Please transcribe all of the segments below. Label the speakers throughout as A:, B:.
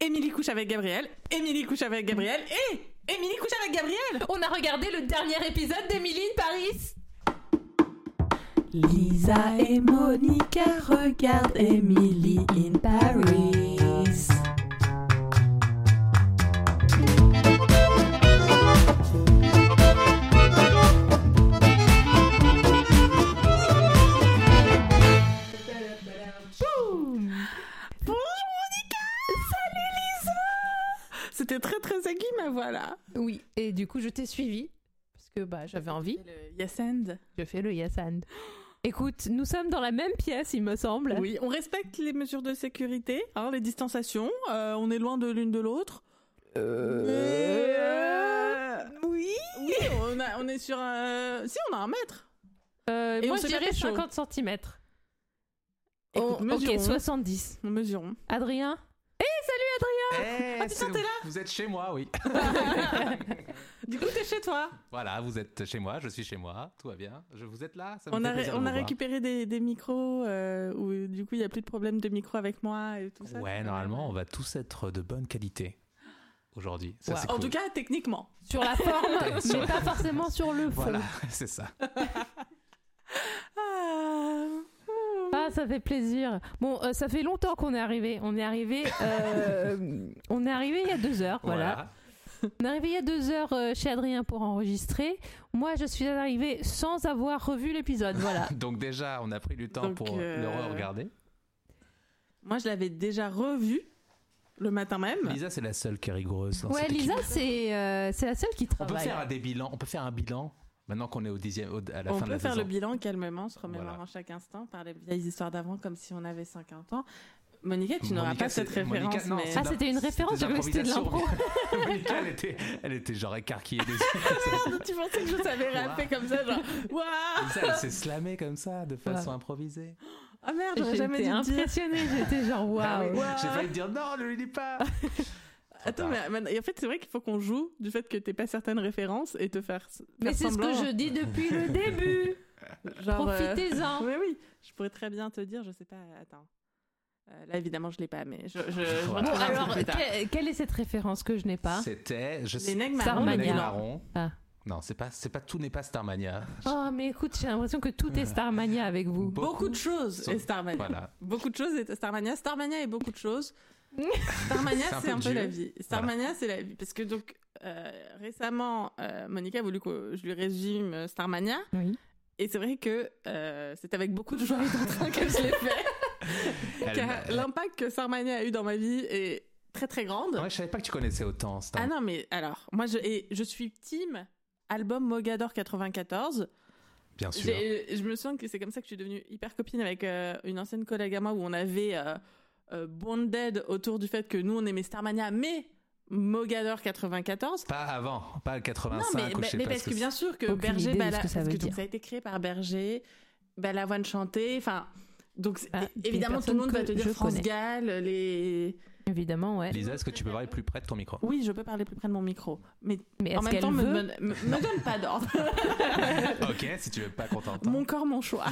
A: Émilie couche avec Gabriel, Émilie couche avec Gabriel et Émilie couche avec Gabriel.
B: On a regardé le dernier épisode d'Emily in Paris.
C: Lisa et Monica regardent Emily in Paris.
A: Bonjour Monica. Salut Lisa. C'était très très aigu ma voix là.
B: Oui, et du coup, je t'ai suivi parce que bah, j'avais envie.
A: Le yes and.
B: Je fais le yes and. Écoute, nous sommes dans la même pièce, il me semble.
A: Oui, on respecte les mesures de sécurité, hein, les distanciations. euh, on est loin de l'une de l'autre. Euh,
B: Oui.
A: Oui, on, a- on est sur. un... Si, on a un mètre.
B: Euh,
A: Et on
B: moi, je
A: s'est pas
B: dirais
A: fait chaud.
B: 50 cm.
A: Écoute, mesurons.
B: Oh, ok, 70.
A: Nous mesurons.
B: Adrien
D: Eh,
A: Ah, putain,
D: c'est-
A: t'es là
D: Vous êtes chez moi, oui.
A: Du coup, t'es chez toi.
D: voilà, vous êtes chez moi, je suis chez moi, tout va bien. Je vous êtes là, ça me
A: On
D: fait
A: a, ré-
D: plaisir de
A: on
D: vous
A: a
D: voir.
A: récupéré des, des micros euh, où du coup il n'y a plus de problème de micro avec moi et tout ça.
D: Ouais, normalement, on va tous être de bonne qualité aujourd'hui. Ça,
B: Ouais.
D: c'est
A: En
D: cool.
A: tout cas, techniquement.
B: sur la forme,
D: Sur
B: mais
D: la-
B: pas forcément sur le fond.
D: voilà, c'est ça.
A: Ah.
B: Ah, ça fait plaisir. Bon, euh, ça fait longtemps qu'on est arrivé. On est arrivé, euh, on est arrivé il y a deux heures, voilà. On est arrivé il y a deux heures euh, chez Adrien pour enregistrer. Moi, je suis arrivée sans avoir revu l'épisode, voilà.
D: Donc déjà, on a pris du temps
A: Donc,
D: pour
A: euh,
D: le re-regarder.
A: Moi, je l'avais déjà revu le matin même.
D: Lisa, c'est la seule qui est rigoureuse. dans
B: ouais,
D: cette
B: Lisa,
D: équipe.
B: c'est euh, c'est la seule qui
A: Ah,
D: On peut
B: travaille.
D: faire des bilans. On peut faire un bilan maintenant qu'on est au dixième, au- à la
A: on
D: fin de
A: peut
D: la
A: faire
D: saison.
A: le bilan calmement, se remémorant
D: Voilà.
A: chaque instant par les vieilles histoires d'avant comme si on avait 50 ans. Monica, tu n'auras
D: Monica,
A: pas cette
D: c'est- Monica,
A: référence,
D: non,
A: mais
D: c'est
B: Ah,
D: de la-
B: c'était une référence,
D: des
B: je croyais que c'était de
D: improvisations. Monica, elle était, elle était genre écarquillée des yeux.
A: tu pensais que je savais rapper comme ça, genre waouh
D: Lisa, elle s'est slamée comme ça, de façon improvisée.
A: Ah merde, j'aurais jamais
B: J'étais
A: dû le dire.
B: impressionnée, j'étais genre
D: Ah
B: waouh.
D: oui, J'ai failli dire non, ne lui dis pas.
A: Attends, mais, mais- et en fait, c'est vrai qu'il faut qu'on joue du fait que t'es pas certaines références et te faire. faire
B: Mais c'est ce que
A: semblant.
B: je dis depuis le début.
A: Genre, euh,
B: Profitez-en.
A: Oui, oui. Je pourrais très bien te dire, je sais pas. Attends. Euh, là, évidemment, je l'ai pas, mais je. je, je
D: Bon,
A: retrouverai
B: Bon,
A: un peu
B: alors,
A: plus tard.
B: que- quelle est cette référence que je n'ai pas
D: C'était, je sais,
A: L'énigme
B: Ça
A: à
B: Starmania.
D: Mania.
B: Mania.
D: marron.
B: Ah.
D: Non, c'est pas, c'est pas tout n'est pas Starmania.
B: Oh, mais écoute, j'ai l'impression que tout est Starmania avec vous.
A: Beaucoup, de choses
D: sont-
A: et Starmania.
D: Voilà.
A: Beaucoup de choses et Starmania. Starmania est beaucoup de choses. Starmania,
D: C'est un
A: c'est
D: peu
A: un peu
D: Dieu.
A: la vie. Starmania, c'est la vie. Parce que donc, euh, récemment, euh, Monica a voulu que je lui résume euh, Starmania.
B: Oui.
A: Et c'est vrai que euh, c'est avec beaucoup de joie et d'entrain que je l'ai fait.
D: Elle-
A: car
D: elle-
A: l'impact que Starmania a eu dans ma vie est très très grande.
D: Ouais, je savais pas que tu connaissais autant Star.
A: Ah non, mais alors, moi, je, et je suis team album Mogador 94.
D: Bien sûr.
A: J'ai- euh, Je me sens que c'est comme ça que je suis devenue hyper copine avec euh, une ancienne collègue à moi où on avait euh, euh, bonded autour du fait que nous, on aimait Starmania, mais Mogador 94.
D: Pas avant, pas le
B: Ah,
D: 85
A: non, mais,
D: ou
A: mais-
D: je sais
A: mais
D: pas
A: parce
D: ce
A: que,
D: que
A: bien sûr que
B: Aucune
A: Berger,
B: idée de
A: Bala-
B: ce que ça
A: parce
B: veut
A: donc
B: dire.
A: ça a été créé par Berger, Balavoine chanté, enfin. Donc, c'est-
B: Ah, des
A: évidemment, tout le monde va
B: personnes
A: te
B: que
A: dire
B: je
A: France
B: connais.
A: Gall, les.
B: Évidemment, ouais.
D: c'est. Lisa, est-ce que tu peux parler plus près de ton micro
A: Oui, je peux parler plus près de mon micro. Mais
B: Mais
A: en
B: est-ce
A: même
B: qu'elle
A: temps, me,
B: veut
A: donne- me- me donne pas d'ordre.
D: Ok, si tu veux pas qu'on t'entende.
A: Mon corps, mon choix.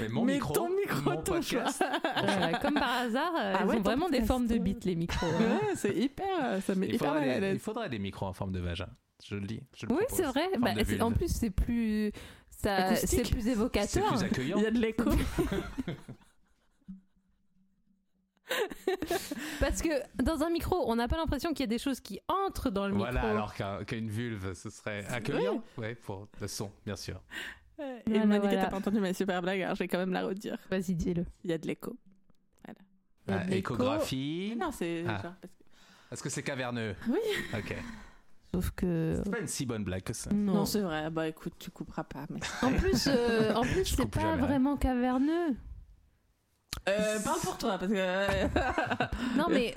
D: Mais mon
A: mais
D: micro,
A: ton micro,
D: mon
A: ton
D: podcast.
B: Euh, Comme par hasard, euh,
A: Ah
B: ils
A: ouais,
B: ont
A: ton
B: vraiment des
A: podcast.
B: formes de bites, les micros. hein.
A: Ouais, c'est hyper. euh, Ça met
D: Il
A: hyper
D: faudrait,
A: mal à
D: des, il
A: l'aise.
D: faudrait des micros en forme de vagin. Je le dis. je le
B: Oui,
D: propose.
B: c'est vrai.
D: Forme
B: Bah,
D: de
B: c'est-
D: vulve.
B: en plus, c'est plus, ça, c'est
A: Acoustique.
B: plus
D: c'est
B: évocateur.
D: plus accueillant.
A: Il y a de l'écho.
B: Parce que dans un micro, on n'a pas l'impression qu'il y a des choses qui entrent dans le
D: Voilà,
B: micro.
D: alors qu'un- qu'une vulve, ce serait accueillant. Ouais, pour le son, bien sûr.
A: Et
B: Voilà,
A: Monica,
B: voilà.
A: t'as pas entendu ma super blague, alors je vais quand même la redire.
B: Vas-y, dis-le.
A: Il y a de l'écho.
B: Il y a
D: Ah,
B: de l'écho.
D: échographie.
A: Non, c'est
D: Ah.
A: genre. parce que-
D: Est-ce que c'est caverneux
A: Oui.
D: Ok.
B: Sauf que.
D: C'est pas une si bonne blague que ça.
B: Non.
A: Non, c'est vrai. Bah écoute, tu couperas pas. Mais...
B: en plus, euh, en plus
D: Je
B: c'est
D: coupe
B: pas
D: jamais. hein.
B: vraiment caverneux.
A: Euh, parle pour toi, parce que. euh,
B: Non, mais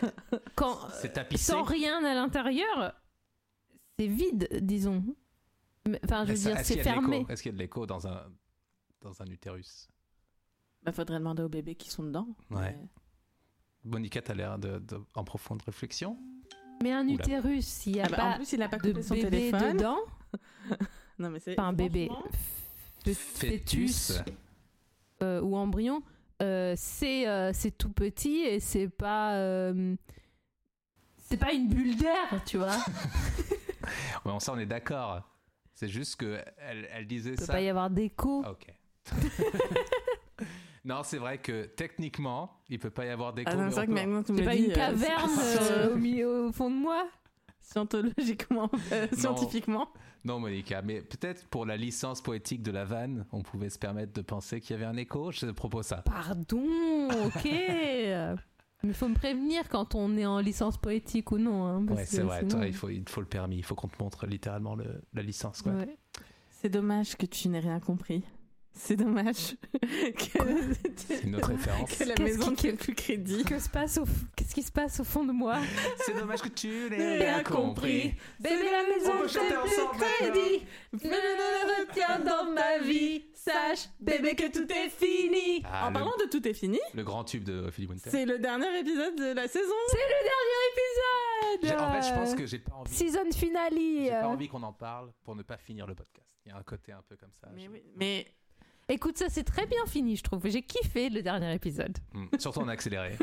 B: quand.
D: C'est tapissé.
B: Sans rien à l'intérieur, c'est vide, disons. Mais- Enfin, hein, je veux
D: Est-ce-
B: dire,
D: est-ce
B: c'est
D: qu'il y a de l'écho
B: fermé.
D: Est-ce qu'il y a de l'écho dans un, dans un utérus
A: bah faudrait demander aux bébés qui sont dedans. Euh,
D: Ouais.
A: Mais-
D: Monica, t'as l'air de, de- en profonde réflexion.
B: Mais un
D: Oula.
B: utérus, s'il n'y a
A: Ah bah,
B: pas
A: en plus, il a pas
B: de
A: coupé son
B: bébé
A: téléphone.
B: dedans,
A: Non, mais c'est.
B: pas un bébé,
A: franchement,
B: de fœtus euh, ou embryon, euh, c'est euh, c'est tout petit et c'est pas. euh, C'est pas une bulle d'air, tu vois.
D: Ouais, on ça, on est d'accord. C'est juste que elle, elle disait
B: Il peut
D: ça.
B: pas y avoir d'écho.
D: Ah, Ok. non, c'est vrai que techniquement, il peut pas y avoir d'écho.
A: Ah non,
D: mais
A: c'est vrai
D: on
A: que
D: peut-
A: maintenant tu me
B: C'est
A: l'as
B: pas
A: dit,
B: une
A: euh,
B: caverne
A: c'est-
B: euh, au, milieu, au fond de moi.
A: scientologiquement, euh, scientifiquement.
D: Non, Monica, mais peut-être pour la licence poétique de la vanne, on pouvait se permettre de penser qu'il y avait un écho. Je te propose ça.
B: Pardon, ok. Mais faut me prévenir quand on est en licence poétique ou non. hein, parce
D: Ouais,
B: que
D: c'est vrai.
B: sinon-
D: Toi, il faut, il te faut le permis. Il faut qu'on te montre littéralement le- la licence. Quoi.
B: Ouais.
A: C'est dommage que tu n'aies rien compris. C'est dommage que,
D: C'est une autre référence.
A: que la
B: Qu'est-ce
A: maison
B: qui-
A: qui... n'ait plus crédit.
B: Que se passe au f- Qu'est-ce qui se passe au fond de moi
D: c'est dommage que tu
A: n'aies
D: l'aies
A: rien
D: bien
A: compris.
D: compris.
B: Bébé, la
D: On
B: maison,
D: peut chanter
B: c'est
D: ensemble,
B: plus crédit. Mais ne le retiens dans ma vie. Sache, bébé, que tout est fini.
D: Ah,
A: en
D: le,
A: parlant de Tout est fini,
D: le grand tube de Philippe Winter.
A: c'est le dernier épisode de la saison.
B: C'est le
D: J'ai-
B: dernier épisode.
D: En fait, je pense que j'ai pas envie.
B: Season finale.
D: J'ai pas
B: euh.
D: envie qu'on en parle pour ne pas finir le podcast. Il y a un côté un peu comme ça.
A: Ah, Mais,
D: Je-
A: oui, mais
B: Écoute, ça c'est très bien fini, je trouve. J'ai kiffé le dernier épisode.
D: Hmm. Surtout en accéléré.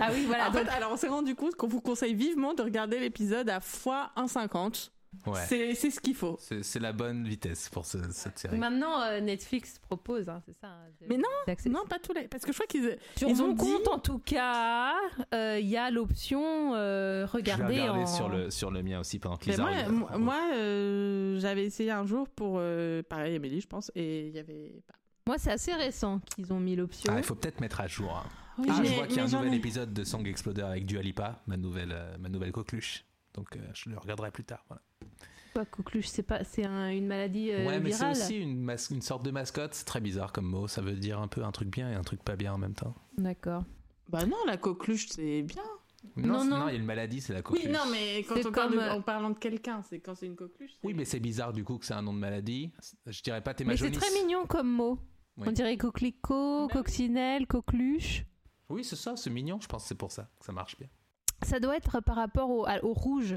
B: ah oui, voilà.
A: en
B: donc-
A: fait, alors on s'est rendu compte qu'on vous conseille vivement de regarder l'épisode à x 1,50.
D: Ouais.
A: C'est c'est ce qu'il faut.
D: C'est c'est la bonne vitesse pour ce- cette série.
B: Maintenant, euh, Netflix propose, hein, c'est ça. hein, de-
A: Mais non,
B: d'accès.
A: Non, pas tous les. Parce que je crois qu'ils.
B: Sur
A: Ils
B: mon
A: ont dit-
B: compte, en tout cas, euh, il y a l'option euh, regarder,
D: je vais regarder
B: en...
D: sur, le, sur le mien aussi pendant
A: Mais
D: qu'ils
A: moi,
D: arrivent.
A: moi, moi, euh, j'avais essayé un jour pour. euh, pareil, Amélie, je pense, et il y avait pas.
B: Moi, c'est assez récent qu'ils ont mis l'option.
D: Ah, il faut peut-être mettre à jour. hein.
A: Oui,
D: Ah,
A: mais-
D: je vois qu'il y a
A: mais
D: un
A: j'en
D: nouvel
A: ai-
D: épisode de Song Exploder avec Dua Lipa, ma nouvelle, euh, ma nouvelle coqueluche. Donc euh, je le regarderai plus tard. voilà.
B: Quoi, coqueluche, c'est pas, c'est un- une maladie euh,
D: ouais, mais c'est
B: virale.
D: aussi une, mas- une sorte de mascotte. C'est très bizarre comme mot. Ça veut dire un peu un truc bien et un truc pas bien en même temps.
B: D'accord.
A: Bah non, la coqueluche, c'est bien.
B: Non,
D: Non, c'est-
B: non.
D: il y a une maladie, c'est la coqueluche.
A: Oui, non, mais quand
B: C'est
A: on parle de-
B: comme, euh,
A: en parlant de quelqu'un, c'est quand c'est une coqueluche. c'est-
D: Oui, mais c'est bizarre du coup que c'est un nom de maladie. Je dirais pas
B: Mais c'est
D: thémagonice.
B: très mignon comme mot.
D: Oui.
B: On dirait coquelicot,
A: Bah oui.
B: coccinelle, coqueluche.
D: Oui, c'est ça, c'est mignon. Je pense que c'est pour ça que ça marche bien.
B: Ça doit être par rapport au, à- au rouge.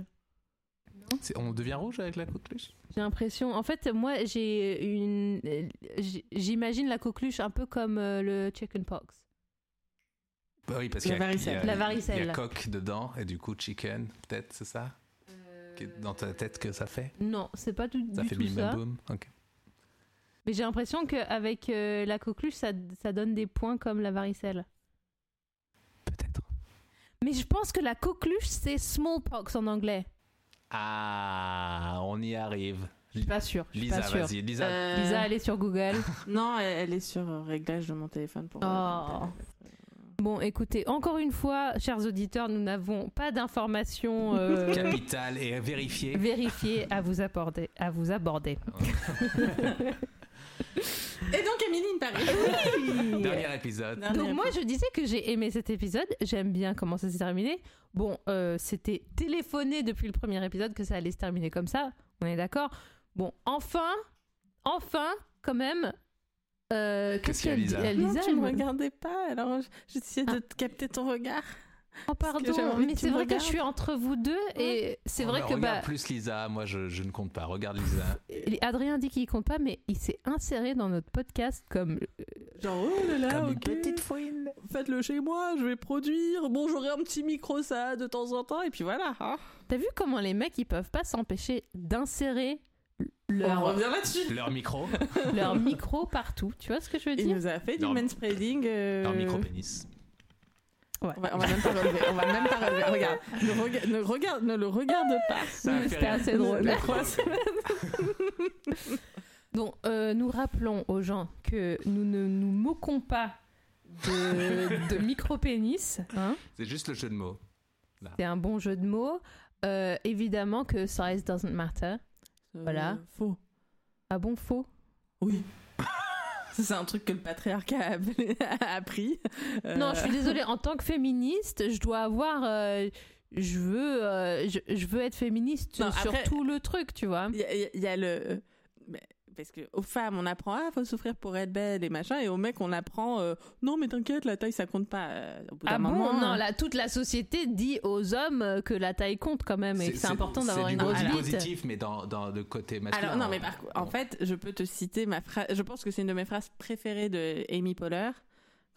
D: C'est- On devient rouge avec la coqueluche
B: J'ai l'impression. En fait, moi, j'ai une. euh, j'ai- J'imagine la coqueluche un peu comme euh, le chickenpox.
D: Bah Oui, parce
A: La
D: qu'il y a-
A: varicelle.
D: il y a-
B: La
D: Il y
B: varicelle.
D: a coque dedans et du coup chicken, peut-être, c'est ça Euh, Qui- Dans ta tête que ça fait
B: Non, c'est pas du,
D: Ça
B: du
D: fait
B: tout
D: bim bam
B: ça.
D: boum Ok.
B: Mais j'ai l'impression qu'avec euh, la coqueluche, ça, ça donne des points comme la varicelle.
D: Peut-être.
B: Mais je pense que la coqueluche, c'est smallpox en anglais.
D: Ah, on y arrive.
B: Je suis pas sûre. Je suis
D: Lisa,
B: pas sûre.
D: vas-y. Lisa,
A: Euh,
B: Lisa, allez sur Google.
A: Non, elle, elle est sur euh, réglage de mon téléphone pour. euh,
B: Oh. Bon, écoutez, encore une fois, chers auditeurs, nous n'avons pas d'informations euh,
D: capitale et vérifiée.
B: vérifiées à vous apporter, à vous aborder.
A: Et donc, Amélie in Paris.
D: Dernier épisode.
A: Dernier
B: Donc moi
A: épisode.
B: je disais que j'ai aimé cet épisode, j'aime bien comment ça s'est terminé. Bon, euh, c'était téléphoné depuis le premier épisode que ça allait se terminer comme ça, on est d'accord. Bon, enfin, enfin, quand même, euh,
D: Qu'est-ce qu'il y a,
B: qu'elle dit-
D: Lisa
B: euh,
A: Non, tu
B: elle
A: me
B: me- Ah.
A: regardais pas, alors je- j'essayais de te capter ton regard.
B: Oh pardon,
A: j'avais envie
B: mais
A: que tu
B: c'est
A: me
B: vrai que
A: regardes.
B: je suis entre vous deux et c'est vrai
D: Oh,
B: que
D: regarde
B: bah,
D: plus Lisa, moi je, je ne compte pas. Regarde Lisa.
B: Adrien dit qu'il compte pas, mais il s'est inséré dans notre podcast comme
A: Genre, oh là
B: Ah,
A: là, ok.
D: fouine.
A: Faites-le chez moi, je vais produire. Bon, j'aurai un petit micro, ça, de temps en temps, et puis voilà. hein.
B: T'as vu comment les mecs ils peuvent pas s'empêcher d'insérer
A: On
B: leur,
A: revient là-dessus.
D: Leur micro,
B: leur micro partout. Tu vois ce que je veux
A: Il
B: dire
A: nous a fait du
D: Leur-
A: manspreading. euh,
D: leur micro pénis.
A: On va, on va même pas relever, on va même pas relever. Regarde, ne, rega- ne regarde, ne le regarde pas.
D: Ça
B: Oui,
D: fait
B: c'était
D: rire.
B: assez drôle.
A: La croissance.
B: Donc, euh, nous rappelons aux gens que nous ne nous moquons pas de, de micro-pénis. hein.
D: C'est juste le jeu de mots.
B: C'est un bon jeu de mots. Euh, évidemment que size doesn't matter. Voilà.
A: Euh, Faux.
B: Ah bon, faux
A: Oui. Ça, C'est un truc que le patriarcat a, appelé- a appris. Euh,
B: Non, je suis désolée. En tant que féministe, je dois avoir. euh, je veux, euh, je, je veux être féministe
A: Non,
B: sur
A: après-
B: tout le truc, tu vois.
A: Il y, a- il y a- il y a le. mais- Parce que aux femmes, on apprend ah faut souffrir pour être belle et machin, et aux mecs, on apprend euh, non mais t'inquiète la taille ça compte pas. Euh, Au bout d'un
B: Ah bon
A: moment,
B: Non,
A: hein.
B: là, toute la société dit aux hommes euh, que la taille compte quand même et que c'est important d'avoir
D: c'est
B: une
D: du
B: grosse
D: positif,
B: bite.
D: positif, mais dans, dans le côté masculin.
A: Alors non mais par
D: euh,
A: contre, en fait, je peux te citer ma phrase. Je pense que c'est une de mes phrases préférées de Amy Poehler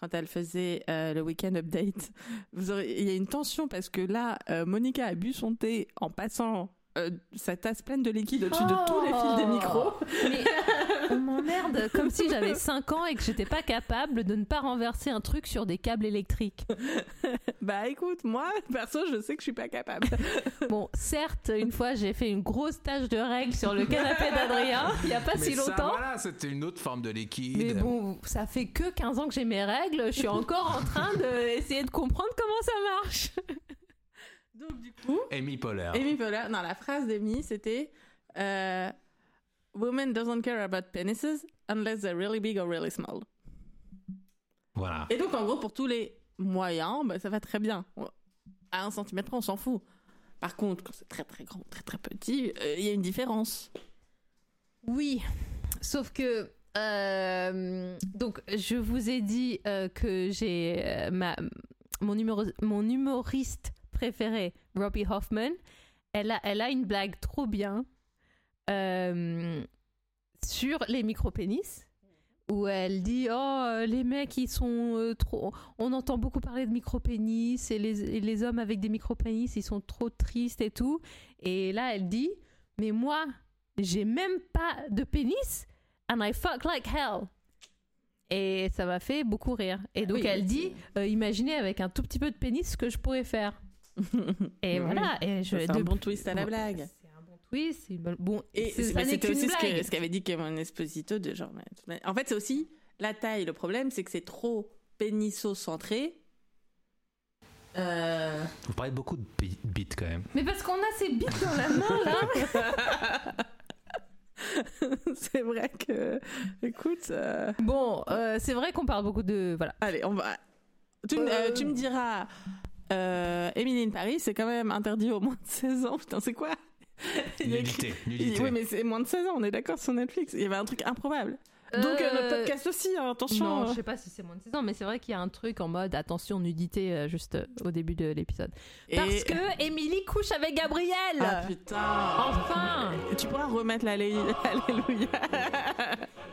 A: quand elle faisait euh, le week-end update. Vous aurez- Il y a une tension parce que là, euh, Monica a bu son thé en passant euh, sa tasse pleine de liquide au-dessus de tous les fils des
B: Oh.
A: micros.
B: Mais on m'emmerde comme si j'avais 5 ans et que j'étais pas capable de ne pas renverser un truc sur des câbles électriques.
A: Bah écoute, moi, perso, je sais que je suis pas capable.
B: Bon, certes, une fois j'ai fait une grosse tache de règles sur le canapé d'Adrien, il y a pas
D: Mais
B: si
D: ça,
B: longtemps.
D: voilà, c'était une autre forme de liquide.
B: Mais bon, ça fait que 15 ans que j'ai mes règles, je suis encore en train d'essayer de comprendre comment ça marche.
A: Donc du coup,
D: Amy Poehler.
A: Amy Poehler, non, la phrase d'Amy, c'était euh, Women doesn't care about penises unless they're really big or really small.
D: Voilà.
A: Et donc, en gros, pour tous les moyens, bah, ça va très bien. On- À un centimètre près, on s'en fout. Par contre, quand c'est très très grand, très très petit, euh, il y a une différence.
B: Oui, sauf que. euh, donc, je vous ai dit euh, que j'ai euh, ma mon, humoro- mon humoriste préféré, Robbie Hoffman. Elle a, elle a une blague trop bien euh, sur les micro-pénis. Où elle dit Oh, euh, les mecs, ils sont euh, trop. On entend beaucoup parler de micro-pénis et les, et les hommes avec des micro-pénis, ils sont trop tristes et tout. Et là, elle dit Mais moi, j'ai même pas de pénis and I fuck like hell. Et ça m'a fait beaucoup rire. Et donc
A: Ah oui,
B: elle
A: mais
B: dit euh, Imaginez avec un tout petit peu de pénis ce que je pourrais faire. Et
A: Oui.
B: voilà. Et je,
A: C'est un
B: de-
A: bon twist à la
B: Ouais,
A: blague.
B: C'est un bon twist. c'est une bonne- Bon,
A: Et
B: c'est-
A: c'est-
B: ça
A: mais
B: n'est
A: c'était aussi
B: qu'une
A: ce que-
B: blague.
A: ce qu'avait dit Kevin Esposito de genre. mais- En fait, c'est aussi la taille. Le problème, c'est que c'est trop pénisso-centré. Euh,
D: Vous parlez beaucoup de bi- bites quand même.
B: Mais parce qu'on a ces bites dans la main là.
A: c'est vrai que. Écoute. euh,
B: bon, euh, c'est vrai qu'on parle beaucoup de voilà.
A: Allez, on va. Tu, me-
B: Euh.
A: euh, tu me diras. Euh, Emily in Paris, c'est quand même interdit aux moins de 16 ans. Putain, c'est quoi Il y a écrit-
D: Nullité, nullité.
A: Oui, mais c'est moins de 16 ans, on est d'accord sur Netflix. Il y avait un truc improbable. Donc euh, notre podcast aussi, hein, attention.
B: Euh, Non, je sais pas si c'est moins de 16 ans, mais c'est vrai qu'il y a un truc en mode attention nudité euh, juste euh, au début de l'épisode.
A: Et-
B: Parce que Émilie couche avec Gabriel.
A: Ah putain
B: Enfin
A: Tu pourras remettre l'allé- l'alléluia.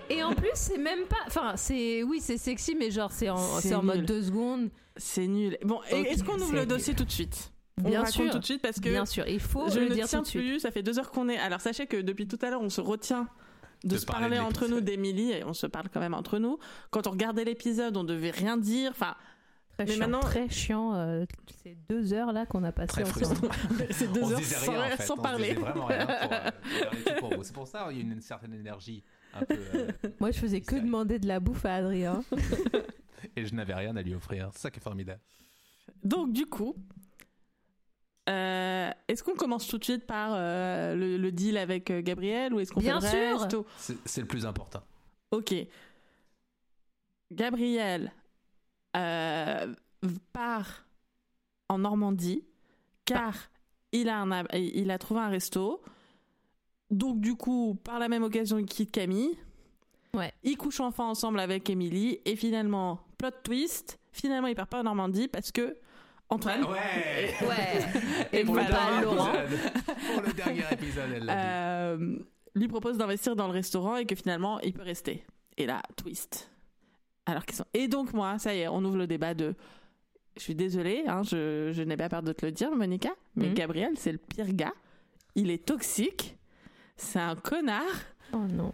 B: Et en plus, c'est même pas. Enfin, c'est. Oui, c'est sexy, mais genre, c'est en,
A: C'est
B: c'est en mode
A: nul.
B: deux secondes.
A: C'est nul. Bon, et
B: Ok,
A: est-ce qu'on ouvre
B: c'est
A: le
B: nul.
A: dossier tout de suite On
B: Bien
A: raconte
B: sûr.
A: tout de suite parce que
B: Bien sûr, il faut
A: je
B: euh, le
A: ne
B: dire
A: tiens
B: tout de suite.
A: plus. Ça fait deux heures qu'on est. Alors sachez que depuis tout à l'heure, on se retient de,
D: De
A: se
D: parler de
A: parler, entre
D: l'épisode.
A: nous d'Emily et on se parle quand même entre nous. Quand on regardait l'épisode, on devait rien dire. Enfin,
B: Très
A: Mais
B: chiant,
A: maintenant-
B: très chiant euh, ces deux heures là qu'on a passées
D: Très
B: ensemble.
D: frustrant.
A: c'est
D: On
A: deux
D: se
A: heures
D: disait
A: sans,
D: rien en fait.
A: sans
D: On se
A: parler.
D: disait vraiment rien pour, euh, regarder tout pour vous. C'est pour ça il y a une, une certaine énergie un peu. euh,
B: Moi, je faisais que
D: hystérique.
B: demander de la bouffe à Adrien.
D: Et je n'avais rien à lui offrir. C'est ça qui est formidable.
A: Donc du coup, euh, est-ce qu'on commence tout de suite par euh, le, le deal avec euh, Gabriel ou est-ce qu'on fait
B: Bien
A: le
B: sûr.
A: reste ou-
D: C'est c'est le plus important.
A: Ok. Gabriel euh, part en Normandie car il a un ab- il a trouvé un resto. Donc du coup, par la même occasion, il quitte Camille.
B: Ouais.
A: Ils couchent enfin ensemble avec Émilie et finalement, plot twist, finalement il part pas en Normandie parce que Antoine
D: Ouais.
B: Ouais.
A: Et
D: pour, le
A: voilà,
D: dernier
A: Laurent.
D: épisode. pour le dernier épisode, elle l'a dit.
A: euh, lui propose d'investir dans le restaurant et que finalement il peut rester. Et là, twist. Alors qu'ils sont. Et donc moi, ça y est, on ouvre le débat de. Je suis désolée, hein, je, je n'ai pas peur de te le dire, Monica, mais
B: Mhm.
A: Gabriel, c'est le pire gars. Il est toxique. C'est un connard.
B: Oh non,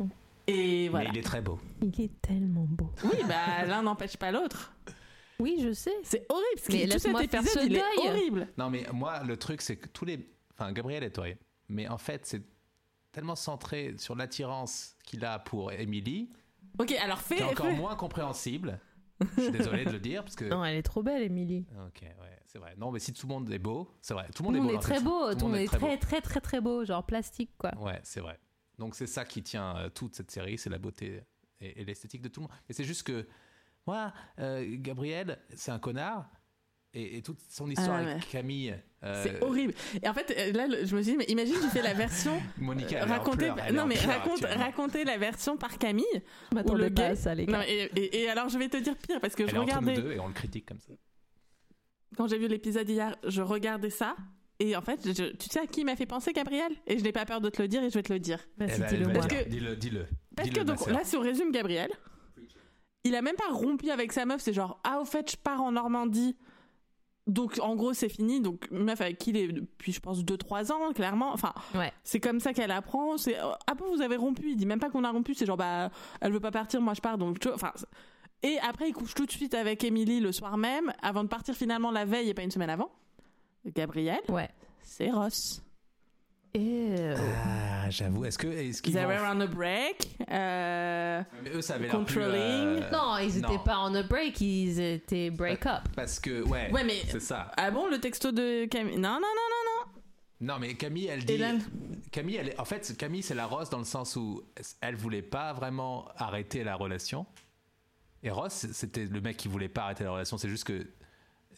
A: Et voilà.
D: Mais il est très beau.
B: il est tellement beau.
A: Oui, bah l'un n'empêche pas l'autre.
B: Oui, je sais.
A: C'est horrible. Parce
B: Mais
A: que tout cet
B: laisse-moi faire
A: épisode,
B: ce
A: il est
B: deuil.
A: horrible.
D: Non, mais moi, le truc, c'est que tous les. Enfin, Gabriel est horrible. Mais en fait, c'est tellement centré sur l'attirance qu'il a pour Emily,
A: Ok, alors fais.
D: qui est encore
A: fais-
D: moins compréhensible. Je suis désolé de le dire, parce que.
B: Non, elle est trop belle, Émilie.
D: Ok, ouais, c'est vrai. Non, mais si tout le monde est beau, c'est vrai. Tout le
B: Tout
D: monde
B: le
D: est beau.
B: monde
D: dans
B: est
D: le
B: très
D: film.
B: beau. Tout le monde est très, très, très, très beau. Genre plastique, quoi.
D: Ouais, c'est vrai. Donc c'est ça qui tient euh, toute cette série, c'est la beauté et, et l'esthétique de tout le monde. Mais c'est juste que moi, euh, Gabriel, c'est un connard. Et, et toute son histoire
A: Ah ouais.
D: avec Camille, euh,
A: C'est horrible. Et en fait, euh, là, le- je me suis dit, mais imagine, tu fais la version.
D: Monica, elle est en
A: raconter
D: pleurs, elle est
A: non
D: en
A: mais
D: pleurs
A: raconte
D: actuellement.
A: raconter la version par Camille
B: Je
A: Ou le
B: m'attendais pas
A: gay.
B: à ça, les
A: Non,
B: gars.
A: et, et- et alors je vais te dire pire parce que
D: Elle
A: je
D: est entre nous
A: regardais Ah,
D: deux et on le critique comme ça.
A: quand j'ai vu l'épisode hier je regardais ça et en fait je- tu sais à qui il m'a fait penser Gabriel et je n'ai pas peur de te le dire et je vais te le dire
B: Vas-y,
D: Eh ben,
B: dis-le
D: elle
B: moi.
D: va
A: Parce
D: dire,
A: que-
D: Dis-le, dis-le.
A: parce
D: Dis-le,
A: que
D: ma
A: donc
D: sœur.
A: là si on résume Gabriel il a même pas rompu avec sa meuf. C'est genre, ah, au fait, je pars en Normandie. Donc, en gros, c'est fini. Donc, meuf avec qui il est depuis, je pense, 2-3 ans, clairement. Enfin,
B: Ouais.
A: c'est comme ça qu'elle apprend. C'est, euh, ah bon, vous avez rompu. Il dit même pas qu'on a rompu. C'est genre, bah, elle veut pas partir, moi je pars. Donc, tu vois, enfin. c'est- Et après, il couche tout de suite avec Emily le soir même, avant de partir finalement la veille et pas une semaine avant. Gabriel,
B: Ouais.
A: c'est Ross.
B: Et
D: Ah, j'avoue. Est-ce que, est-ce qu'ils
A: They
D: vont-
A: were on a break. Euh,
D: Mais eux, ça avait l'air plus,
A: Controlling.
D: euh,
B: Non, Euh. ils
D: non.
B: étaient pas on a break, ils étaient break up.
D: Parce que, ouais,
A: Ouais, mais-
D: c'est ça.
A: Ah bon, le texto de Camille. Non, non, non,
D: Non, mais Camille,
A: Et
D: elle dit.
A: là-
D: Camille, elle est- en fait, Camille, c'est la Rose dans le sens où elle voulait pas vraiment arrêter la relation. Et Ross, c'était le mec qui voulait pas arrêter la relation. C'est juste que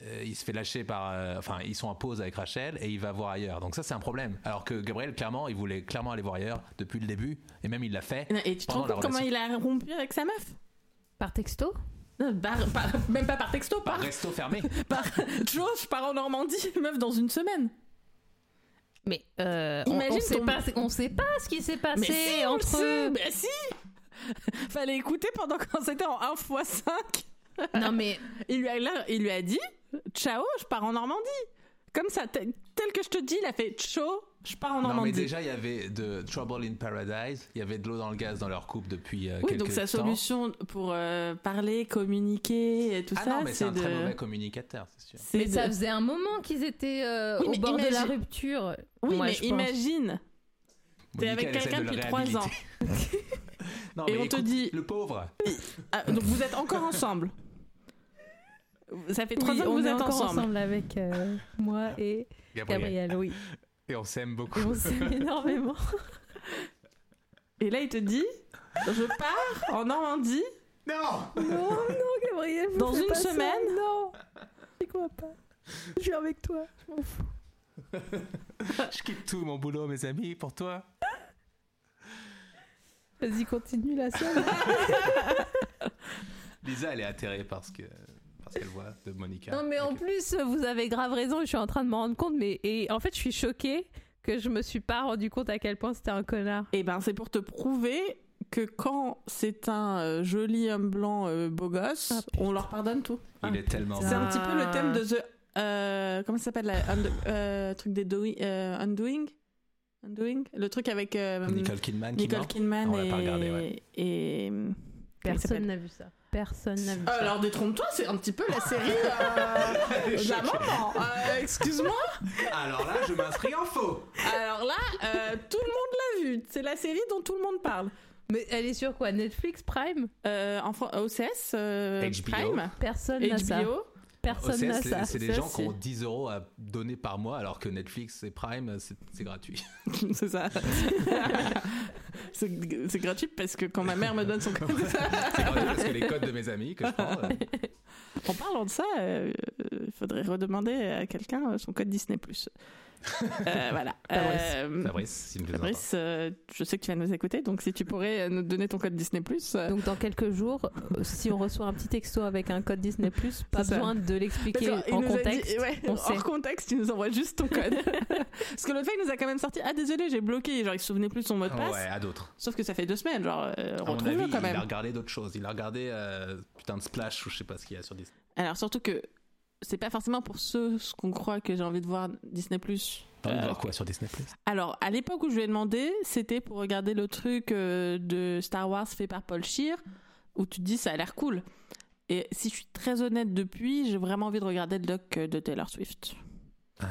D: euh, il se fait lâcher par. euh, enfin, ils sont en pause avec Rachel et il va voir ailleurs. Donc ça, c'est un problème. Alors que Gabriel, clairement, il voulait clairement aller voir ailleurs depuis le début. Et même, il l'a fait.
A: non. Et tu te
D: Pendant
A: rends
D: la
A: compte comment
D: relation.
A: il a rompu avec sa meuf
B: Par texto
A: Non, par- par- Même pas par texto,
D: Par
A: par.
D: resto fermé.
A: par... Joe, je pars en Normandie, meuf, dans une semaine.
B: Mais euh, on,
A: Imagine
B: on sait
A: ton-
B: pas, on sait pas ce qui s'est passé
A: Mais si, on le
B: Ah, entre
A: sait, mais si Fallait écouter pendant qu'on c'était en 1 x 5.
B: Non mais
A: Il lui, a, là, il lui a dit Ciao, je pars en Normandie. Comme ça, tel tel que je te dis, il a fait Ciao, je pars en
D: Non, mais
A: Normandie.
D: déjà, il y avait de Trouble in Paradise. Il y avait de l'eau dans le gaz dans leur couple depuis euh,
A: oui,
D: quelques
A: donc sa
D: temps.
A: solution pour euh, parler, communiquer et tout
D: Ah
A: ça,
D: non, mais c'est un
A: de.
D: très mauvais communicateur, c'est sûr.
A: c'est
B: mais
A: de-
B: ça faisait un moment qu'ils étaient euh,
A: Oui,
B: au
A: mais
B: bord de la
A: imagine-
B: rupture.
A: Oui,
B: Moi,
A: mais
B: je pense.
A: imagine, t'es
D: Monica,
A: avec
D: elle essaie
A: quelqu'un
D: de le
A: depuis trois ans.
D: réhabiliter. Non,
A: Et
D: mais
A: on te
D: écoute,
A: dit-
D: Le pauvre.
A: Ah, donc vous êtes encore ensemble. Ça fait trois
B: Oui,
A: ans que
B: on
A: vous
B: est
A: êtes
B: encore
A: ensemble.
B: avec euh, moi et
D: Gabriel.
B: Gabriel. Oui,
D: Et on s'aime beaucoup.
B: et on s'aime énormément.
A: Et là, il te dit, je pars en Normandie.
D: Non
B: Non, Oh non, Gabriel.
A: Dans faites une pas ça, semaine
B: non. Je crois pas. Je suis avec toi.
D: Je quitte tout mon boulot, mes amis, pour toi.
B: Vas-y, continue la scène.
D: Lisa, elle est atterrée parce que parce qu'elle voit de Monica.
B: non, mais en
D: Ok.
B: plus, vous avez grave raison. Je suis en train de m'en rendre compte, mais et en fait, je suis choquée que je me suis pas rendu compte à quel point c'était un connard.
A: Et ben, c'est pour te prouver que quand c'est un euh, joli homme blanc euh, beau gosse,
B: Ah, putain.
A: on leur pardonne tout.
D: Il est tellement...
A: C'est un
B: Ah.
A: petit peu le thème de The. euh, comment ça s'appelle la und- euh, truc des Doing- euh, Undoing Undoing Le truc avec euh,
D: Nicole Kidman qui
A: Nicole
D: ment.
A: Kidman
D: Ah, on l'a
A: et.
D: pas regardé, ouais.
A: et- euh, comment il s'appelle
B: Personne n'a vu ça. Personne n'a vu
A: Euh,
B: ça.
A: Alors détrompe-toi, c'est un petit peu la série euh, de la maman. Euh, Excuse-moi.
D: Alors là, je m'inscris en faux.
A: Alors là, euh, tout le monde l'a vue. C'est la série dont tout le monde parle.
B: Mais elle est sur quoi Netflix Prime
A: Euh, en Fran- OCS, euh,
D: HBO.
A: Prime,
B: Personne n'a ça.
A: HBO.
B: Personne
D: OCS,
B: n'a
D: c'est-
B: ça.
D: c'est
A: Ça,
D: des gens qui
A: c'est-
D: ont 10 euros à donner par mois, alors que Netflix et Prime, c'est c'est gratuit.
A: c'est ça. c'est c'est gratuit parce que quand ma mère me donne son code.
D: c'est gratuit parce que les codes de mes amis que je prends... euh,
A: En parlant de ça, il faudrait redemander à quelqu'un euh, son code Disney+. Euh, voilà.
B: Fabrice.
A: Euh,
D: Fabrice, s'il nous entend.
A: Fabrice, euh, je sais que tu vas nous écouter, donc si tu pourrais euh, nous donner ton code Disney+, euh,
B: Donc dans quelques jours, euh, si on reçoit un petit texto avec un code Disney+, pas
A: C'est ça.
B: besoin de l'expliquer en contexte. on sait.
A: hors contexte, il nous envoie juste ton code. Parce que l'autre fois, il nous a quand même sorti Ah, désolé, j'ai bloqué. Genre, il se souvenait plus de son mot de passe.
D: Ouais, à d'autres.
A: Sauf que ça fait deux semaines. Genre, euh,
D: À mon avis,
A: retrouve-le quand
D: il a
A: même.
D: regardé d'autres choses. Il a regardé euh, putain de Splash ou je sais pas ce qu'il y a sur Disney.
A: Alors, surtout que c'est pas forcément pour ceux ce qu'on croit que j'ai envie de voir Disney.
D: T'as envie de
A: Euh,
D: voir Ah, quoi sur Disney Plus
A: Alors, à l'époque où je lui ai demandé, c'était pour regarder le truc euh, de Star Wars fait par Paul Scheer, où tu te dis ça a l'air cool. Et si je suis très honnête depuis, j'ai vraiment envie de regarder le doc euh, de Taylor Swift.
B: Oh,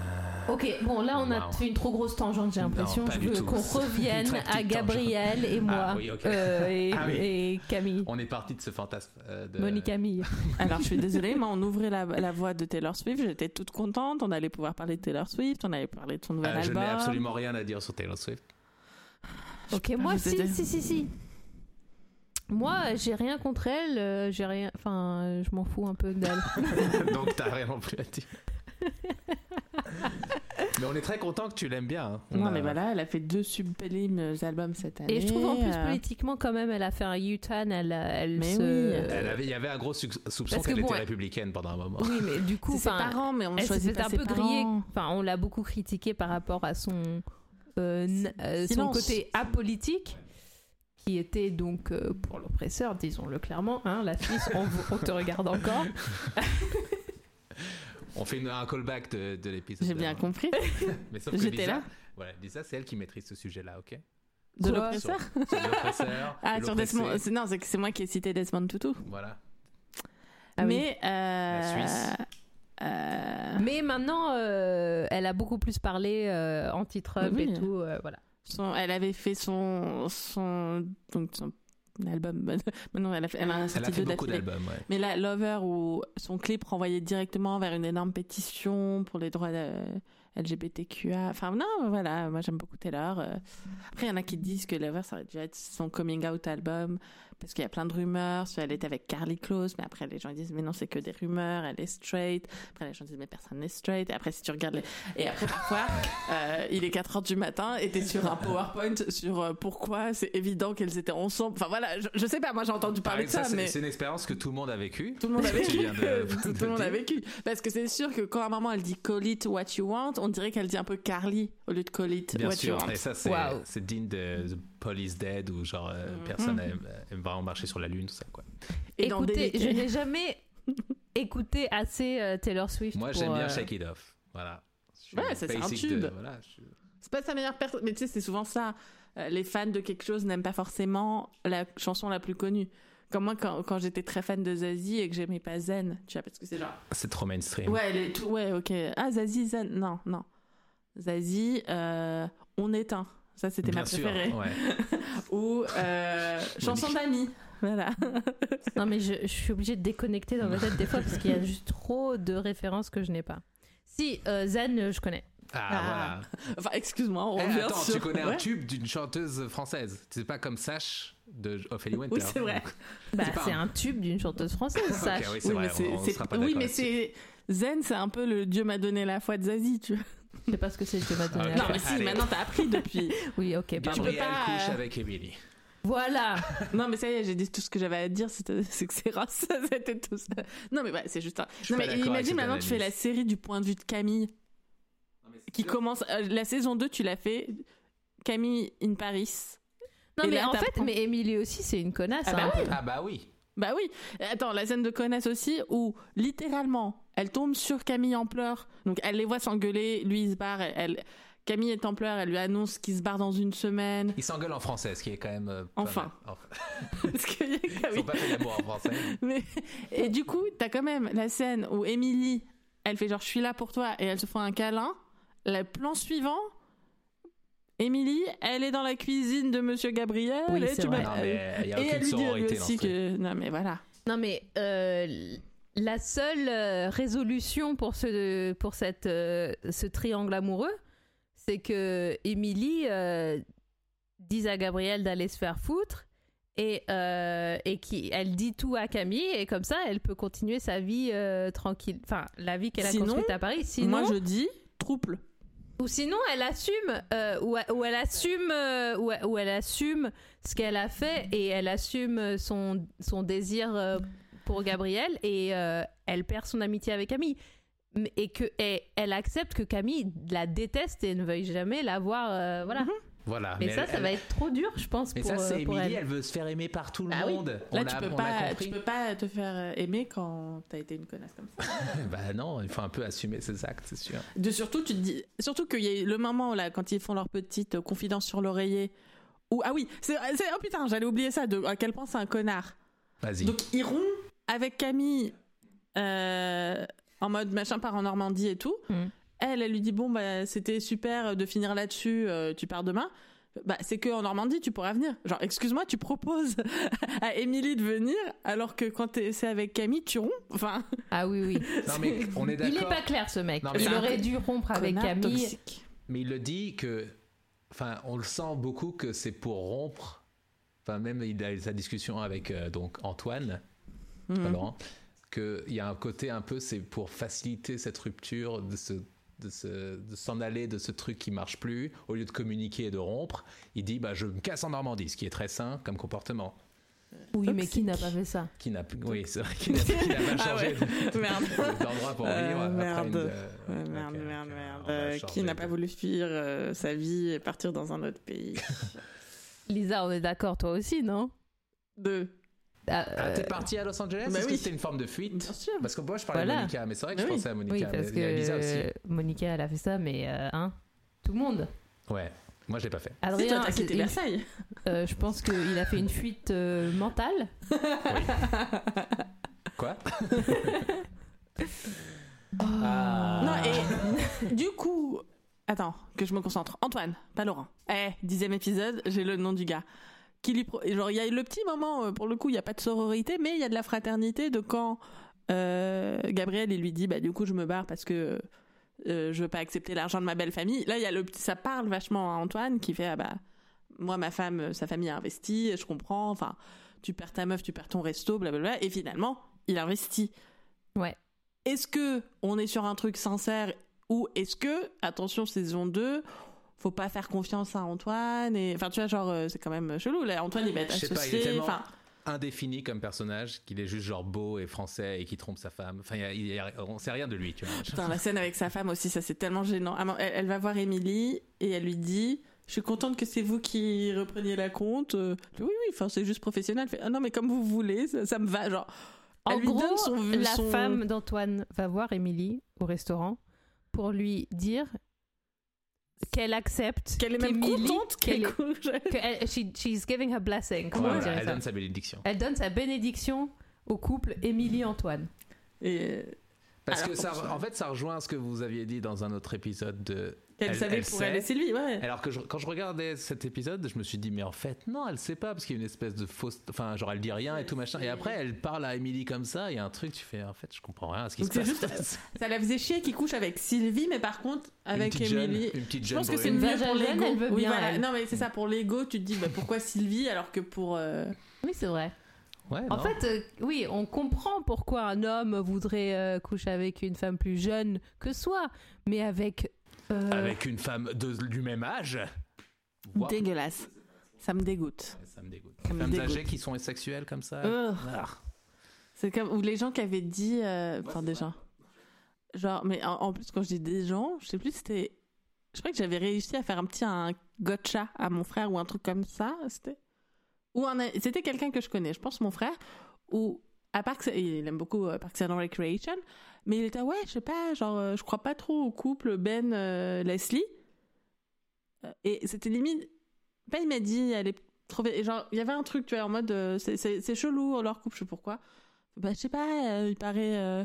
B: Ok, bon là on a
D: Wow.
B: fait une trop grosse tangente, j'ai l'impression.
D: pas
B: Je
D: du
B: veux
D: tout.
B: qu'on
D: C'est une
B: revienne
D: très petite Ah
B: à Gabriel et moi
D: oui, ok.
B: euh, et,
D: Ah oui.
B: et Camille.
D: On est parti de ce fantasme euh, de
B: Monique Camille.
A: Alors, je suis désolée, moi, on ouvrait la, la voix de Taylor Swift, j'étais toute contente, on allait pouvoir parler de Taylor Swift, on allait parler de son nouvel
D: Euh, je
A: album.
D: n'ai absolument rien à dire sur Taylor Swift.
B: Ok,
A: pas,
B: moi
A: vous
B: si,
A: êtes-
B: si, si, si. Moi, j'ai rien contre elle, euh, j'ai rien. Enfin, euh, je m'en fous un peu d'elle.
D: Donc t'as vraiment plus à dire. mais on est très content que tu l'aimes bien. hein. On
A: Non,
D: a-
A: mais voilà, elle a fait deux sublimes albums cette année.
B: Et je trouve en plus
A: euh,
B: politiquement, quand même, elle a fait un U-turn, elle, elle
A: Mais
B: se-
A: oui.
D: Elle avait, il y avait un gros suc- soupçon
B: Parce que
D: qu'elle
B: bon,
D: était
B: elle-
D: républicaine pendant un moment.
B: Oui, mais du coup,
A: C'est ses
B: enfin,
A: parents, mais on
B: elle s'est
A: choisit
B: fait
A: pas
B: un
A: ses
B: peu griller.
A: parents.
B: Enfin, on l'a beaucoup critiquée par rapport à son, euh, n- euh, son
A: Silence.
B: côté apolitique, qui était donc euh, pour l'oppresseur, disons-le clairement, hein, la Suisse, on, on te regarde encore.
D: On fait une- un callback de, de l'épisode.
A: J'ai bien
D: d'avant.
A: compris.
D: Mais sauf que
A: J'étais
D: Lisa-
A: là.
D: Voilà, Lisa, c'est elle qui maîtrise ce sujet-là, ok
A: De
B: Quoi
A: l'oppresseur
D: Sur- sur l'oppresseur,
A: Ah, sur
D: l'oppressé,
A: Desmond. c'est- Non, c'est que c'est moi qui ai cité Desmond Tutu.
D: Voilà.
B: Ah oui.
A: Mais. euh,
D: Suisse.
A: euh,
B: Mais maintenant, euh, elle a beaucoup plus parlé euh,
A: Ah
B: anti-Trump
A: Oui.
B: et tout, euh, voilà.
A: son- elle avait fait son. son donc son album. Maintenant, elle a, fait- elle a
D: Elle
A: sorti
D: a fait
A: deux
D: beaucoup
A: d'affilée.
D: d'albums, ouais.
A: Mais là, Lover, où son clip renvoyait directement vers une énorme pétition pour les droits euh, LGBTQA. Enfin, non, voilà, moi j'aime beaucoup Taylor. euh. Après, il y en a qui disent que Lover, ça aurait dû être son coming out album, parce qu'il y a plein de rumeurs. sur Elle était avec Carly Close, mais après, les gens disent, mais non, c'est que des rumeurs, elle est straight. Après, les gens disent, mais personne n'est straight. Et après, si tu regardes les. Et après, parfois, euh, il est 4 heures du matin et t'es sur un PowerPoint sur euh, pourquoi c'est évident qu'elles étaient ensemble. Enfin, voilà, je, je sais pas, moi j'ai entendu parler
D: Pareil,
A: de
D: Ah
A: ça,
D: ça, c'est
A: mais.
D: c'est une expérience que tout le monde a vécue.
A: Tout le monde a
D: Ce que
A: vécu.
D: tu viens de-
A: Tout
D: de
A: le monde a
D: dire.
A: vécu. Parce que c'est sûr que quand à un moment elle dit call it what you want, on dirait qu'elle dit un peu Carly au lieu de call it
D: Bien
A: what you
D: sûr,
A: want.
D: et ça c'est
B: Waouh.
D: c'est digne de The Police Dead ou genre euh,
A: Mm.
D: personne aime, aime vraiment marcher sur la lune, tout ça quoi.
A: Et dans
B: Écoutez, je
A: Délicat.
B: n'ai jamais écouté assez euh, Taylor Swift.
D: Moi
B: pour,
D: j'aime bien
B: euh,
D: Shake It Off, voilà. Je suis
A: Ouais, ça, c'est un
D: basic
A: tube.
D: voilà, je suis-
A: C'est pas sa meilleure personne. Mais tu sais, c'est souvent ça. Euh, les fans de quelque chose n'aiment pas forcément la chanson la plus connue. Comme moi, quand, quand j'étais très fan de Zazie et que j'aimais pas Zen, tu vois, parce que c'est genre.
D: C'est trop mainstream.
A: Ouais, elle est tout- ouais, ok. Ah, Zazie, Zen. Non, non. Zazie, euh, On éteint. Ça, c'était ma
D: Bien sûr,
A: préférée.
D: ouais.
A: Ou euh, Chanson d'amis. Voilà.
B: Non, mais je, je suis obligée de déconnecter dans ma tête des fois parce qu'il y a juste trop de références que je n'ai pas. Si, euh, Zan, euh, je connais.
D: Ah,
A: Ah.
D: voilà.
A: Enfin, excuse-moi, on
D: Eh,
A: revient
D: attends,
A: sur...
D: tu connais
A: Ouais.
D: un tube d'une chanteuse française. C'est pas comme Sash de Ophélie Winter.
A: Oui, c'est vrai.
B: Bah,
D: C'est pas
B: c'est
D: un-
B: un tube d'une chanteuse française, ça.
D: Ok, oui, c'est
A: Oui, mais
D: vrai.
A: c'est-
D: on- on
A: c'est-
D: sera pas
A: oui,
D: d'accord
A: mais
D: là-dessus.
A: c'est... Zen, c'est un peu le Dieu m'a donné la foi de Zazie, tu vois.
B: Je sais pas ce que c'est, je te m'a donné.
D: Ah, Ok.
A: Non, mais si,
D: Allez.
A: maintenant t'as appris depuis.
B: Oui, ok, pardon.
A: peux
D: Gabriel
A: pas,
D: couche
A: euh,
D: avec Emily.
B: Voilà
A: non, mais ça y est, j'ai dit tout ce que j'avais à dire, c'était- c'est que c'est rare, ça, c'était tout ça. Non, mais ouais, c'est juste un.
D: suis
A: Non,
D: pas
A: mais
D: d'accord avec
A: imagine
D: cette
A: maintenant, tu fais la
D: analyse.
A: série du point de vue de Camille, qui commence. euh, la saison 2, tu l'as fait. Camille in Paris.
B: Non,
A: Et
B: mais
A: là,
B: en fait,
A: t'apprends.
B: mais Émilie aussi, c'est une connasse.
A: Ah bah
B: hein.
D: Ah bah oui.
A: Bah oui. Attends, la scène de connasse aussi où littéralement elle tombe sur Camille en pleurs. Donc elle les voit s'engueuler, lui il se barre, elle, elle- Camille est en pleurs, elle lui annonce qu'il se barre dans une semaine.
D: Il s'engueule en français, ce qui est quand même. euh, pas
A: Enfin.
D: mal. Enfin.
A: Parce qu'il y a
D: Ils
A: Camille.
D: ont pas fait l'amour en français.
A: Mais- Et du coup, t'as quand même la scène où Émilie, elle fait genre je suis là pour toi et elle se fait un câlin. Le plan suivant, Émilie, elle est dans la cuisine de Monsieur Gabriel.
B: Oui,
A: et
B: c'est
A: tu
B: vrai.
A: vois,
D: Non, Ah, mais euh, il y a
A: et
D: aucune
A: elle lui dit elle
D: sororité
A: lui
D: dans
A: aussi
D: ce truc.
A: que non mais voilà.
B: Non, mais euh, la seule euh, résolution pour ce, pour cette, euh, ce triangle amoureux, c'est que Émilie euh, dise à Gabriel d'aller se faire foutre et, euh, et qui, elle dit tout à Camille et comme ça, elle peut continuer sa vie euh, tranquille. Enfin, la vie qu'elle a
A: Sinon,
B: construite à Paris. Sinon,
A: Moi je dis trouble.
B: Ou sinon, elle assume, euh, ou, ou elle assume, euh, ou, ou elle assume ce qu'elle a fait et elle assume son, son désir euh, pour Gabriel et euh, elle perd son amitié avec Camille. M- Et que et elle accepte que Camille la déteste et ne veuille jamais la voir. euh, voilà.
D: Voilà.
B: Mais, ça,
D: Mhm. Ah, elle-
B: ça va être trop dur, je pense,
D: Mais
B: pour,
D: ça, c'est
B: euh, pour
D: Émilie,
B: elle.
D: elle veut se faire aimer par tout le
A: Bah oui.
D: monde. on
A: Là,
D: l'a-
A: tu peux,
D: on l'a
A: pas,
D: compris.
A: tu peux pas te faire euh, aimer quand t'as été une connasse comme ça.
D: Bah non, il faut un peu assumer ses actes, c'est sûr.
A: De surtout, tu te dis, surtout qu'il y a eu le moment là, quand ils font leur petite euh, confidence sur l'oreiller. Ou ah oui, c'est c'est- oh putain, j'allais oublier ça. De, à quel point c'est un connard.
D: Vas-y.
A: Donc ils rompent avec Camille euh, en mode machin part en Normandie et tout.
B: Mm.
A: Elle, elle lui dit bon bah c'était super de finir là-dessus. euh, tu pars demain. Bah c'est que en Normandie tu pourras venir. Genre excuse-moi, tu proposes à Émilie de venir alors que quand t'es- c'est avec Camille tu romps. Enfin
B: Ah oui, oui.
D: Non, mais on est
B: Il n'est
D: d'accord.
B: pas clair, ce mec.
D: Non, mais
B: Il
D: c'est un
B: aurait dû rompre avec
A: connard
B: Camille.
A: toxique.
D: Mais il le dit que. Enfin, on le sent beaucoup que c'est pour rompre. Enfin, même il a eu sa discussion avec euh, donc Antoine,
A: Mhm.
D: pas Laurent, qu'il y a un côté un peu, c'est pour faciliter cette rupture, de se de se- de s'en aller de ce truc qui marche plus au lieu de communiquer et de rompre il dit bah je me casse en Normandie ce qui est très sain comme comportement
B: Oui, mais
A: Toxique.
B: qui n'a pas fait ça
D: qui n'a oui c'est vrai qu'il n'a qu'il n'a pas
A: Ah
D: changé
A: ouais. Merde.
D: d'endroit pour
A: Euh,
D: vivre après
A: merde.
D: une-
A: Ouais,
D: Ok,
A: merde,
D: ok,
A: merde,
D: on va
A: merde. Euh,
D: changer
A: Qui n'a
D: de-
A: pas voulu fuir euh, sa vie et partir dans un autre pays
B: Lisa, on est d'accord, toi aussi, non
A: De.
B: Ah,
D: Ah,
B: euh,
D: t'es parti à Los Angeles
A: bah
D: Est-ce
A: oui.
D: que c'était une forme de fuite
A: Bien sûr.
D: Parce que moi, je parlais
B: Voilà.
D: de Monica, mais c'est vrai que
A: Mais
D: je
A: oui.
D: pensais à
B: Oui,
D: Monica.
B: parce
D: mais il y a Lisa aussi.
B: que Monica, elle a fait ça, mais euh, hein, tout le monde.
D: Ouais, moi, je l'ai pas fait.
A: Si
B: Adrien,
A: toi t'as quitté
B: il-
A: Versailles.
B: euh, je pense qu'il a fait une fuite euh, mentale.
D: Quoi Ah.
A: Non, et du coup. Attends, que je me concentre. Antoine, pas Laurent. Eh, dixième épisode, j'ai le nom du gars. Qui lui pro- Genre, il y a eu le petit moment, euh, pour le coup, il n'y a pas de sororité, mais il y a de la fraternité de quand euh, Gabriel, il lui dit, bah, du coup, je me barre parce que euh, je veux pas accepter l'argent de ma belle famille. Là, il y a le petit, ça parle vachement à Antoine qui fait, ah bah, moi, ma femme, euh, sa famille a investi, je comprends, enfin, tu perds ta meuf, tu perds ton resto, blablabla. Et finalement, il investit.
B: Ouais.
A: Est-ce que on est sur un truc sincère ou est-ce que, attention, saison 2, faut pas faire confiance à Antoine et... Enfin, tu vois, genre, euh, c'est quand même chelou. Là, Antoine, il va être
D: Je sais pas, il est
A: associé.
D: tellement-
A: Enfin,
D: Indéfini comme personnage, qu'il est juste genre beau et français et qui trompe sa femme. Enfin, il y a- il y a- on sait rien de lui, tu vois.
A: Putain, la scène avec sa femme aussi, ça c'est tellement gênant. Ah non, Elle, elle va voir Émilie et elle lui dit Je suis contente que c'est vous qui repreniez la compte. Euh, elle dit, oui, oui, enfin, c'est juste professionnel. Elle fait, ah non, mais comme vous voulez, ça, ça me va. Genre,
B: En
A: elle lui
B: gros,
A: donne son,
B: la
A: son-
B: femme d'Antoine va voir Émilie au restaurant pour lui dire qu'elle accepte
A: Qu'elle est même
B: qu'Émilie-
A: contente qu'elle
B: qu'elle est-
A: couche.
B: que elle- she- she's giving her blessing. Comment
D: Voilà,
B: on dirait
D: elle
B: ça
D: donne sa bénédiction.
B: Elle donne sa bénédiction au couple Émilie-Antoine.
A: Et euh,
D: Parce
A: Alors,
D: que ça,
A: on-
D: en fait, ça rejoint ce que vous aviez dit dans un autre épisode de.
A: qu'elle
D: Elle-
A: savait
D: elle
A: pour
D: sait.
A: elle et c'est lui, ouais.
D: Alors que je- quand je regardais cet épisode, je me suis dit, mais en fait, non, elle sait pas, parce qu'il y a une espèce de fausse. Enfin, genre, elle dit rien et tout machin. Et après, elle parle à Emily comme ça, il y a un truc, tu fais, en fait, je comprends rien à ce qui
A: Donc
D: se
A: c'est
D: passe.
A: juste- Ça la faisait chier qu'il couche avec Sylvie, mais par contre, avec
D: une petite jeune,
A: Émilie.
D: Une petite
A: Je
D: jeune
A: pense que c'est
D: brune.
B: Une
A: mieux
B: vagin
A: pour
B: jeune,
A: l'ego.
B: elle veut
A: Oui,
B: bien,
A: voilà.
B: elle.
A: Non, mais c'est ça, pour l'ego, tu te dis bah, pourquoi Sylvie alors que pour. euh,
B: Oui, c'est vrai.
D: Ouais,
B: En
D: non.
B: fait, euh, oui, on comprend pourquoi un homme voudrait euh, coucher avec une femme plus jeune que soi, mais avec. euh,
D: Avec une femme de, du même âge. Wow.
A: Dégueulasse. Ça me dégoûte.
D: Ça me dégoûte.
A: Ça me
D: Femmes
A: dégoûte. Euh.
D: âgées qui sont sexuelles comme ça.
A: Ugh.
D: Ah.
A: C'est comme ou les gens qui avaient dit, euh, enfin des gens, genre mais en, en plus quand je dis des gens, je sais plus c'était, je crois que j'avais réussi à faire un petit un gotcha à mon frère ou un truc comme ça, c'était ou un, c'était quelqu'un que je connais, je pense mon frère ou à Parks, il aime beaucoup euh, Parks and Recreation, mais il était ouais je sais pas genre euh, je crois pas trop au couple Ben euh, Leslie Euh, et c'était limite pas il m'a dit elle est trouver genre il y avait un truc tu vois en mode euh, c'est- c'est c'est chelou leur couple je sais pas pourquoi bah, je sais pas, euh, il paraît euh,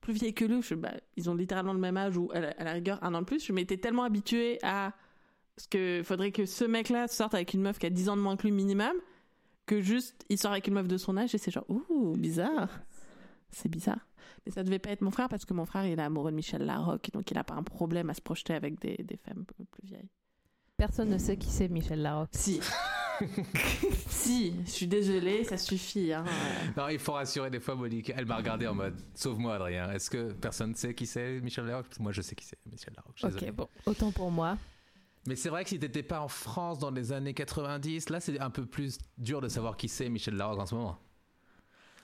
A: plus vieille que lui. Je, bah, ils ont littéralement le même âge ou à la, à la rigueur un an de plus. Je m'étais tellement habituée à ce que faudrait que ce mec-là sorte avec une meuf qui a 10 ans de moins que lui minimum que juste il sort avec une meuf de son âge et c'est genre ouh bizarre. C'est bizarre. Mais ça devait pas être mon frère parce que mon frère il est amoureux de Michel Larocque donc il a pas un problème à se projeter avec des, des femmes plus plus vieilles.
B: Personne ne sait qui c'est Michel Larocque.
A: Si. si, je suis désolée, ça suffit. Hein.
D: Non, il faut rassurer des fois Monica. Elle m'a regardé en mode Sauve-moi, Adrien. Est-ce que personne sait qui c'est Michel Larocque Parce que Moi, je sais qui c'est Michel Larocque. je suis
B: Ok,
D: désolé.
B: bon, autant pour moi.
D: Mais c'est vrai que si t'étais pas en France dans les années 90, là, c'est un peu plus dur de savoir qui c'est Michel Larocque en ce moment.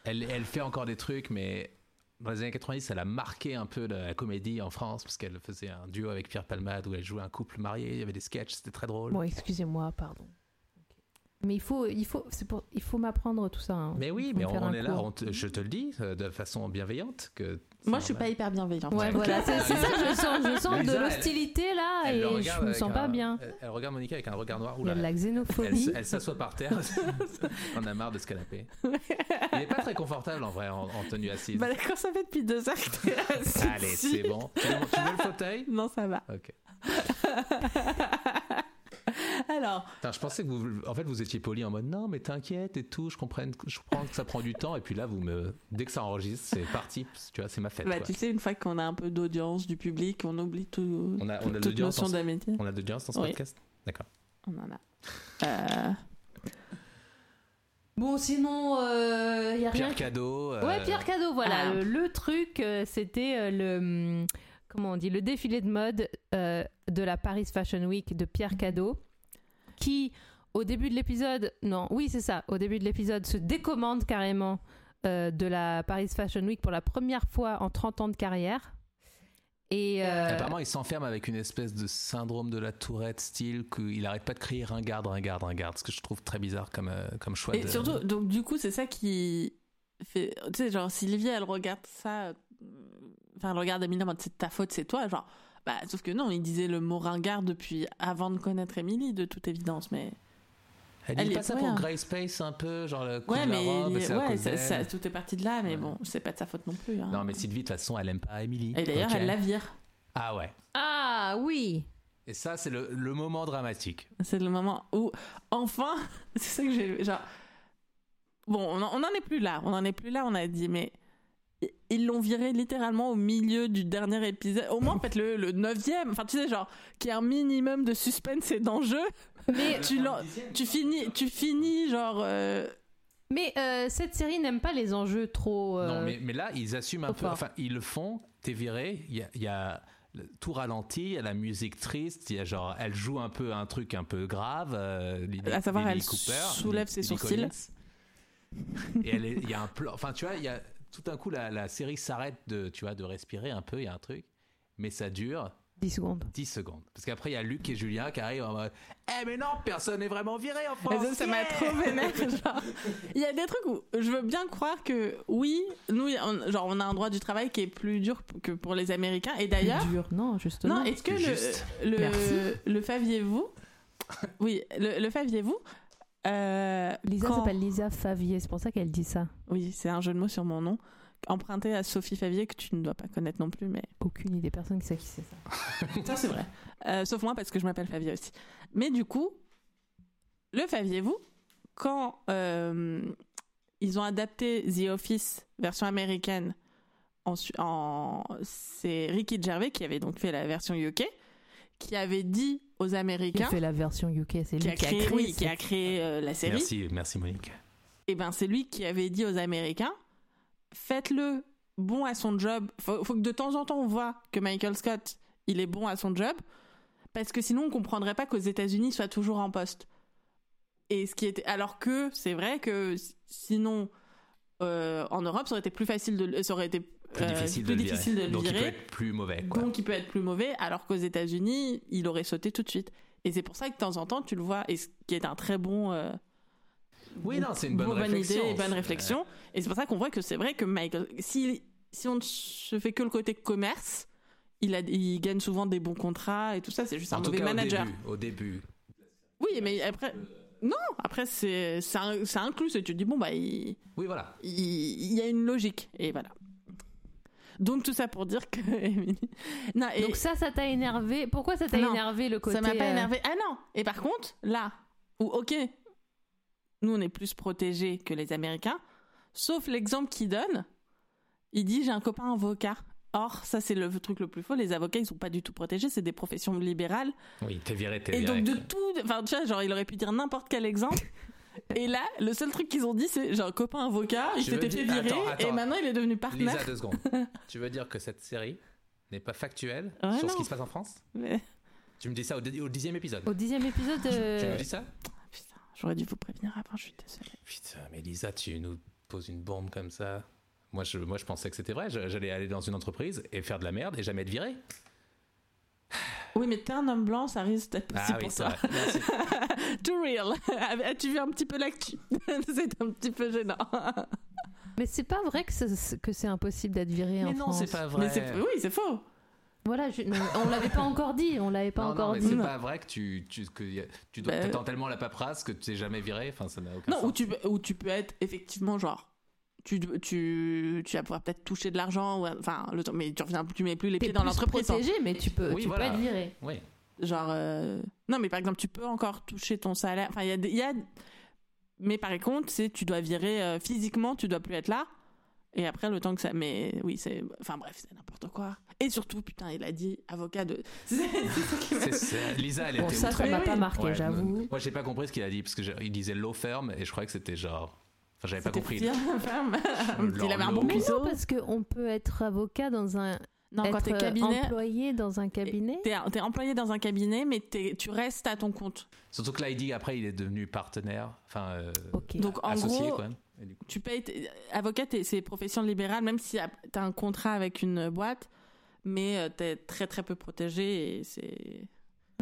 D: Elle, elle fait encore des trucs, mais dans les années 90, elle a marqué un peu la comédie en France parce qu'elle faisait un duo avec Pierre Palmade où elle jouait un couple marié. Il y avait des sketchs, c'était très drôle.
B: Bon, excusez-moi, pardon. Mais il faut, il faut, c'est pour, il faut m'apprendre tout ça. hein.
D: Mais oui,
B: Faut me
D: mais on,
B: faire
D: on
B: un
D: est là,
B: cours.
D: on te- je te le dis euh, de façon bienveillante. que c'est
A: Moi je suis
D: normal.
A: pas hyper bienveillante. euh,
B: Ouais,
D: Ok.
B: voilà, c'est c'est ça que je sens. Je sens
D: Lisa,
B: de
D: elle-
B: l'hostilité là
D: Elle le
B: et je
D: regarde
B: me
D: avec
B: sens
D: un-
B: pas bien.
D: Elle, elle regarde Monica avec un regard noir.
B: Il y a
D: Oulala.
B: de la
D: Elle,
B: xénophobie.
D: s- elle s'assoit par terre. On a marre de ce canapé. Il n'est pas très confortable en vrai en, en tenue assise.
A: Bah d'accord, ça fait depuis deux heures que t'es assis
D: Allez, c'est bon. Tu veux, tu veux le fauteuil
A: Non, ça va.
D: Ok.
A: Alors,
D: Putain, je pensais que vous, en fait, vous étiez poli en mode non, mais t'inquiète et tout. Je comprends, je comprends que ça prend du temps. Et puis là, vous me, dès que ça enregistre, c'est parti. Tu vois, c'est ma fête.
A: bah,
D: quoi.
A: tu sais, une fois qu'on a un peu d'audience, du public, on oublie tout,
D: On a- on a
A: toute-
D: de
A: toute
D: l'audience
A: notion
D: en-
A: d'amitié.
D: On a de l'audience dans ce
A: Oui.
D: podcast. D'accord.
A: On en a. Euh,
B: Bon, sinon, il n'y a rien.
D: Pierre Cadeau. euh,
B: Ouais, Pierre Cadeau, voilà.
A: Ah.
B: Le, le truc, euh, c'était euh, le. hum, Comment on dit Le défilé de mode euh, de la Paris Fashion Week de Pierre Cadeau, qui, au début de l'épisode. Non, oui, c'est ça. Au début de l'épisode, se décommande carrément euh, de la Paris Fashion Week pour la première fois en 30 ans de carrière. Et euh,
D: Apparemment, il s'enferme avec une espèce de syndrome de la tourette, style qu'il arrête pas de crier ringarde, ringarde, ringarde, ce que je trouve très bizarre comme, euh, comme choix.
A: Et
D: de-
A: surtout, donc du coup, c'est ça qui fait. Tu sais, genre, si Livia, elle regarde ça, euh, enfin, elle regarde Emily en mode c'est de ta faute, c'est toi, genre. Bah, sauf que non, il disait le mot ringard depuis avant de connaître Emily, de toute évidence, mais.
D: Elle dit
A: elle y
D: pas
A: est
D: ça
A: pour
D: pour
A: rien.
D: Grey Space un peu, genre le coup
A: Ouais,
D: de la
A: mais
D: robe,
A: il-
D: c'est à
A: ouais,
D: cause
A: ça,
D: d'elle.
A: ça- tout est parti de là, mais
D: Ouais.
A: bon, c'est pas de sa faute non plus. hein.
D: Non, mais Sylvie, de toute façon, elle aime pas Emily.
A: Et d'ailleurs,
D: Ok.
A: elle la vire.
D: Ah ouais.
B: Ah oui
D: Et ça, c'est le, le moment dramatique.
A: C'est le moment où, enfin, c'est ça que j'ai. Genre. Bon, on en- on en est plus là, on en est plus là, on a dit, mais. i- Ils l'ont viré littéralement au milieu du dernier épisode. Au moins, en fait, le, le neuvième. Enfin, tu sais, genre, qu'il y ait un minimum de suspense et d'enjeu. Mais tu, l'en- tu finis, tu finis, genre. euh,
B: Mais euh, cette série n'aime pas les enjeux trop. euh,
D: Non, mais, mais là, ils assument
B: trop
D: un peu.
B: fort.
D: Enfin, ils le font, t'es viré, il y a, il y a le- tout ralenti, il y a la musique triste, il y a genre, elle joue un peu un truc un peu grave. euh, Lily-
A: À savoir,
D: Lily
A: elle
D: Cooper,
A: soulève ses
D: Lily
A: sourcils.
D: Collins. Et elle est- il y a un plan. Enfin, tu vois, il y a tout d'un coup, la, la série s'arrête de, tu vois, de respirer un peu, il y a un truc. Mais ça dure
B: 10 secondes.
D: 10 secondes. Parce qu'après, il y a Luc et Julien qui arrivent en mode Eh, mais non, personne n'est vraiment viré en France
A: Mais ça, ça m'a
D: yeah
A: trop vénère. genre. Il y a des trucs où je veux bien croire que, oui, nous, on, genre, on a un droit du travail qui est plus dur p- que pour les Américains. Et d'ailleurs,
B: Dur, non, justement.
A: non, est-ce que
D: Juste.
A: le,
B: Merci.
A: le, le faviez-vous Oui, le, le faviez-vous euh,
B: Lisa
A: quand-
B: s'appelle Lisa Favier, c'est pour ça qu'elle dit ça.
A: Oui, c'est un jeu de mots sur mon nom, emprunté à Sophie Favier, que tu ne dois pas connaître non plus, mais
B: Aucune idée, personne qui sait qui c'est ça.
A: Ça, c'est vrai. Euh, sauf moi, parce que je m'appelle Flavia aussi. Mais du coup, le faviez-vous, quand euh, ils ont adapté The Office version américaine, en, su- en- c'est Ricky Gervais qui avait donc fait la version UK, qui avait dit aux
B: Qui
A: Américains,
B: fait la version UK, c'est
A: qui
B: lui
A: a créé, oui,
B: cette-
A: qui a créé euh, la série,
D: Merci, merci Monique.
A: et ben c'est lui qui avait dit aux Américains faites-le bon à son job. Faut, faut que de temps en temps on voit que Michael Scott il est bon à son job parce que sinon on comprendrait pas qu'aux États-Unis il soit toujours en poste. Et ce qui était alors que c'est vrai que s- sinon euh, en Europe ça aurait été plus facile de ça aurait été
D: Plus
A: euh,
D: difficile,
A: plus
D: de,
A: difficile de
D: le virer.
A: le
D: Donc, il
A: virer.
D: peut être plus mauvais. Quoi.
A: Donc il peut être plus mauvais, alors qu'aux États-Unis, il aurait sauté tout de suite. Et c'est pour ça que de temps en temps, tu le vois, et ce qui est un très bon. euh,
D: Oui, non, c'est une bonne réflexion.
A: idée et bonne
D: C'est-
A: réflexion. Et c'est pour ça qu'on voit que c'est vrai que Michael, si, si on ne se fait que le côté commerce, il, a, il gagne souvent des bons contrats et tout ça. C'est juste un
D: Euh, en tout
A: mauvais
D: cas,
A: manager.
D: Au début, au début.
A: Oui, mais après, non, après, c'est, c'est un- ça inclus. Et tu te dis, bon, bah, il,
D: Oui, voilà.
A: il- il y a une logique. Et voilà. Donc, tout ça pour dire que. Emily- non, et
B: Donc ça, ça t'a énervé. Pourquoi ça t'a
A: Non,
B: énervé le côté
A: ça m'a pas
B: euh,
A: énervé. Ah non Et par contre, là, où, ok, nous on est plus protégés que les Américains, sauf l'exemple qu'il donne, il dit j'ai un copain avocat. Or, ça c'est le truc le plus faux, les avocats ils sont pas du tout protégés, c'est des professions libérales.
D: Oui, t'es viré, t'es
A: Et
D: viré.
A: donc de tout, enfin tu vois, genre il aurait pu dire n'importe quel exemple. Et là, le seul truc qu'ils ont dit, c'est j'ai un copain avocat, il
D: Je veux
A: s'était fait
D: dire-
A: virer,
D: attends, attends.
A: et maintenant il est devenu
D: Lisa,
A: partenaire.
D: deux secondes. tu veux dire que cette série n'est pas factuelle
A: Ouais,
D: sur
A: non.
D: ce qui se passe en France
A: Mais-
D: Tu me dis ça au, di- au dixième épisode
B: Au dixième épisode, euh,
D: Tu me dis ça
A: Putain, j'aurais dû vous prévenir avant, je suis désolée.
D: Putain, mais Lisa, tu nous poses une bombe comme ça. Moi, je, moi, je pensais que c'était vrai. Je- J'allais aller dans une entreprise et faire de la merde et jamais être viré.
A: Oui, mais t'es un homme blanc, ça risque d'être possible pour
D: c'est
A: ça.
D: vrai. Merci.
A: Too real. As-tu vu un petit peu l'actu C'est un petit peu gênant.
B: mais c'est pas vrai que c'est, que c'est impossible d'être viré en
D: Mais non,
B: France.
D: c'est pas vrai.
A: Mais c'est- oui, c'est faux.
B: Voilà, je- non, on l'avait pas encore dit, on l'avait pas
D: Non,
B: encore
D: non, mais
B: dit.
D: c'est pas vrai que tu, tu, que y a- tu dois
A: Bah,
D: t'attends tellement la paperasse que tu t'es jamais viré. Enfin, ça n'a aucun
A: Non,
D: sens.
A: ou tu, ou tu peux être effectivement genre. Tu, tu, tu vas pouvoir peut-être toucher de l'argent, ou, enfin, le temps- mais tu reviens, tu mets plus les
B: T'es
A: pieds dans
B: plus
A: l'entreprise. hein.
B: protégé, mais tu peux,
D: Oui,
B: tu
D: voilà.
B: peux être viré.
D: Oui.
A: Genre, euh, non, mais par exemple, tu peux encore toucher ton salaire. Enfin, il y a, des- il y a- mais par contre, c'est tu dois virer euh, physiquement, tu dois plus être là. Et après, le temps que ça, mais oui, c'est, enfin bref, c'est n'importe quoi. Et surtout, putain, il a dit avocat de. C'est ça qui m'a-
D: C'est- c'est- Lisa, elle
B: Bon,
D: était
B: ça, ça
D: outrée.
B: m'a
A: oui.
B: pas marqué,
D: Ouais, non,
B: j'avoue.
D: Moi, j'ai pas compris ce qu'il a dit parce que je- il disait low firm et je croyais que c'était genre. Enfin, j'avais pas
A: C'était
D: compris.
A: bien, femme.
D: Leur
A: Il avait un
D: lot.
A: bon
B: Mais non,
A: cuisseau.
B: parce qu'on peut être avocat dans un.
A: Non, quand
B: être,
A: t'es
B: euh,
A: cabinet,
B: employé dans un cabinet.
A: t'es t'es employé dans un cabinet, mais t'es- tu restes à ton compte.
D: Surtout que là, il dit après, il est devenu partenaire. Enfin, euh,
B: Ok.
A: Donc en
D: associé
A: gros,
D: quand même. Et du coup-
A: tu payes tes- avocat, t'es- c'est profession libérale, même si t'as un contrat avec une boîte. mais euh, t'es très très peu protégé et c'est.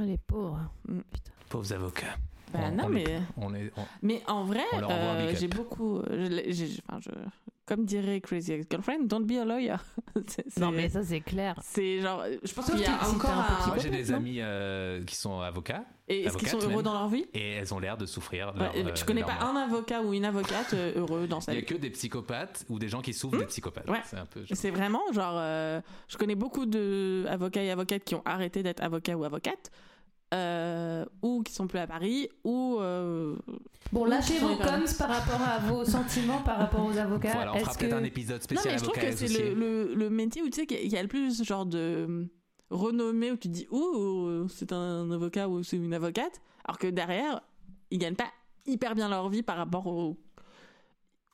B: Oh, les pauvres.
A: Mm.
B: Putain.
D: Pauvres avocats.
A: Bah,
D: On-
A: non,
D: on
A: mais.
D: les- On est, on-
A: Mais en vrai,
D: On leur envoie un
A: euh,
D: big up.
A: j'ai beaucoup. je l'ai- j'ai- enfin, je- comme dirait Crazy Ex-Girlfriend, don't be a lawyer. C'est- c'est-
B: Non, mais ça, c'est clair.
A: C'est genre. Je pense
B: Sauf
A: qu'il y a
B: si t'es
A: encore
B: un petit
A: un.
D: Moi, j'ai des
A: non
D: amis euh, qui sont avocats
A: Et est-ce qu'ils sont
D: avocate
A: heureux
D: même.
A: dans leur vie
D: et elles ont l'air de souffrir. de
A: Ouais,
D: leur, euh,
A: Tu connais
D: de leur
A: pas
D: mort.
A: un avocat ou une avocate euh, heureux dans sa
D: Il n'y a
A: vie
D: que des psychopathes ou des gens qui souffrent des psychopathes.
A: Hmm Ouais.
D: C'est un peu.
A: C'est vraiment genre, euh, je connais beaucoup de avocats et avocates qui ont arrêté d'être avocats ou avocates, euh, ou qui sont plus à Paris, ou euh,
B: Bon,
A: Oui,
B: lâchez
A: je
B: vos
A: suis d'accord.
B: coms par rapport à vos sentiments par rapport aux avocats.
D: Voilà, on fera
B: Est-ce
D: peut-être un
B: que
D: épisode
A: non
D: spécial
A: mais je trouve
D: avocat
A: que c'est
D: associé.
A: le, le- le métier où tu sais qu'il y a- il y a le plus genre de renommée où tu te dis ouh euh, c'est un avocat ou c'est une avocate, alors que derrière ils gagnent pas hyper bien leur vie par rapport au,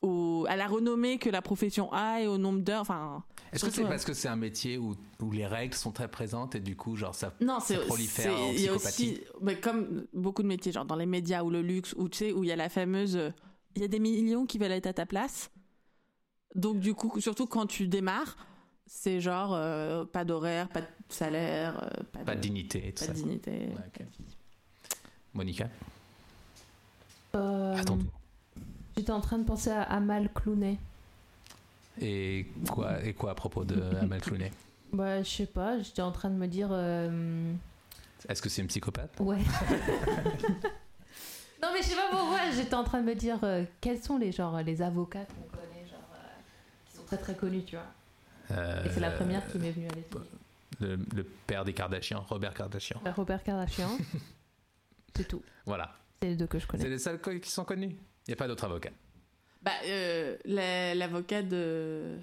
A: au- à la renommée que la profession a et au nombre d'heures. Enfin
D: Est-ce que c'est
A: surtout,
D: parce que c'est un métier où, où les règles sont très présentes et du coup, genre, ça.
A: Non, c'est
D: Ça prolifère
A: c'est-
D: en
A: Il y a
D: psychopathie.
A: aussi, mais comme beaucoup de métiers, genre dans les médias ou le luxe, où tu sais, où il y a la fameuse, euh, il y a des millions qui veulent être à ta place. Donc du coup, surtout quand tu démarres, c'est genre euh, pas d'horaire, pas de salaire, euh, pas,
D: Pas de dignité et tout
A: pas de
D: ça.
A: dignité.
D: ok. Monica,
B: euh,
D: à ton tour.
B: J'étais en train de penser à Amal Clooney.
D: Et quoi, et quoi à propos de Amal Clooney
B: Bah, je sais pas, j'étais en train de me dire. euh,
D: Est-ce que c'est une psychopathe
B: Ouais. non, mais je sais pas pourquoi, j'étais en train de me dire euh, quels sont les, genre, les avocats qu'on connaît, genre, euh, qui sont très très connus, tu vois. Et c'est la
D: Euh, bah.
B: première qui m'est venue à l'esprit. Bah,
D: Le, le père des Kardashian, Robert Kardashian.
B: Robert Kardashian. C'est tout.
D: Voilà.
B: C'est les deux que je
D: C'est
B: connais.
D: les seuls co- qui sont connus. Il n'y a pas d'autres avocats.
A: Bah, euh, la- l'avocat de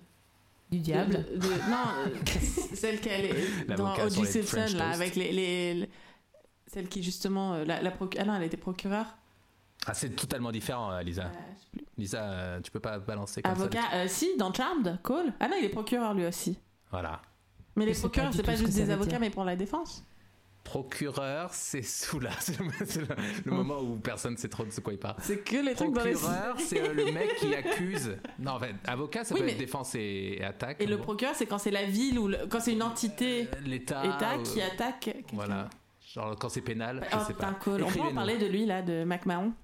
B: Du diable.
A: de- de- non, euh, celle qu'elle est dans
D: L'avocat sur
A: O.J.
D: les French
A: Simpson là,
D: toast.
A: avec les, les- les- celle qui justement euh, la, la proc- ah non, elle était procureure.
D: Ah, c'est totalement différent, euh, Lisa.
A: Euh, je sais plus.
D: Lisa, euh, tu peux pas balancer comme ça.
A: Avocat, euh, si, dans Charmed, Cole. Ah non, il est procureur lui aussi.
D: Voilà.
A: Mais les
B: Je sais pas
A: procureurs,
B: du
A: c'est
B: tout
A: pas
B: ce que
A: juste
B: ça
A: des
B: veut
A: avocats,
B: dire.
A: mais pour la défense.
D: Procureur, c'est sous là. C'est le, c'est le- le moment où personne sait trop de ce quoi il parle.
A: C'est que les trucs dans les.
D: Procureur, c'est euh, le mec qui accuse. Non, en fait, avocat, ça
A: Oui,
D: peut
A: mais-
D: être défense et, et attaque.
A: Et le
D: en gros.
A: procureur, c'est quand c'est la ville ou le- quand c'est une entité,
D: Euh, L'État.
A: État
D: euh,
A: qui attaque. quelqu'un.
D: Voilà. Genre quand c'est pénal,
A: Oh,
D: je sais
A: putain,
D: pas.
A: Cole. On peut en
D: Écrivez-nous.
A: parler de lui, là, de McMahon.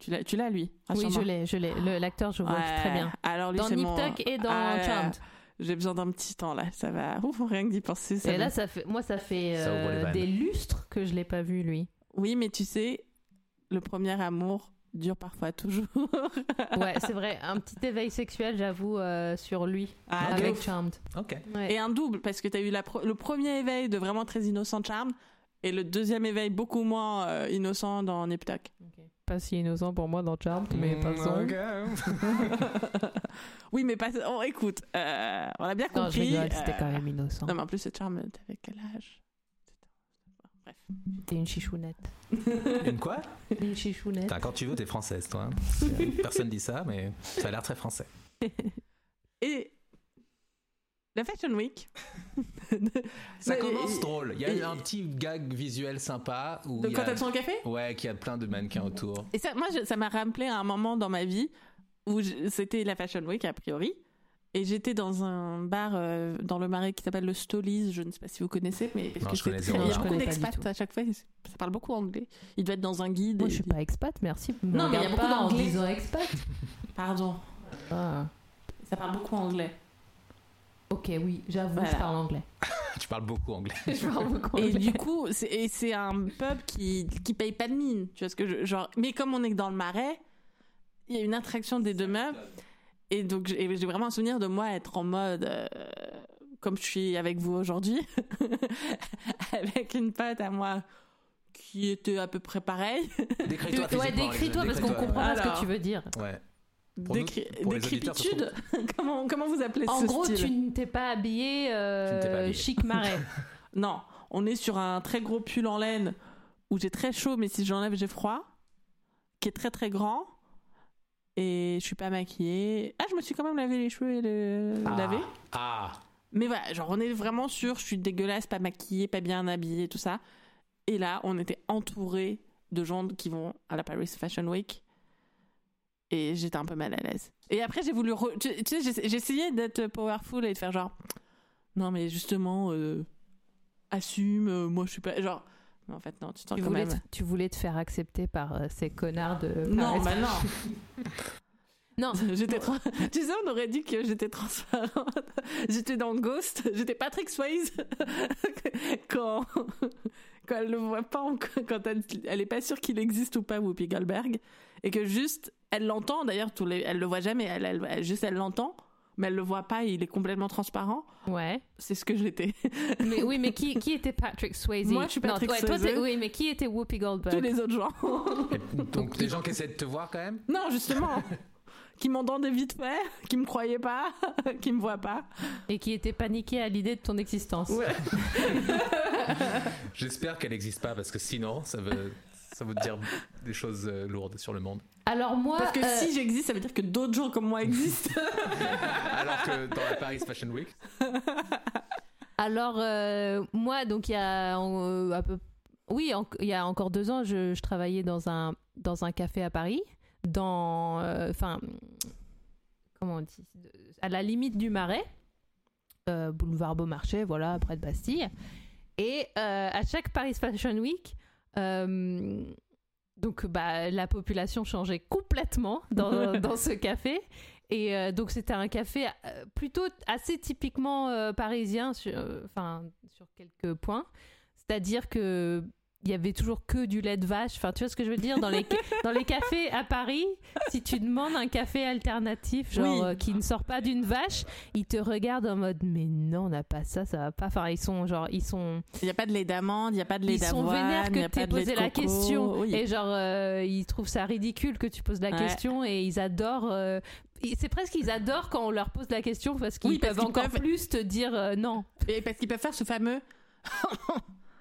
A: Tu l'as, tu l'as lui
B: Oui, je
A: rassure-moi.
B: l'ai, je l'ai. Le- L'acteur, je vois
A: Ouais.
B: très bien.
A: Alors, lui,
B: Ah, Dans
A: c'est
B: Nip
A: mon-
B: Tuck et dans
A: Ah,
B: Charmed.
A: J'ai besoin d'un petit temps, là. Ça va. Ouf, rien que d'y penser. Ça
B: Et
A: me-
B: là, ça fait, moi, ça fait
D: Ça ouvre les
B: euh,
D: vannes.
B: des lustres que je l'ai pas vu, lui.
A: Oui, mais tu sais, le premier amour dure parfois toujours.
B: Ouais, c'est vrai, un petit éveil sexuel, j'avoue, euh, sur lui,
A: Ah, de
B: avec
A: ouf.
B: Charmed.
D: Ok.
B: Ouais.
A: Et un double, parce que t'as eu la pro- le premier éveil de vraiment très innocent Charme, et le deuxième éveil beaucoup moins euh, innocent dans Niptak.
B: Pas si innocent pour moi dans Charmed, mais
D: Mm,
B: pas
D: ok.
A: Oui, mais pas. On écoute, euh, on a bien
B: Non, je
A: compris.
B: rigole, c'était
A: euh,
B: quand même innocent.
A: Non, mais en plus, ce Charme, t'avais quel âge Bref.
B: T'es une chichounette.
D: Une quoi
B: Une chichounette.
D: Putain, quand tu veux, t'es française, toi. hein. C'est- Personne dit ça, mais ça a l'air très français.
A: Et. La Fashion Week.
D: Ça
A: Mais-
D: commence drôle. Il y a
A: et-
D: eu un petit gag visuel sympa où
A: de
D: il y
A: quand
D: a-
A: elles sont au café
D: ouais, qu'il y a plein de mannequins autour.
A: Et ça, moi, je- ça m'a rappelé un moment dans ma vie où je- c'était la Fashion Week, a priori. Et j'étais dans un bar euh, dans le marais qui s'appelle le Stolies. Je ne sais pas si vous connaissez, mais parce
D: Non,
A: que
D: je
A: c'est
D: connais
A: très-
D: zéro.
A: il y
D: Je
A: a beaucoup
B: connais pas du
A: d'expats
B: tout.
A: à chaque fois. et c'est- Ça parle beaucoup anglais. Il doit être dans un guide.
B: Moi,
A: et-
B: je suis pas expat, merci. Me
A: Non, mais il y a
B: regarde
A: beaucoup
B: pas en
A: d'anglais.
B: disant expat.
A: Pardon.
B: Ah.
A: Ça parle beaucoup anglais.
B: Ok, oui, j'avoue,
A: Voilà.
B: je parle anglais.
D: Tu parles beaucoup anglais.
B: Je parle beaucoup
A: Et
B: anglais.
A: du coup, c'est- et c'est un pub qui qui paye pas de mine. Tu vois ce que je, genre. Mais comme on est que dans le marais, il y a une attraction des deux meubles. Et donc j'ai et j'ai vraiment un souvenir de moi être en mode euh, comme je suis avec vous aujourd'hui, avec une pote à moi qui était à peu près pareil.
D: Décris-toi.
B: ouais,
D: physiquement,
B: décris-toi parce qu'on
D: décris-toi,
B: comprend pas ce
A: Alors.
B: que tu veux dire.
D: Ouais. Pour nous,
A: Décri
D: pour les auditeurs, ça se
A: décrépitude. comment comment vous appelez
B: En
A: ce
B: gros,
A: style
B: tu ne t'es pas habillé euh,
D: Tu ne t'es pas habillé.
B: chic marais.
A: Non, on est sur un très gros pull en laine où j'ai très chaud, mais si j'enlève, j'ai froid, qui est très très grand. Et je suis pas maquillée. Ah, je me suis quand même lavé les cheveux et le
D: Ah.
A: lavé.
D: Ah,
A: Mais voilà, genre on est vraiment sûr, je suis dégueulasse, pas maquillée, pas bien habillée, tout ça. Et là, on était entouré de gens qui vont à la Paris Fashion Week. Et j'étais un peu mal à l'aise. Et après, j'ai voulu. re- Tu, tu sais, j'ai j'ai essayé d'être powerful et de faire genre. non mais justement euh, assume euh, moi je suis pas genre mais en fait non tu te sens
B: Tu
A: quand
B: voulais,
A: même
B: te, tu voulais te faire accepter par euh, ces connards de.
A: non
B: Paris.
A: bah non
B: Non.
A: j'étais trans- tu sais on aurait dit que j'étais transparente j'étais dans Ghost j'étais Patrick Swayze quand quand elle le voit pas encore- quand elle, elle est pas sûre qu'il existe ou pas Whoopi Goldberg et que juste elle l'entend d'ailleurs tous les elle le voit jamais elle, elle- elle- juste elle l'entend mais elle le voit pas il est complètement transparent
B: Ouais.
A: c'est ce que j'étais
B: Mais oui, mais qui, qui était Patrick Swayze
A: Moi, je suis
B: Non,
A: Patrick
B: ouais, toi, t'es-
A: Swayze.
B: oui, mais qui était Whoopi
A: tous
B: Goldberg
A: les autres gens
D: Donc des gens qui essaient de te voir quand même
A: Non, justement. qui m'entendait vite fait, qui me croyait pas, qui me voit pas.
B: Et qui était paniqué à l'idée de ton existence.
D: J'espère qu'elle n'existe pas parce que sinon ça veut ça veut dire des choses euh, lourdes sur le monde.
B: Alors moi.
A: Parce que
B: euh,
A: si j'existe, ça veut dire que d'autres gens comme moi existent.
D: Alors que dans la Paris Fashion Week,
B: Alors, euh, moi, donc, il y a euh, à peu- Oui, en- il y a encore deux ans, je, je travaillais dans un, dans un café à Paris, dans. euh, Enfin. comment on dit À la limite du Marais, euh, boulevard Beaumarchais, voilà, près de Bastille. Et euh, à chaque Paris Fashion Week, euh, donc, bah, la population changeait complètement dans, dans ce café. Et euh, donc c'était un café euh, plutôt assez typiquement euh, parisien, sur, euh, enfin sur quelques points. C'est-à-dire que il y avait toujours que du lait de vache. Enfin, tu vois ce que je veux dire dans les dans les cafés à Paris, si tu demandes un café alternatif, genre
A: Oui.
B: euh, qui ne sort pas d'une vache, ils te regardent en mode mais non, on n'a pas ça, ça va pas. Enfin, ils sont genre ils sont
A: Il n'y a pas de lait d'amande, il n'y a pas de lait
B: ils sont
A: d'avoine.
B: vénères
A: y
B: que
A: a
B: t'aies
A: pas de lait
B: posé
A: de
B: la
A: coco.
B: question
A: Oui.
B: et genre euh, ils trouvent ça ridicule que tu poses la
A: Ouais.
B: question et ils adorent euh, ils- c'est presque qu'ils adorent quand on leur pose la question parce qu'ils
A: Oui, parce
B: peuvent
A: qu'ils
B: encore
A: peuvent-
B: plus te dire euh, non
A: Et parce qu'ils peuvent faire ce fameux.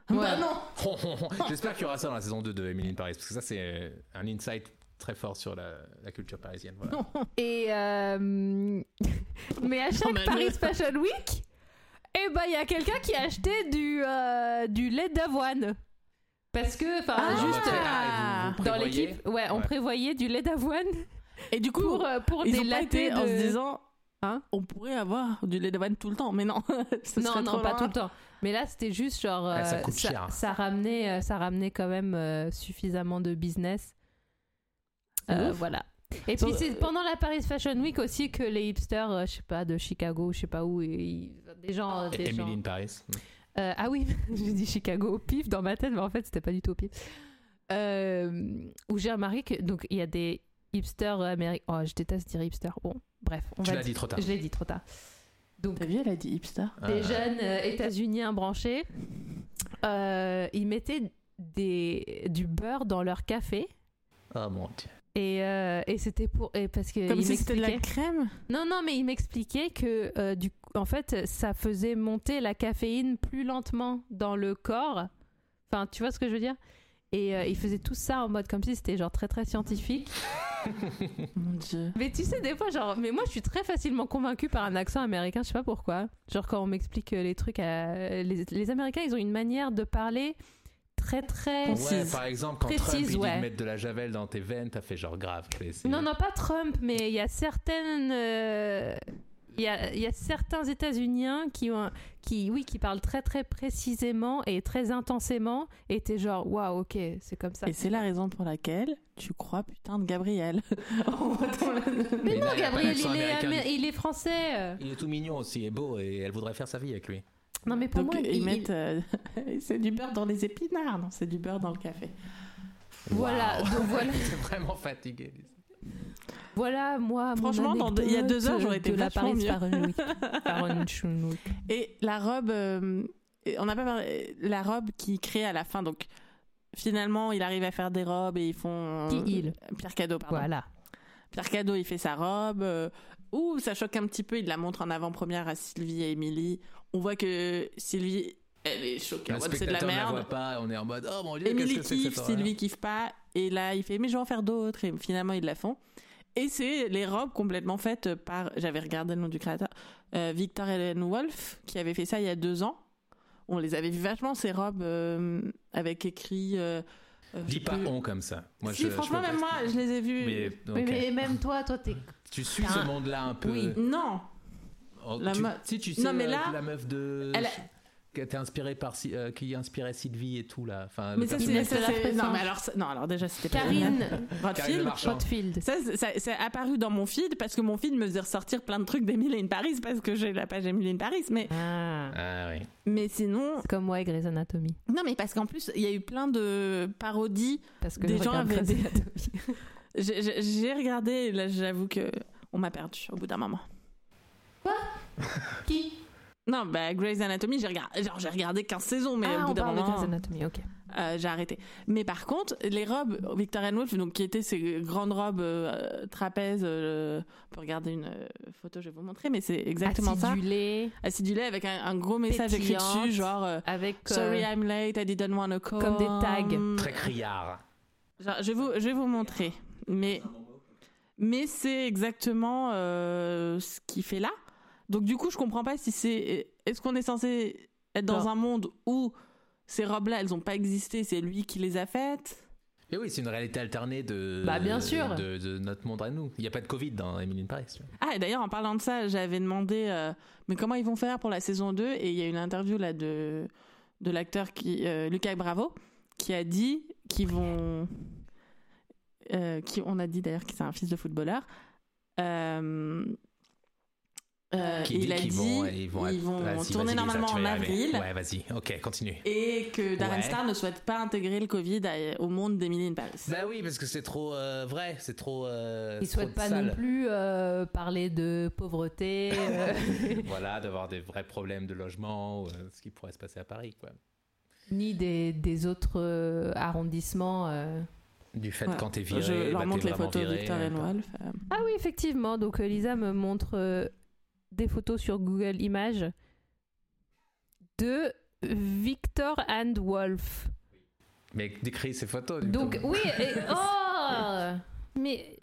B: Ouais.
A: Bah non
D: j'espère qu'il y aura ça dans la saison 2 de Emily in Paris parce que ça c'est euh, un insight très fort sur la, la culture parisienne. Voilà.
B: et euh, mais à chaque
A: mais je-
B: Paris Fashion Week eh ben il y a quelqu'un qui a acheté du euh, du lait d'avoine parce que enfin
A: Ah,
B: juste
A: ouais.
B: euh,
D: Ah, et vous- vous
B: dans
D: prévoyez
B: l'équipe ouais on
D: Ouais.
B: prévoyait du lait d'avoine
A: Et du coup,
B: pour euh, pour
A: ils
B: des
A: ont pas
B: latés
A: été en
B: de-
A: se disant.
B: Hein
A: on pourrait avoir du lait d'avoine tout le temps, mais non. Ce
B: non,
A: serait
B: non,
A: trop
B: pas
A: loin.
B: tout le temps. Mais là, c'était juste genre.
D: Ah, ça
B: euh,
D: coûte
B: ça,
D: cher.
B: ça ramenait, euh, ça ramenait quand même euh, suffisamment de business. Euh,
A: ouf.
B: voilà. Et
A: Sur-
B: puis c'est pendant la Paris Fashion Week aussi que les hipsters, euh, je sais pas, de Chicago, je sais pas où, ils- des gens, euh, des gens-
D: Emily in Paris.
B: euh, ah oui, j'ai dit Chicago au pif dans ma tête, mais en fait, c'était pas du tout au pif. Euh, où j'ai remarqué que donc il y a des hipsters américains. Oh, je déteste dire hipster. Bon, bref, on
D: Tu
B: va
D: l'as dit trop tard.
B: Je l'ai dit trop tard.
A: T'as vu, elle a dit hipster.
B: des
D: Ah.
B: jeunes euh, états-uniens branchés, euh, ils mettaient des, du beurre dans leur café.
D: Ah mon dieu.
B: Et, euh, et c'était pour. Et parce que
A: Comme
B: ils
A: si c'était de la
B: m'expliquaient-
A: crème.
B: Non, non, mais ils m'expliquaient que, euh, du coup, en fait, ça faisait monter la caféine plus lentement dans le corps. Enfin, tu vois ce que je veux dire Et euh, ils faisaient tout ça en mode comme si c'était genre très très scientifique.
A: Mon dieu.
B: Mais tu sais, des fois, genre, mais moi je suis très facilement convaincue par un accent américain, je sais pas pourquoi. Genre, quand on m'explique euh, les trucs, à... les, les Américains, ils ont une manière de parler très très.
D: Ouais,
A: Précise.
D: par exemple, quand
B: Précise,
D: Trump il dit
B: ouais.
D: de mettre de la javel dans tes veines, t'as fait genre grave. mais c'est-
B: Non, non, pas Trump, mais il y a certaines. euh, Il y, a, il y a certains États-Unis qui ont, un- qui, oui, qui parlent très très précisément et très intensément, et t'es genre waouh, ok, c'est comme ça.
A: Et c'est la raison pour laquelle tu crois putain de Gabriel.
B: Mais,
D: Mais
B: non,
D: là, il y a pas
B: Gabriel,
D: d'accent
B: il est,
D: américain.
B: amé- il est français. euh.
D: Il est tout mignon aussi et beau et elle voudrait faire sa vie avec lui.
B: Non, mais pour
A: Donc,
B: moi,
A: ils
B: il-
A: mettent. euh, c'est du beurre dans les épinards, non C'est du beurre dans le café.
B: il- voilà,
D: Waouh.
B: donc voilà.
D: T'es vraiment fatigué. Lisa.
B: Voilà, moi, mon
A: Franchement, dans deux- il y a deux heures,
B: anecdote
A: j'aurais été
B: de la
A: vachement
B: Paris
A: mieux.
B: Fashion Week. Fashion Week.
A: Et la robe. euh, et on n'a pas parlé. La robe qui crée à la fin. Donc, finalement, il arrive à faire des robes et ils font.
B: Qui il
A: Pierre Cadeau, pardon.
B: Voilà.
A: Pierre Cadeau, il fait sa robe. euh, ouh, ça choque un petit peu. Il la montre en avant-première à Sylvie et Émilie. On voit que Sylvie, elle est choquée. en
D: Le
A: mode, C'est de la
D: spectateur ne la
A: merde.
D: voit pas, on est en mode oh mon dieu, qu'est-ce
A: Émilie
D: que c'est que
A: kiffe,
D: cette horreur
A: Sylvie kiffe pas. Et là, il fait, mais je vais en faire d'autres. Et finalement, ils la font. Et c'est les robes complètement faites par, j'avais regardé le nom du créateur, euh, Victor Helen Wolf, qui avait fait ça il y a deux ans. On les avait vues vachement, ces robes euh, avec écrit. euh, euh, je
D: Dis
A: sais
D: pas
A: plus.
D: on comme ça. Moi,
A: si,
D: je- je
A: franchement,
D: peux pas-
A: même moi, je les ai vues.
D: Mais, ok.
B: Mais, mais même toi, toi, t'es.
D: Tu suis ce monde-là un peu.
B: Oui.
A: Non,
D: Oh,
A: Ah. La
D: tu,
A: me-
D: Si tu sais,
A: Non, mais
D: euh,
A: là,
D: la meuf de.
A: elle a-
D: qui était inspirée par Si- euh, qui inspirait Sylvie et tout là. Enfin,
A: Mais
D: le
A: ça,
D: personnage-
A: c'est. ça,
B: Inès
A: c'est-
B: Lafresse,
A: Non,
B: hein.
A: mais alors, ça- non, alors déjà, c'était pas Karine
B: Karine
A: votre
D: Karine
A: film.
D: Marchand.
B: Rothfield.
A: Ça, c'est- ça- c'est apparu dans mon feed parce que mon feed me faisait ressortir plein de trucs d'Emile in Paris parce que j'ai la page Emile in Paris. Mais,
B: Ah.
D: Ah oui.
A: mais sinon.
B: C'est comme moi et Grey's Anatomy.
A: Non, mais parce qu'en plus, il y a eu plein de parodies
B: Parce que
A: Des
B: je
A: gens
B: regarde
A: avaient
B: Grey's
A: des-
B: Anatomy.
A: J'ai- J'ai j'ai regardé et là j'avoue que on m'a perdu au bout d'un moment.
B: Qui
A: Non, bah Grey's Anatomy, j'ai regardé, genre j'ai regardé 15 saisons, mais
B: ah,
A: au bout
B: on
A: d'un
B: parle de
A: moment,
B: Grey's Anatomy, ok.
A: euh, j'ai arrêté. Mais par contre, les robes Victorian Woolf, donc qui étaient ces grandes robes euh, trapèzes, euh, on peut regarder une euh, photo, je vais vous montrer, mais c'est exactement
B: Acidulé,
A: ça, acidulées avec un, un gros message écrit
B: Pétillante.
A: dessus, genre euh,
B: avec... euh,
A: Sorry I'm late, I didn't want to call.
B: Comme des
A: Mm.
B: tags.
D: Très criard.
A: Genre, je, vais vous, je vais vous montrer. Mais, mais c'est exactement euh, ce qu'il fait là. Donc, du coup, je comprends pas si c'est. Est-ce qu'on est censé être dans
B: Non.
A: un monde où ces robes-là, elles ont pas existé, c'est lui qui les a faites
D: Et oui, c'est une réalité alternée de.
B: Bah, bien sûr.
D: De, de notre monde à nous. Il n'y a pas de Covid dans Emily in Paris. tu vois.
A: Ah, et d'ailleurs, en parlant de ça, j'avais demandé euh, mais comment ils vont faire pour la saison 2 Et il y a une interview là de, de l'acteur qui euh, Lucas Bravo qui a dit qu'ils vont. euh, qui, on a dit d'ailleurs que c'est un fils de footballeur. Euh, euh,
D: Qui
A: et
D: dit
A: il a
D: qu'ils
A: dit
D: vont- ils vont,
A: ils vont
D: Vas-y, vas-y,
A: tourner
D: Lisa,
A: normalement
D: tu vas
A: en
D: y arriver.
A: avril
D: Ouais, vas-y. Ok, continue.
A: et que Darren
D: Ouais.
A: Star ne souhaite pas intégrer le Covid à- au monde d'Emily in Paris.
D: Bah oui, parce que c'est trop euh, vrai, c'est trop. Euh,
B: Ils
D: c'est trop
B: souhaitent pas
D: sale.
B: non plus euh, parler de pauvreté. euh,
D: Voilà, d'avoir des vrais problèmes de logement, ou, euh, ce qui pourrait se passer à Paris, quoi.
B: ni des, des autres euh, arrondissements. euh.
D: Du fait
A: Voilà.
D: quand t'es viré,
A: Je
D: bah,
A: leur
D: t'es
A: montre les
D: vraiment
A: photos de
D: viré,
A: Victor
D: euh,
A: et Noël.
B: Ah oui, effectivement. Donc euh, Lisa me montre euh, des photos sur Google Images de Victor and Wolf.
D: Mais décris ces photos. du
B: Donc
D: coup.
B: oui, et- oh Mais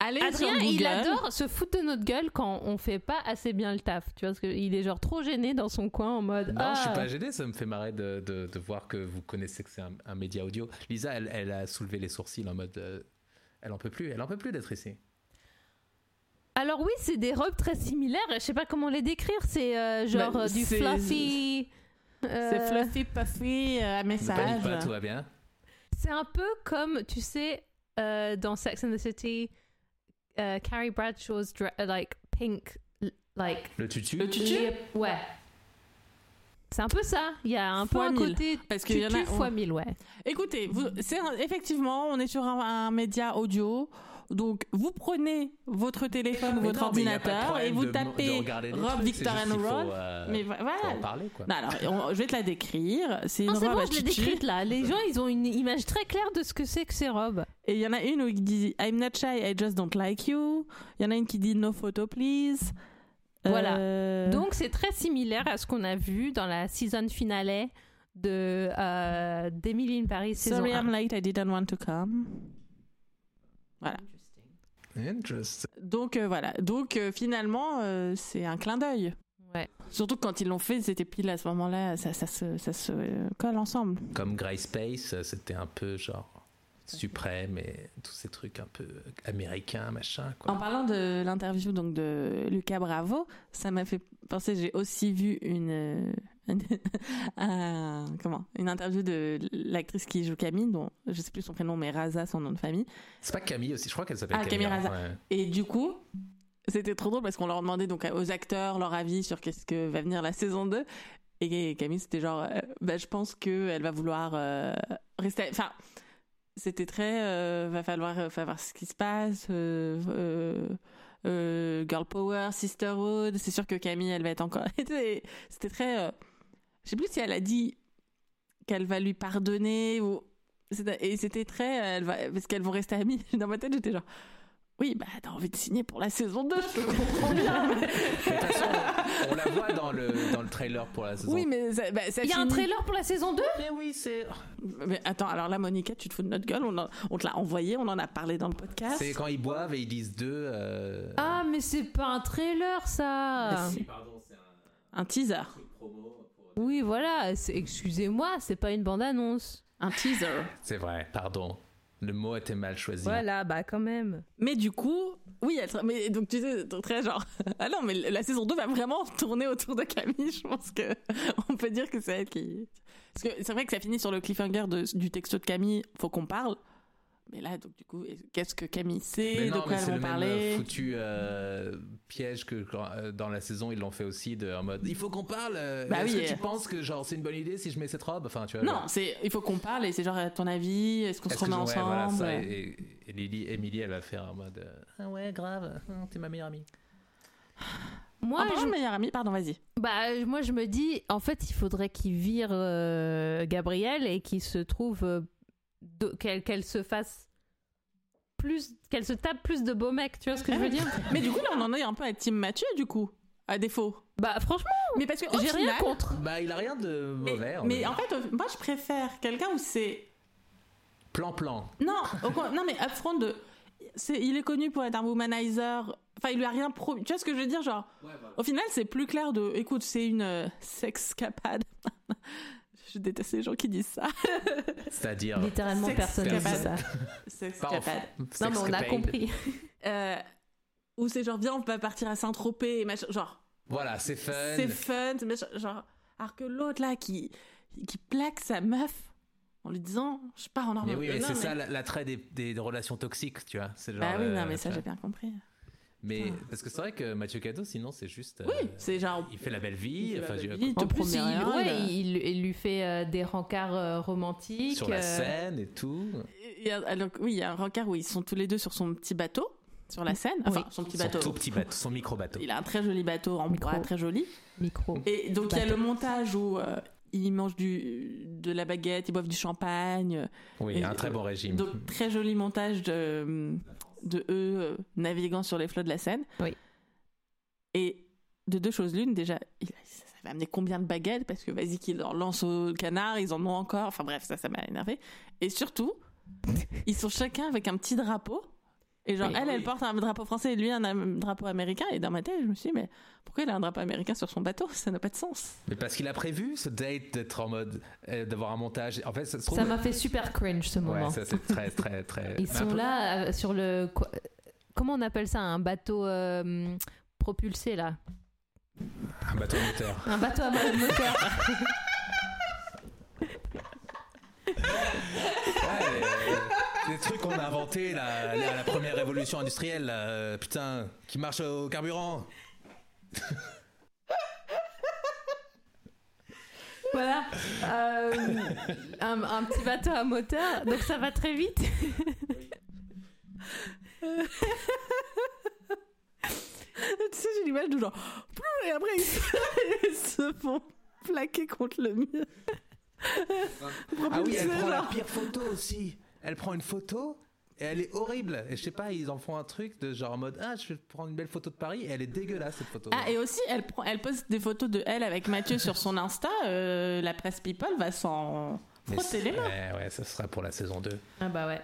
A: Allez sur
B: Adrien,
A: Google.
B: il adore se foutre de notre gueule quand on fait pas assez bien le taf. Tu vois, parce qu'il est genre trop gêné dans son coin en mode.
D: Non,
B: ah,
D: je suis pas gêné, ça me fait marrer de, de- de voir que vous connaissez que c'est un, un média audio. Lisa, elle, elle a soulevé les sourcils en mode. euh, elle en peut plus, elle en peut plus d'être ici.
B: Alors oui, c'est des robes très similaires. Je sais pas comment les décrire. C'est euh, genre
A: Bah,
B: euh, du
A: c'est-
B: fluffy. euh,
A: C'est fluffy puffy euh, à
D: Ne panique
A: message.
D: pas, tout va bien.
B: c'est un peu comme, tu sais, euh, dans Sex and the City, euh, Carrie Bradshaw's dre- euh, like pink, l- like.
D: Le tutu.
A: Le tutu
B: lip- Ouais. C'est un peu ça. Il y a un
A: Fois
B: peu un
A: mille.
B: côté
A: Parce qu'il
B: tutu
A: y en a.
B: fois mille, ouais.
A: Écoutez, vous, c'est un- effectivement, on est sur un, un média audio. Donc, vous prenez votre téléphone ou
D: Mais
A: votre
D: non, mais il y a pas de
A: ordinateur et
D: problème
A: vous
D: de- de
A: tapez
D: regarder les
A: Rob
D: trucs, c'est
A: Victor
D: juste
A: and
D: qu'il faut,
A: Rob.
D: euh,
A: Mais vo-
D: faut
A: voilà.
D: en parler, quoi.
A: Non, alors, on- je vais te la décrire. C'est une
B: Non, Ah, c'est
A: robe
B: bon,
A: à
B: je l'ai
A: tutu.
B: décrite là. Les gens, ils ont une image très claire de ce que c'est que ces robes.
A: Et il y en a une où il dit I'm not shy, I just don't like you. Il y en a une qui dit No photo, please.
B: Voilà.
A: Euh,
B: Donc c'est très similaire à ce qu'on a vu dans la season finale de euh, d'Emily in Paris saison
A: Sorry,
B: 1.
A: I'm late, I didn't want to come.
D: Interesting.
A: Donc, euh, voilà. Donc, euh, finalement, euh, c'est un clin d'œil.
B: Ouais.
A: Surtout que quand ils l'ont fait, c'était pile à ce moment-là, ça, ça se, ça se euh, colle ensemble.
D: Comme Grey Space, euh, c'était un peu genre suprême et tous ces trucs un peu américains, machin, quoi.
A: En parlant de l'interview donc de Lucas Bravo, ça m'a fait penser, j'ai aussi vu une, euh, une- un- comment, une interview de l'actrice qui joue Camille, dont je sais plus son prénom, mais Raza, son nom de famille.
D: C'est pas Camille aussi, je crois qu'elle s'appelle
A: Ah,
D: Camille.
A: Camille
D: hein, ouais.
A: Et du coup, c'était trop drôle parce qu'on leur demandait donc aux acteurs leur avis sur qu'est-ce que va venir la saison 2. Et Camille, c'était genre, euh, bah, je pense que elle va vouloir euh, rester. Enfin, c'était très, euh, va falloir, euh, va voir ce qui se passe. euh, euh, euh, girl power, sisterhood. C'est sûr que Camille, elle va être encore. C'était c'était très. euh, je sais plus si elle a dit qu'elle va lui pardonner ou. c'était- Et c'était très. euh, Elle va, parce qu'elles vont rester amies. Dans ma tête, j'étais genre. Oui, bah t'as envie de signer pour la saison 2, je te comprends bien.
D: De toute façon, on la voit dans le, dans le trailer pour la saison.
A: oui, mais ça, bah, ça
B: Il y a un
A: finit-
B: trailer pour la saison 2
A: Eh
D: mais oui, c'est.
A: Mais attends, alors là, Monica, tu te fous de notre gueule, on, en- on te l'a envoyé, on en a parlé dans le podcast.
D: C'est quand ils boivent et ils disent deux. euh,
B: Ah mais c'est pas un trailer ça
A: Ah. Un teaser.
B: Oui voilà, c'est- excusez-moi, c'est pas une bande-annonce.
A: Un teaser.
D: C'est vrai, pardon. Le mot était mal choisi.
B: Voilà, bah quand même.
A: Mais du coup, oui, elle sera- mais donc tu sais, t- très genre. Ah non, mais la saison 2 va vraiment tourner autour de Camille. Je pense que on peut dire que c'est elle qui. Parce que c'est vrai que ça finit sur le cliffhanger de- du texto de Camille. Faut qu'on parle. Mais là, donc du coup, qu'est-ce que Camille sait
D: Mais
A: De
D: non,
A: quoi
D: mais
A: elles
D: c'est
A: vont
D: le même
A: parler
D: euh, foutu euh, piège que quand, euh, dans la saison ils l'ont fait aussi de, en mode il faut qu'on parle. euh,
A: Bah
D: Est-ce
A: oui,
D: que tu
A: euh.
D: penses que genre c'est une bonne idée si je mets cette robe Enfin tu vois.
A: Non,
D: genre,
A: c'est il faut qu'on parle et c'est genre à ton avis, est-ce qu'on
D: Euh, est-ce
A: se
D: que
A: remet
D: je- ouais,
A: ensemble
D: voilà, ça, et, et- et Lily, Emily, elle va faire en mode euh, ah ouais grave, hum, t'es ma meilleure amie.
A: En
B: Moi,
A: parlant
B: je...
A: de meilleure amie, pardon, vas-y.
B: Bah, euh, moi, je me dis, en fait, il faudrait qu'il vire euh, Gabrielle et qu'il se trouve. euh, de- qu'elle qu'elle se fasse plus. qu'elle se tape plus de beaux mecs, tu vois ce que je veux dire
A: Mais du coup, là, on en est un peu à Team Mathieu, du coup, à défaut.
B: Bah, franchement,
A: Mais parce que au
B: j'ai rien
A: final-
B: contre.
D: Bah il a rien de mauvais.
A: Mais,
D: on
A: mais
D: va dire.
A: en fait, au- moi, je préfère quelqu'un où c'est
D: plan plan.
A: Non, au con- non mais upfront de c'est il est connu pour être un womanizer. Enfin, il lui a rien promis. Tu vois ce que je veux dire genre Au final, c'est plus clair de écoute, c'est une euh, sexcapade. je déteste les gens qui disent ça.
D: C'est-à-dire.
B: Littéralement,
A: Sex
B: personne ne dit
A: capable.
B: ça.
D: pas en-
A: Sexcapade.
B: Non, mais on a
D: sexcapade.
B: compris.
A: Euh, où c'est genre viens, on va partir à Saint-Tropez et machin. Genre
D: Voilà c'est fun.
A: c'est fun, c'est machin, genre alors que l'autre là qui qui plaque sa meuf en lui disant je pars en
D: Mais
A: Normandie.
D: oui, mais
A: Non,
D: c'est
A: mais-
D: ça la- l'attrait des, des relations toxiques, tu vois. C'est genre,
A: Bah oui,
D: euh,
A: non mais ça
D: tu
A: j'ai
D: vois.
A: bien compris.
D: Mais
A: Putain.
D: parce que c'est vrai que Mathieu Cadeau, sinon c'est juste. euh,
A: Oui, c'est genre
D: Il fait la belle vie.
A: Il fait
D: enfin,
A: la
D: je-
A: belle vie,
B: En euh,
A: te
B: plus,
A: promet
B: il,
A: rien,
B: ouais,
A: il a-
B: il, il lui fait euh, des rencarts euh, romantiques.
D: sur la
B: euh,
D: scène et tout.
A: Il y a- alors, oui, il y a un rencard où ils sont tous les deux sur son petit bateau, sur la Seine. Enfin,
B: Oui.
A: son petit
D: Son
A: bateau.
D: tout petit bateau, son micro bateau.
A: Il a un très joli bateau en
B: Micro.
A: bois, très joli.
B: Micro.
A: Et donc, il y a
B: Bateau.
A: le montage où euh, ils mangent du, de la baguette, ils boivent du champagne. euh,
D: Oui,
A: Et-
D: un très bon régime.
A: Donc, très joli montage de, de eux euh, naviguant sur les flots de la Seine.
B: Oui.
A: Et de deux choses l'une, déjà, il- ça va amener combien de baguettes Parce que vas-y, qu'ils leur lancent au canard, ils en ont encore. Enfin bref, ça, ça m'a énervé. Et surtout, ils sont chacun avec un petit drapeau. Et genre,
B: Oui.
A: elle, elle
D: Oui.
A: porte un drapeau français et lui un am- drapeau américain. Et dans ma tête, je me suis dit, mais pourquoi il a un drapeau américain sur son bateau Ça n'a pas de sens.
D: Mais parce qu'il a prévu ce date d'être en mode, euh, d'avoir un montage. En fait, ça se trouve.
B: Ça m'a fait super cringe ce moment.
D: Ouais, ça c'est très, très, très.
B: Ils
D: un
B: sont
D: peu-
B: là euh, sur le. quoi- Comment on appelle ça Un bateau euh, propulsé, là
D: Un bateau moteur.
B: Un bateau à moteur.
D: Ouais, les, les trucs qu'on a inventés là, la, la première révolution industrielle, là, euh, putain, qui marche au carburant.
B: voilà. Euh, un, un petit bateau à moteur. Donc ça va très vite.
A: tu sais, j'ai l'image de genre, Plou et après, ils se, ils se font plaquer contre le mur.
D: Ah oui, elle
A: Propulsé,
D: prend la
A: genre.
D: pire photo aussi. Elle prend une photo et elle est horrible. Et je sais pas, ils en font un truc de genre en mode Ah, je vais prendre une belle photo de Paris et elle est dégueulasse cette photo.
A: Ah, et aussi, elle, prend, elle poste des photos de elle avec Mathieu sur son Insta. euh, la presse People va s'en
D: Mais
A: frotter les
D: c'est-
A: mains.
D: ouais, ouais, ça sera pour la saison 2.
B: Ah bah ouais.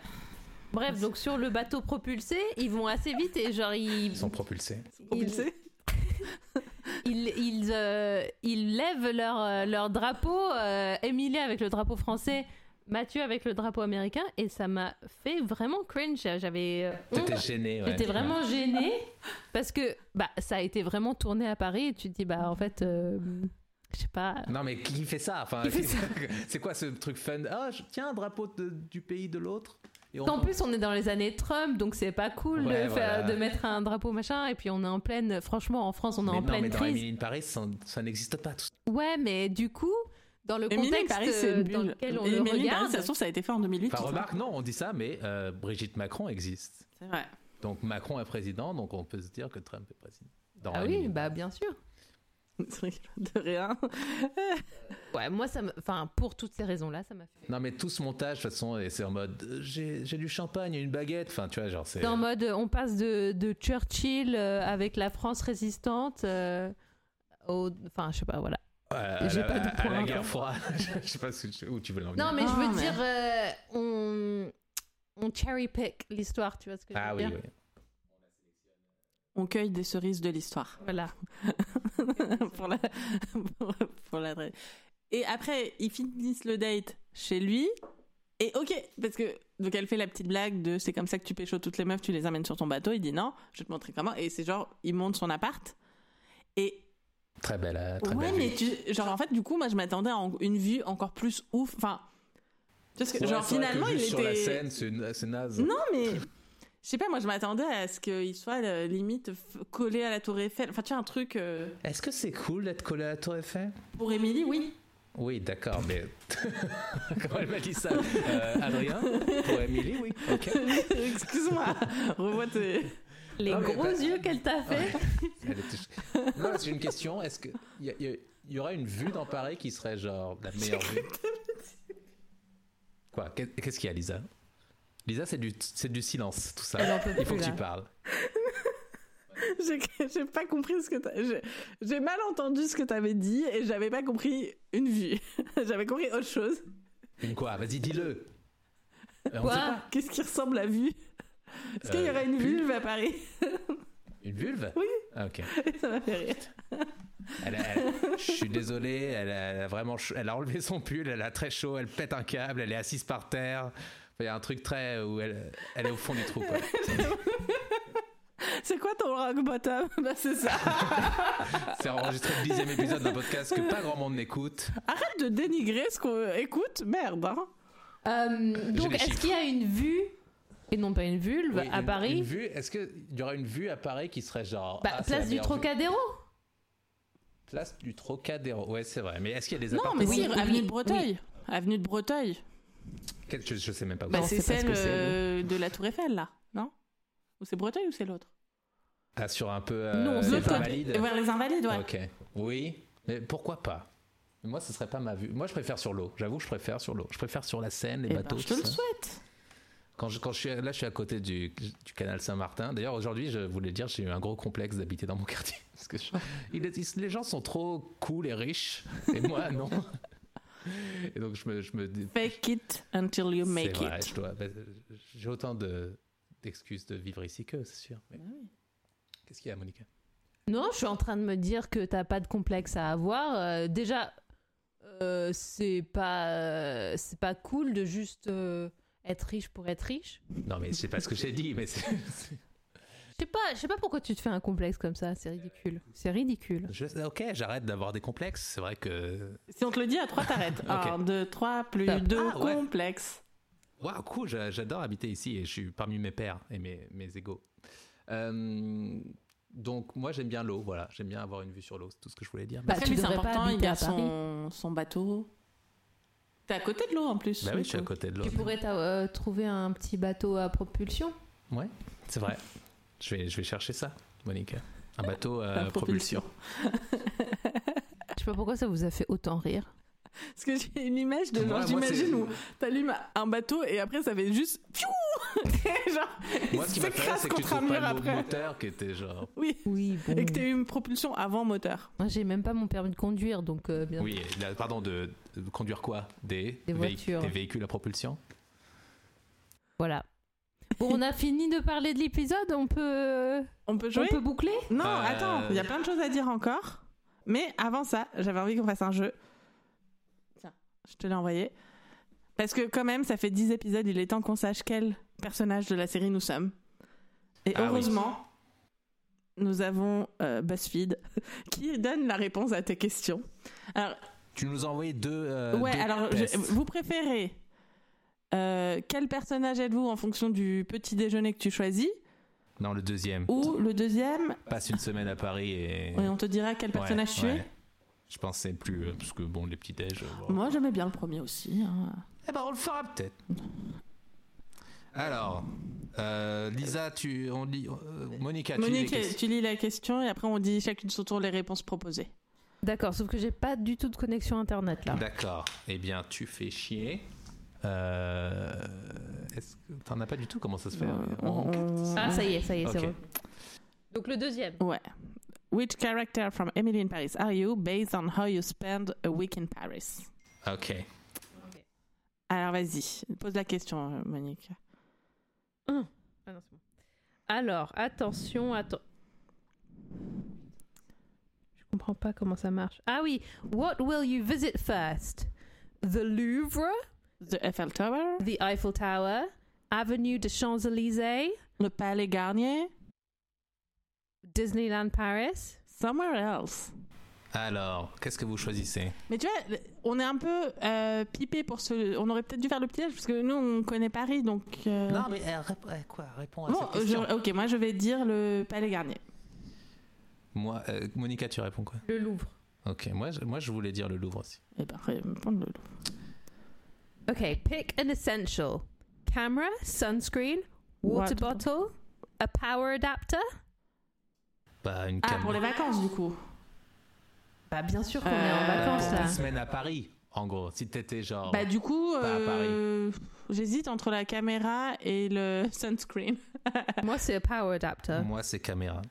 B: Bref, donc sur le bateau propulsé, ils vont assez vite et genre ils.
D: Ils sont propulsés.
B: Mmh. ils- ils, ils, euh, ils lèvent leur, euh, leur drapeau, euh, Émilie avec le drapeau français, Mathieu avec le drapeau américain, et ça m'a fait vraiment cringe. J'avais euh, honte.
D: T'étais gêné. Ouais.
B: J'étais vraiment gênée parce que bah, ça a été vraiment tourné à Paris et tu te dis, bah en fait, euh, je sais pas.
D: Non, mais qui fait ça, enfin,
B: Qui fait ça
D: C'est quoi ce truc fun Ah, je- tiens, un drapeau de- du pays de l'autre. Et on-
B: En plus, on est dans les années Trump, donc c'est pas cool
D: Ouais,
B: de, faire-
D: voilà.
B: de mettre un drapeau machin. Et puis on est en pleine, franchement, en France, on est
D: mais
B: en
D: non,
B: pleine
D: mais dans
B: crise.
D: Emily in Paris, ça, ça n'existe pas. Tout... ça.
B: Ouais, mais du coup, dans le
A: Émilie
B: contexte
A: Paris, c'est
B: euh,
A: une
B: dans
A: bulle.
B: lequel on
A: Et
B: le
A: Émilie
B: regarde,
A: Paris, ça se trouve, ça a été fait en 2008.
D: Enfin, Bah, remarque, non, on dit ça, mais euh, Brigitte Macron existe.
A: C'est vrai.
D: Donc Macron est président, donc on peut se dire que Trump est président. Dans
B: Ah
D: Emily
B: oui,
D: in
B: bah bien sûr.
A: C'est vrai, De rien.
B: Ouais, moi ça me- enfin pour toutes ces raisons-là, ça m'a fait.
D: Non mais tout ce montage de toute façon et c'est en mode euh, j'ai j'ai du champagne et une baguette enfin tu vois genre c'est
B: C'est en mode euh, on passe de, de Churchill euh, avec la France résistante euh, au enfin je sais pas voilà.
D: Euh, à
B: j'ai
D: la-
B: pas de
D: à- à la
B: point.
D: guerre froide je sais pas ce que tu- où tu veux l'emmener
B: Non mais je
A: Ah,
B: veux
A: mais-
B: dire euh, on on cherry pick l'histoire, tu vois ce que je veux
D: ah oui,
B: dire
D: oui.
A: On cueille des cerises de l'histoire.
B: Voilà.
D: Ah
A: pour la. pour- pour la- Et après, ils finissent le date chez lui. Et ok, parce que donc elle fait la petite blague de c'est comme ça que tu pécho toutes les meufs, tu les amènes sur ton bateau. Il dit non, je vais te montrer comment. Et c'est genre, il monte son appart. Et
D: Très belle, euh, très
A: ouais,
D: belle
A: mais
D: vue.
A: tu- genre en fait, du coup, moi je m'attendais à en- une vue encore plus ouf. Enfin, tu vois ce que-
E: Ouais,
A: genre
E: c'est vrai que
A: finalement, il
E: juste sur
A: était.
E: la scène, c'est une- c'est naze.
A: Non, mais je sais pas, moi je m'attendais à ce qu'il soit euh, limite f- collé à la Tour Eiffel. Enfin, tu vois, un truc. euh,
D: Est-ce que c'est cool d'être collé à la Tour Eiffel
A: Pour Émilie, oui.
D: Oui, d'accord, mais comment elle m'a dit ça Euh, Adrien Pour Émilie, oui. Ok.
A: Excuse-moi, revois tes.
B: Les
D: Non, mais
B: gros
D: bah-
B: yeux qu'elle t'a fait.
D: Elle est touchée. Non, j'ai une question. Est-ce qu'il y, a- y a- y aura une vue dans Paris qui serait genre la meilleure vue Quoi Qu'est- Qu'est-ce qu'il y a, Lisa Lisa, c'est du, c'est du silence, tout ça.
A: Elle en peut
D: Il faut
A: plus,
D: que tu
A: là.
D: parles.
A: J'ai j'ai pas compris ce que t'as. j'ai- J'ai mal entendu ce que t'avais dit et j'avais pas compris une vue. j'avais compris autre chose.
D: Une quoi Vas-y, dis-le. Euh, on sait
B: Quoi
D: pas.
A: Qu'est-ce qui ressemble à vue Est-ce qu'il y
D: Euh,
A: aurait une
D: pub.
A: vulve à Paris
D: Une vulve
A: Oui.
D: Ah, ok.
A: Ça m'a fait rire.
D: Elle a- elle- je suis désolé, elle a, elle a vraiment, ch- elle a enlevé son pull, elle a très chaud, elle pète un câble, elle est assise par terre. Enfin, Il y a un truc très où elle, elle est au fond du trou. quoi.
A: C'est quoi ton rock bottom Bah c'est ça.
D: C'est enregistré le dixième épisode d'un podcast que pas grand monde n'écoute.
A: Arrête de dénigrer ce qu'on euh, écoute, merde. hein.
B: Euh, donc,
D: les
B: est-ce
D: chiffres.
B: qu'il y a une vue et non pas une vulve
A: Bah,
D: Oui,
B: à
D: une-
B: Paris
D: une vue- Est-ce qu'il y aura une vue à Paris qui serait genre
B: Bah,
D: ah, c'est la
B: place du
D: meilleure vue.
B: Trocadéro.
D: Place du Trocadéro. Ouais, c'est vrai. Mais est-ce qu'il y a des
A: Non, mais
D: appartements
A: si,
B: oui,
A: avenue
B: oui,
A: de Breteuil. Avenue de Breteuil.
D: Quel- je, je sais même pas. où
A: Bah,
B: Non,
A: c'est
B: c'est pas ce
A: celle
B: que c'est,
A: euh, de la Tour Eiffel, là, non Ou c'est Breteuil ou c'est l'autre
D: Ah, sur un peu. euh,
B: Non, c'est
D: les
A: L'autre côté.
D: Invalides.
A: Vers les Invalides, ouais.
D: Ok. Oui. Mais pourquoi pas Moi, ce serait pas ma vue. Moi, je préfère sur l'eau. J'avoue, je préfère sur l'eau. Je préfère sur la Seine, les
A: Eh ben,
D: bateaux.
A: je te
D: tout
A: le
D: ça.
A: souhaite.
D: Quand je, quand je suis là, je suis à côté du, du canal Saint-Martin. D'ailleurs, aujourd'hui, je voulais dire, j'ai eu un gros complexe d'habiter dans mon quartier. Parce que je- il est- ils- les gens sont trop cool et riches, et moi, non. Et donc, je me, je me dis.
A: Fake it until you
D: c'est
A: make
D: vrai,
A: it.
D: je dois- bah, J'ai autant de- d'excuses de, vivre ici que, c'est sûr.
A: Ah
D: Mais Qu'est-ce qu'il y a, Monica
B: Non, je suis en train de me dire que t'as pas de complexe à avoir. Euh, déjà, euh, c'est pas euh, c'est pas cool de juste euh, être riche pour être riche.
D: Non, mais c'est pas ce que j'ai dit, mais c'est- c'est-
B: Je sais pas, je sais pas pourquoi tu te fais un complexe comme ça. C'est ridicule. C'est ridicule.
D: je- ok, j'arrête d'avoir des complexes. C'est vrai que.
A: Si on te le dit à trois, t'arrêtes. Un, deux, trois, plus
B: Top.
A: deux,
D: Ah, ouais.
A: complexe.
D: Waouh, cool, j'a- j'adore habiter ici et je suis parmi mes pères et mes, mes égaux. Euh, donc, moi, j'aime bien l'eau, voilà. J'aime bien avoir une vue sur l'eau, c'est tout ce que je voulais dire.
B: Bah,
A: Après,
B: tu
A: lui, c'est
B: devrais pas
A: important, il
B: habiter
A: a
B: à
A: son, son bateau. T'es à côté de l'eau en plus.
D: Bah
A: du
D: oui, je suis à
A: coup.
D: côté de l'eau.
B: Tu pourrais t'a- euh, trouver un petit bateau à propulsion.
D: Ouais, c'est vrai. Je vais, je vais chercher ça, Monica. Un bateau à
A: La
D: propulsion.
A: propulsion.
B: Je sais pas pourquoi ça vous a fait autant rire.
A: Parce que j'ai une image de
D: Moi-
A: genre,
D: moi,
A: j'imagine
D: c'est-
A: où t'allumes un bateau et après ça fait juste. Piou Et genre,
D: Moi,
A: il
D: ce qui m'a fait rire,
A: s'écrase
D: c'est que tu
A: contre un
D: trouves
A: mur
D: pas le mot
A: après.
D: moteur qui était genre.
A: Oui.
B: Oui, bon.
A: Et que t'aies eu une propulsion avant moteur.
B: Moi, j'ai même pas mon permis de conduire, donc euh, bien.
D: Oui, là, pardon, de, de conduire quoi Des,
B: Des voitures.
D: Des véhicules à propulsion
B: Voilà. Bon, on a fini de parler de l'épisode. On peut, euh,
A: On peut
B: on
A: jouer
B: peut boucler.
A: Non,
D: Euh,
A: attends, il y a plein de choses à dire encore. Mais avant ça, j'avais envie qu'on fasse un jeu. Tiens, je te l'ai envoyé. Parce que quand même, ça fait 10 épisodes, il est temps qu'on sache quel personnage de la série nous sommes. Et
D: Ah oui.
A: heureusement, nous avons euh, BuzzFeed qui donne la réponse à tes questions. Alors,
D: Tu nous as envoyé deux. euh,
A: ouais,
D: deux
A: alors, je-
D: tests.
A: vous préférez euh, quel personnage êtes-vous en fonction du petit déjeuner que tu choisis
D: Non, le deuxième.
A: Ou le deuxième,
D: Passe une semaine à Paris et.
A: et on te dira quel personnage
D: Ouais,
A: tu es
D: ouais. Je pensais plus, euh, parce que bon, les petits déj.
A: Moi, j'aimais bien le premier aussi. hein.
D: Eh ben, on le fera peut-être. Alors, euh, Lisa, tu, on lit, euh, Monica, tu lis les
A: Monique,
D: questions.
A: tu lis la question et après on dit chacune son tour les réponses proposées.
B: D'accord, sauf que j'ai pas du tout de connexion internet là.
D: D'accord. Eh bien, tu fais chier. Euh, Est-ce que t'en as pas du tout Comment ça se fait
A: Euh,
D: On-
B: Ah, ça y est, ça y est,
D: Ok.
B: c'est bon. Donc le deuxième.
A: Ouais. Which character from Emily in Paris are you based on how you spend a week in Paris?
D: Ok.
A: Alors vas-y, pose la question, euh, Monique.
B: Ah non, c'est bon. Alors, attention, attends. Je comprends pas comment ça marche. Ah oui, what will you visit first? The Louvre,
A: The Eiffel Tower,
B: The Eiffel Tower, Avenue des Champs-Élysées,
A: le Palais Garnier,
B: Disneyland Paris.
A: Somewhere Else.
D: Alors, qu'est-ce que vous choisissez
A: Mais tu vois, on est un peu euh, pipé pour ce. On aurait peut-être dû faire le petit parce que nous, on connaît Paris, donc. euh,
D: Non, mais euh, rép- euh, quoi Réponds à
A: Bon,
D: cette question.
A: je- ok, moi je vais dire le Palais Garnier.
D: Moi, euh, Monica, tu réponds quoi
B: Le Louvre.
D: Ok, moi, je- moi je voulais dire le Louvre aussi.
A: Eh ben, réponds le Louvre.
B: Okay, pick an essential camera, sunscreen,
A: Water.
B: water bottle, a power adapter.
D: Bah, une
A: Ah,
D: cam-
A: pour les vacances, du coup.
B: Bah, bien sûr
A: qu'on est en
D: Euh,
A: vacances, là.
D: Une semaine à Paris, en gros. Si t'étais genre.
A: Bah, du coup,
D: Pas à Paris.
A: euh, j'hésite entre la caméra et le sunscreen.
B: Moi, c'est a power
A: euh.
B: adapter.
D: Moi, c'est caméra.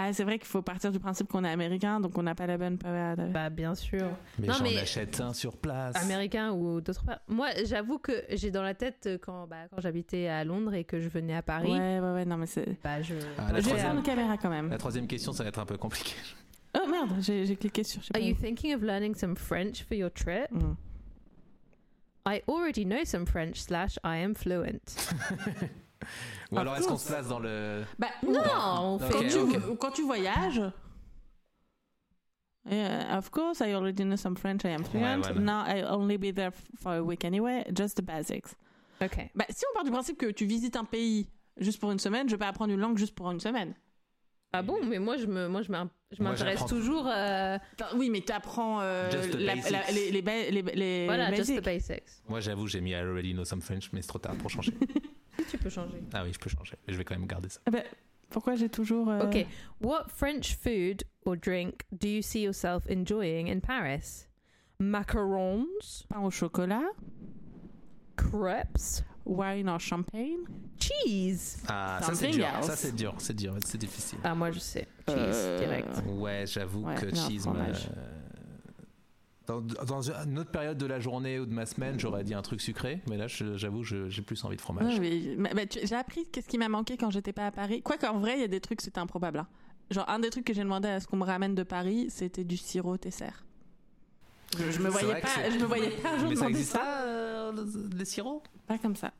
A: Ah, c'est vrai qu'il faut partir du principe qu'on est américain, donc on n'a pas la bonne période.
B: Bah, bien sûr.
D: Mais
B: Non,
D: j'en
B: mais-
D: achète un sur place.
B: Américain ou d'autres part. Moi, j'avoue que j'ai dans la tête euh, quand, bah, quand j'habitais à Londres et que je venais à Paris.
A: Ouais, ouais, ouais, non, mais c'est.
B: Bah, je.
D: Ah, la
A: Je vais
D: troisième.
A: prendre une caméra quand même.
D: La troisième question, ça va être un peu compliqué.
A: Oh merde, j'ai j'ai cliqué sur. je sais
B: Are
A: pas
B: you
A: où.
B: thinking of learning some French for your trip?
A: Hmm.
B: I already know some French, slash, I am fluent.
D: Ou
A: Ah,
D: alors, est-ce qu'on
A: mince.
D: se place dans le.
A: Bah,
B: non, on
D: Oh, Ok,
A: Quand,
B: fait.
A: tu,
D: ok.
A: quand tu voyages. Yeah, Eh, euh, of course, I already know some French, I am fluent.
D: voilà.
A: Now I only be there for a week anyway, just the basics.
B: Ok.
A: Bah, si on part du principe que tu visites un pays juste pour une semaine, je vais pas apprendre une langue juste pour une semaine.
B: Ah bon, mais moi, je me- moi, je m'in- je
D: Moi,
B: m'intéresse
D: j'apprends.
B: toujours. euh,
A: Enfin, oui, mais tu apprends
D: Just the basics.
A: les, les, ba- les- les
B: voilà, just the
A: basics.
B: basics.
D: Moi, j'avoue, j'ai mis I already know some French, mais c'est trop tard pour changer.
B: Tu peux changer.
D: ah oui, je peux changer. Je vais quand même garder ça.
A: Ah bah, pourquoi j'ai toujours. euh,
B: Okay. What French food or drink do you see yourself enjoying in Paris? Macarons,
A: Pain au chocolat,
B: crepes,
A: wine or champagne.
B: cheese.
D: Ah, ça, c'est
A: Something
D: dur.
A: else.
D: Ça, c'est dur. C'est dur. C'est difficile.
B: Ah, moi je sais. Cheese,
A: Euh,
B: direct.
D: Ouais, j'avoue
A: Ouais,
D: que
A: mais un
D: cheese.
A: fromage.
D: me- Dans, dans une autre période de la journée ou de ma semaine, j'aurais dit un truc sucré, mais là, je- j'avoue, je- j'ai plus envie de fromage.
A: Ouais, mais- mais- bah, tu- j'ai appris qu'est-ce qui m'a manqué quand j'étais pas à Paris. Quoi qu'en vrai, il y a des trucs, c'était improbable. hein. Genre, un des trucs que j'ai demandé à ce qu'on me ramène de Paris, c'était du sirop Tesser. Je, je me
D: C'est
A: voyais
D: vrai que
A: pas,
D: c'est-
A: je me voyais pas un jour
D: Mais ça
A: demander
D: existe
A: ça.
D: pas, euh, le- les sirops
A: Pas comme ça.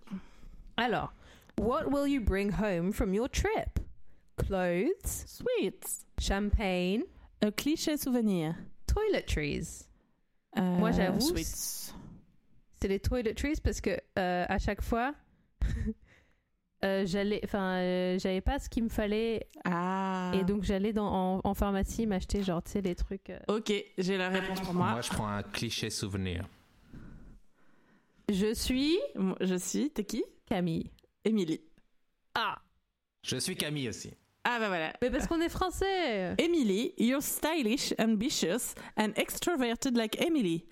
B: Alors, what will you bring home from your trip? Clothes,
A: Sweet.
B: champagne,
A: Un Euh, cliché souvenir.
B: toiletries.
A: Euh,
B: Moi, j'avoue,
A: sweets.
B: C'est les toiletries parce que euh, à chaque fois, euh, j'allais, enfin, euh, j'avais pas ce qu'il me fallait
A: Ah.
B: et donc j'allais dans en, en pharmacie m'acheter genre tu sais les trucs. euh,
A: Ok, j'ai la réponse pour
D: Moi,
A: moi.
D: je prends un cliché souvenir.
B: Je suis
A: Moi, Je suis, t'es qui
B: Camille.
A: Émilie.
B: Ah,
D: Je suis Camille aussi.
A: Ah bah voilà.
B: mais parce qu'on est français.
A: Emily, you're stylish, ambitious, and extroverted like Emily.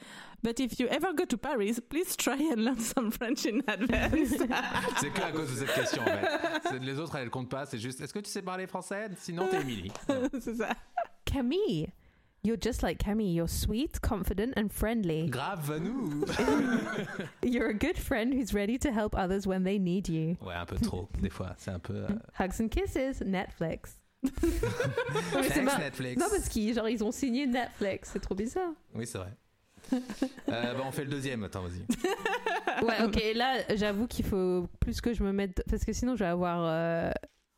A: But if you ever go to Paris, please try and learn some French in advance.
D: C'est que à cause de cette question, en fait. C'est- Les autres, elles comptent pas. C'est juste, est-ce que tu sais parler français Sinon, t'es Émilie.
A: C'est ça.
B: Camille, you're just like Camille. You're sweet, confident, and friendly.
D: Grave, nous
B: You're a good friend who's ready to help others when they need you.
D: Ouais, un peu trop, des fois. C'est un peu. euh,
B: Hugs and kisses, Netflix. Non, mais c'est
D: Thanks,
B: mar-
D: Netflix.
B: Non parce qu'ils genre ils ont signé Netflix, c'est trop bizarre.
D: Oui, c'est vrai. Euh, bah, on fait le deuxième. Attends, vas-y.
B: Ah Ouais, ok, là, j'avoue qu'il faut plus que je me mette. Parce que sinon, je vais avoir. euh,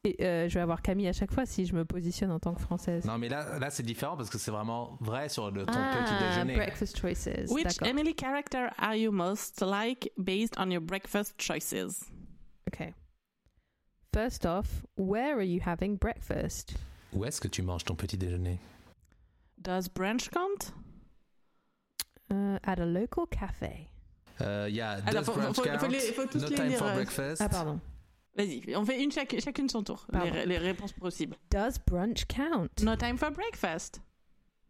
B: et, euh, je vais avoir Camille à chaque fois si je me positionne en tant que française.
D: Non, mais là, là c'est différent parce que c'est vraiment vrai sur le, ton petit
B: ah,
D: déjeuner.
B: breakfast choices.
A: Which
B: D'accord.
A: Emily character are you most like based on your breakfast choices?
B: Ok. First off, where are you having breakfast?
D: Où est-ce que tu manges ton petit déjeuner
A: Does brunch count?
B: Euh, at a local cafe.
D: Euh, Il y a
A: Attends,
D: Does
A: faut-
D: brunch
A: faut- faut
D: count,
A: les- faut tous
D: No
A: les
D: time
A: lire,
D: for
A: euh,
D: breakfast.
B: Ah, pardon.
A: Vas-y, on fait une chaque- chacune son tour. Les,
B: Pardon.
A: ré- les réponses possibles.
B: Does brunch count?
A: No time for breakfast.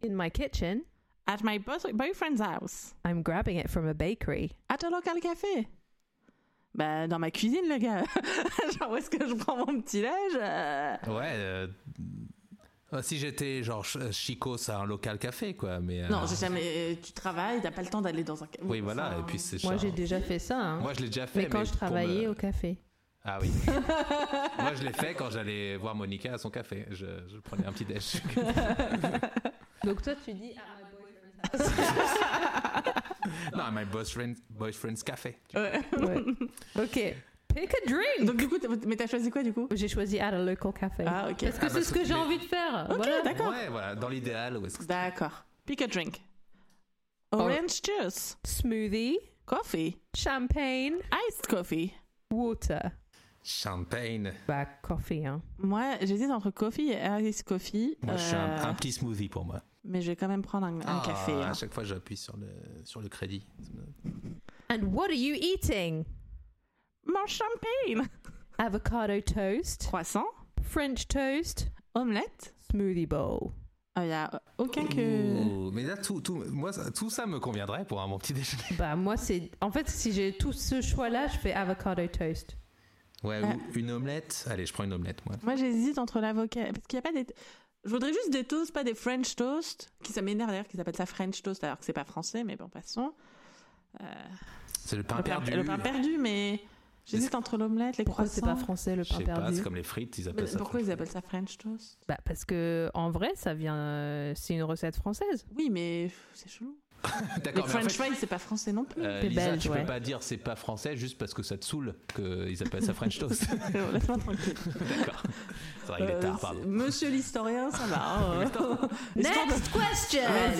B: In my kitchen,
A: At my boy- boyfriend's house.
B: I'm grabbing it from a bakery.
A: At a local café. Bah, dans ma cuisine, le gars. Genre, où est-ce que je prends mon petit-déj? Euh,
D: Ouais. euh, euh, si j'étais genre ch- euh, chicos à un local café, quoi. Mais, euh,
A: Non, j'ai jamais. euh, Tu travailles, t'as pas le temps d'aller dans un. ca-
D: Oui, voilà.
A: Enfin,
D: Et puis c'est
B: Moi,
D: genre-
B: j'ai déjà fait ça. hein.
D: Moi, je l'ai déjà fait.
B: mais quand je
D: pour
B: travaillais
D: me-
B: au café.
D: Ah oui. Moi, je l'ai fait quand j'allais voir Monica à son café. Je, je prenais un petit déj.
B: ah, Donc, toi, tu dis.
D: Non, my boyfriend, boyfriend's café.
A: Ouais.
B: Ouais. ok. Pick a drink.
A: Donc, du coup, t'as- mais t'as choisi quoi du coup
B: J'ai choisi at a local café.
A: Ah, ok.
B: Parce que
D: Ah,
B: c'est
D: parce
B: ce
D: que
B: que j'ai
D: les-
B: envie de faire.
A: Ok,
B: Voilà.
A: d'accord.
D: Ouais, voilà, dans l'idéal. Où est-ce que...
A: D'accord. Pick a drink. Orange juice.
B: Smoothie,
A: Coffee.
B: champagne,
A: Iced coffee.
B: water.
D: Champagne.
B: Bah, coffee, hein.
A: Moi, j'hésite entre coffee et iced coffee.
D: Moi, je suis
A: euh,
D: un, un petit smoothie pour moi.
A: Mais je vais quand même prendre un, un
D: Ah,
A: café. hein.
D: À chaque fois, j'appuie sur le, sur le crédit.
B: And what are you eating?
A: Mon champagne.
B: Avocado toast,
A: Croissant.
B: French toast,
A: Omelette.
B: smoothie bowl.
A: Il n'y a aucun que.
D: Ouh, mais là, tout, tout, moi, ça- tout ça me conviendrait pour un bon petit déjeuner.
B: Bah, moi, c'est. En fait, si j'ai tout ce choix-là, je fais avocado toast.
D: Ouais,
A: Ah.
D: ou une omelette. Allez, je prends une omelette, moi.
A: Moi, j'hésite entre l'avocat. Parce qu'il n'y a pas des. Je voudrais juste des toasts, pas des French toasts. Qui ça m'énerve d'ailleurs qu'ils appellent ça French toast alors que c'est pas français, mais bon, passons. Euh,
D: C'est le pain
A: le, pain,
D: perdu.
A: le pain perdu, mais j'hésite entre l'omelette, les
B: Pourquoi c'est
A: croissants.
B: pas français le
D: Je
B: pain
D: sais pas,
B: perdu
D: c'est comme les frites, ils
A: Mais
D: appellent ça.
A: Euh, Pourquoi ils appellent ça French toast
B: Bah, parce que en vrai, ça vient. euh, c'est une recette française.
A: Oui, mais pff, c'est chelou. Les
D: D'accord, mais en
A: French
D: fait,
A: fries, c'est pas français non plus.
D: euh,
B: c'est
D: Lisa,
B: belge,
D: tu
B: ouais.
D: peux pas dire c'est pas français juste parce que ça te saoule qu'ils appellent ça French toast.
A: Laisse-moi tranquille.
D: D'accord. C'est vrai, Ah, il est
A: Euh,
D: tard,
A: c'est-
D: pardon.
A: Monsieur l'historien, ça va. hein. Histoire de-
B: Next question.
A: Ah,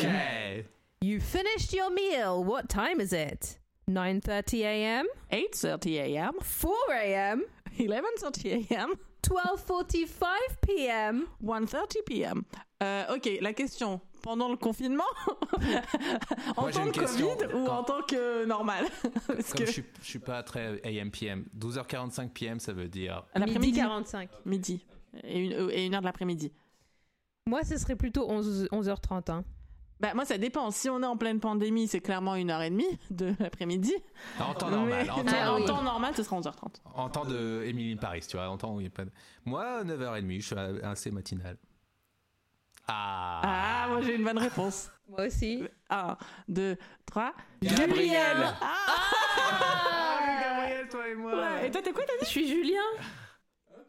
A: Ok.
B: You finished your meal. What time is it? 9:30 a.m.,
A: 8:30 a.m.,
B: 4 a.m.,
A: 11:30 a.m.,
B: 12:45 p.m.
A: 1:30 p.m. Euh, ok, la question. Pendant le confinement En
D: Moi, j'ai
A: tant
D: une
A: que
D: question.
A: Covid ou
D: Quand-
A: en tant que normal Parce
D: Comme
A: que
D: je, suis, je suis pas très AM-PM, 12h45 PM, ça veut dire.
B: Midi
A: l'après-midi,
B: 45.
A: midi. Et une, euh, et une heure de l'après-midi.
B: Moi, ce serait plutôt 11, 11h30. Hein.
A: Bah, moi, ça dépend. Si on est en pleine pandémie, c'est clairement une heure et demie de l'après-midi.
D: Ah, En temps
A: Mais-
D: normal. En temps,
A: Ah, en
D: normal.
A: temps normal, ce sera 11h30.
D: En temps de Emily in Paris, tu vois. En temps où il y a pas de- Moi, 9h30, je suis assez matinal. Ah.
A: Ah, moi, j'ai une bonne réponse.
B: Moi aussi.
A: 1, 2, 3.
D: Gabriel.
A: Ah
D: Ah, Gabriel, toi et moi.
A: Ouais, Et toi, t'es quoi, t'as dit
B: Je suis Julien.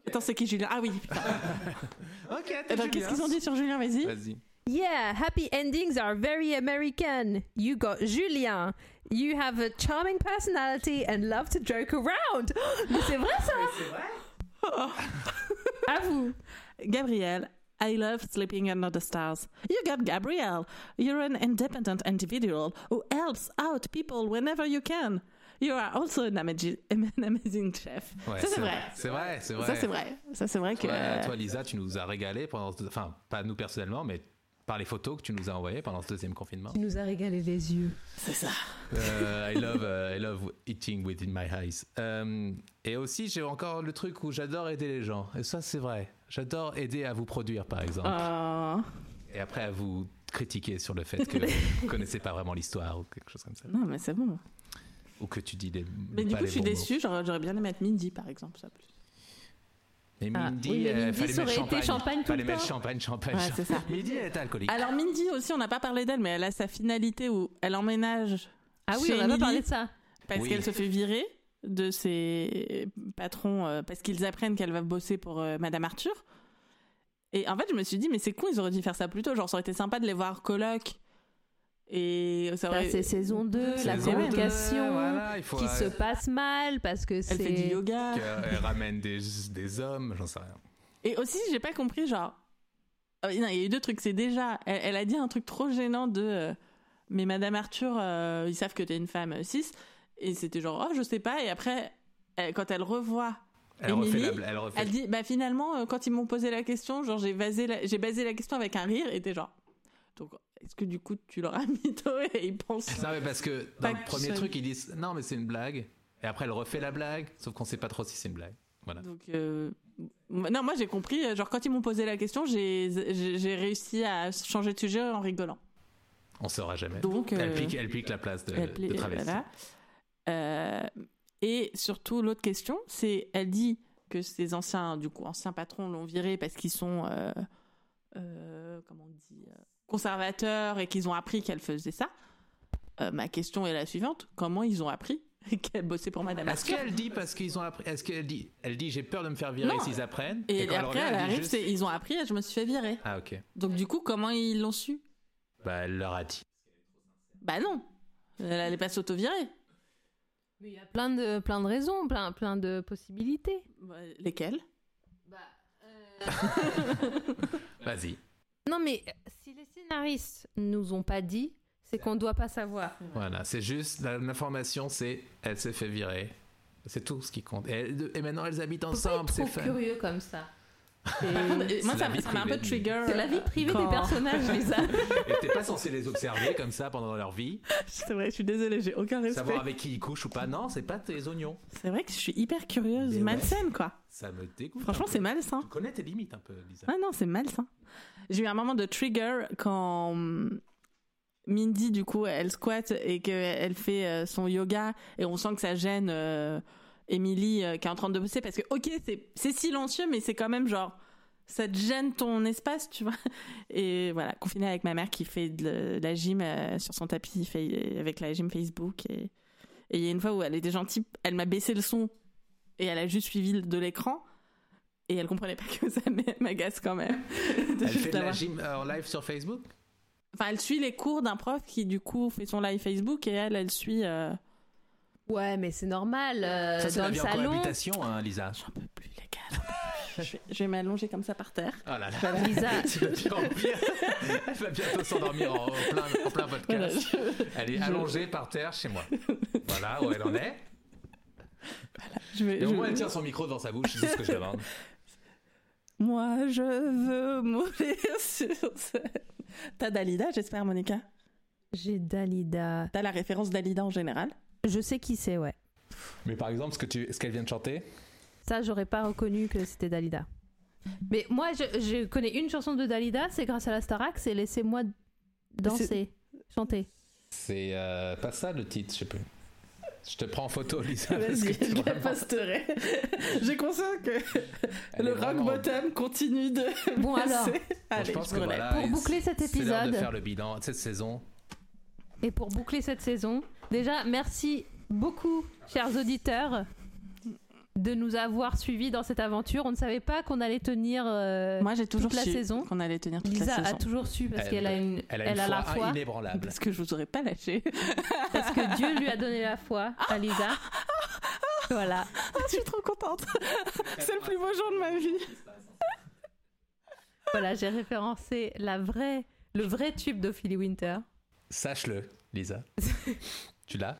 A: Attends, c'est qui Julien Ah oui, putain.
D: Ok, t'es
A: Attends,
D: Julien.
A: qu'est-ce qu'ils ont dit sur Julien Vas-y.
D: Vas-y.
B: Yeah, happy endings are very American. You got Julien. You have a charming personality and love to joke around. Mais c'est vrai ça À vous.
A: Gabrielle, I love sleeping under the stars. You got Gabrielle. You're an independent individual who helps out people whenever you can. You are also an, amagi- an amazing chef.
D: Ouais,
A: ça, c'est vrai.
D: C'est vrai, c'est vrai.
A: Ça, c'est vrai. Ça, c'est vrai que.
D: Ouais, toi, Lisa, tu nous as régalé pendant. ce- Enfin, pas nous personnellement, mais par les photos que tu nous as envoyées pendant ce deuxième confinement.
B: Tu nous as régalé les yeux.
A: c'est ça.
D: Euh, I love, euh, I love eating within my eyes. Euh, et aussi, j'ai encore le truc où j'adore aider les gens. Et ça, c'est vrai. J'adore aider à vous produire, par exemple.
A: Oh.
D: Et après, à vous critiquer sur le fait que vous connaissez pas vraiment l'histoire ou quelque chose comme ça.
A: Non, mais c'est bon.
D: Ou que tu dis des.
A: Mais du
D: pas
A: coup,
D: les
A: je suis
D: bons mots.
A: déçue. J'aurais j'aurais bien aimé mettre midi, par exemple. Ça, plus.
D: Mais
B: Ah,
D: Mindy,
B: oui, mais
D: euh,
B: Mindy,
D: fallait
B: ça
D: mettre
B: aurait été
D: champagne.
B: champagne tout
D: fallait
B: le
D: mettre
B: temps.
D: champagne, champagne,
A: Ouais, c'est
D: champagne.
A: ça.
D: Mindy, elle est alcoolique.
A: Alors, Mindy aussi, on n'a pas parlé d'elle, mais elle a sa finalité où elle emménage
B: Ah oui,
A: Chez
B: on a pas
A: Emily.
B: parlé de ça.
A: parce
D: Oui.
A: qu'elle se fait virer de ses patrons euh, parce qu'ils apprennent qu'elle va bosser pour euh, Madame Arthur. Et en fait, je me suis dit, mais c'est con, ils auraient dû faire ça plus tôt. Genre, ça aurait été sympa de les voir coloc. Et ça aurait.
B: Bah, c'est saison 2, la
A: Saison deux,
B: communication
D: voilà, il faut,
B: qui
D: euh,
B: se passe mal parce que
A: elle fait du
B: c'est.
A: yoga.
D: qu'elle ramène des, des hommes, j'en sais rien.
A: Et aussi, j'ai pas compris, genre. euh, non, il y a eu deux trucs. C'est déjà, elle, elle a dit un truc trop gênant de. euh, mais Madame Arthur, euh, ils savent que t'es une femme euh, cis. Et c'était genre, oh, je sais pas. Et après, elle- quand elle revoit,
D: Elle
A: Emily,
D: refait la blague. Elle refait.
A: elle dit, bah finalement, euh, quand ils m'ont posé la question, genre, j'ai basé la, j'ai basé la question avec un rire. Et t'es genre. Donc, est-ce que du coup, tu leur as mis tôt et ils pensent.
D: Non, mais parce que dans
A: Pas
D: le
A: que
D: premier
A: ça-
D: truc, ils disent non, mais c'est une blague. Et après, elle refait la blague, sauf qu'on sait pas trop si c'est une blague. Voilà.
A: Donc. euh, non, moi j'ai compris, euh, genre quand ils m'ont posé la question, j'ai j'ai- j'ai réussi à changer de sujet en rigolant.
D: On saura jamais.
A: Donc,
D: Elle,
A: euh,
D: pique, elle pique la place de,
A: Elle pla-
D: de travesti.
A: voilà. Euh, et surtout, l'autre question, c'est elle dit que ses anciens, du coup, anciens patrons l'ont viré parce qu'ils sont, euh, euh, comment on dit, euh, conservateurs et qu'ils ont appris qu'elle faisait ça. Euh, ma question est la suivante comment ils ont appris qu'elle bossait pour Madame
D: Est-ce
A: Astor
D: qu'elle dit parce qu'ils ont appris Est-ce qu'elle dit Elle dit j'ai peur de me faire virer
A: Non.
D: s'ils apprennent.
A: Et,
D: quand
A: après,
D: revient,
A: elle
D: dit
A: arrive,
D: juste-
A: c'est ils ont appris et je me suis fait virer.
D: Ah ok.
A: Donc, du coup, comment ils l'ont su
D: Bah elle leur a dit.
A: Bah non Elle allait pas s'auto-virer.
B: Mais il y a plein de, plein de raisons, plein, plein de possibilités.
A: Bah, Lesquelles
D: Vas-y.
B: Non, mais euh, si les scénaristes nous ont pas dit, c'est qu'on doit pas savoir.
D: Voilà, c'est juste la- l'information, c'est elle s'est fait virer. C'est tout ce qui compte. Et, elles- et maintenant, elles habitent ensemble, c'est
B: Trop
D: fun.
B: curieux comme ça.
A: Par contre,
D: C'est
A: Moi,
D: la
A: ça
D: vie
A: ça m'a un
D: privée
A: peu
D: du-
A: trigger.
B: C'est la vie privée
A: Quand-
B: des personnages, Lisa.
D: Et t'es pas censé les observer comme ça pendant leur vie,
A: C'est vrai, je suis désolée, j'ai aucun respect.
D: savoir avec qui ils couchent ou pas. Non, c'est pas tes oignons.
A: C'est vrai que je suis hyper curieuse,
D: Mais ouais.
A: malsaine quoi.
D: Ça me dégoûte.
A: Franchement,
D: un peu.
A: c'est malsain.
D: Tu connais tes limites un peu, Lisa.
A: Ah non, c'est malsain. J'ai eu un moment de trigger quand hum, Mindy, du coup, elle squatte et qu'elle fait euh, son yoga et on sent que ça gêne euh, Emily euh, qui est en train de bosser parce que, ok, c'est- c'est silencieux, mais c'est quand même genre, ça te gêne ton espace, tu vois. Et voilà, confinée avec ma mère qui fait de, la gym euh, sur son tapis fa- avec la gym Facebook. Et et il y a une fois où elle était gentille, elle m'a baissé le son et elle a juste suivi le- de l'écran. Et elle comprenait pas que ça m'a- m'agace quand même. de
D: Elle
A: juste
D: fait de la
A: l'avoir.
D: gym euh, en live sur Facebook
A: Enfin, elle suit les cours d'un prof qui, du coup, fait son live Facebook et elle, elle suit. euh,
B: Ouais, mais c'est normal. euh,
D: Ça, c'est
B: dans
D: la
B: le
D: vie en
B: salon,
D: cohabitation, hein, Lisa.
A: J'en peux plus, les gars. j'en peux plus. Je vais- je vais m'allonger comme ça par terre.
D: Oh là là.
B: Lisa,
D: Tu vas bien dormir. Elle va bientôt s'endormir en plein, en plein
A: Voilà,
D: podcast.
A: je-
D: Elle est
A: Je-
D: allongée par terre chez moi. Voilà où elle en est.
A: je vais-
D: Et au
A: je-
D: moins, elle tient son micro devant sa bouche, c'est ce que je demande.
A: Moi, je veux mourir sur scène. T'as Dalida, j'espère, Monica.
B: j'ai Dalida.
A: T'as la référence Dalida en général.
B: Je sais qui c'est, ouais.
D: Mais par exemple, ce que tu, ce qu'elle vient de chanter,
B: Ça, j'aurais pas reconnu que c'était Dalida. Mais moi, je, je connais une chanson de Dalida, c'est grâce à la Starac, c'est Laissez-moi danser, chanter.
D: c'est euh, pas ça le titre, je sais plus. Je te prends en photo, Lisa. Ah, parce que
A: Vas-y,
D: t'es
A: je la
D: vraiment-
A: posterai. J'ai conscience que
D: elle est
A: le rock
D: vraiment-
A: bottom continue de.
B: Bon,
A: passer.
B: alors,
D: Bon,
A: Allez,
D: je pense
A: je
D: que
A: me relève.
D: voilà,
B: pour boucler cet
D: c'est l'heure de
B: épisode.
D: faire le bilan de cette saison.
B: Et pour boucler cette saison, déjà, merci beaucoup, chers auditeurs, de nous avoir suivis dans cette aventure. On ne savait pas qu'on allait tenir. euh,
A: ben, Moi, j'ai toujours
B: Toute la
A: su
B: saison.
A: qu'on allait tenir toute
B: Lisa
A: la
B: a
A: saison.
B: toujours su parce
D: Elle-
B: qu'elle a une,
D: Elle a une
B: a
D: foi, Ah,
B: la foi,
D: inébranlable.
A: Parce que je vous aurais pas lâché.
B: parce que Dieu lui a donné la foi à Lisa. Voilà.
A: Ah, je suis trop contente. C'est le plus beau jour de ma vie.
B: Voilà, j'ai référencé la vraie, le vrai tube d'Ophélie Winter.
D: Sache-le, Lisa. tu l'as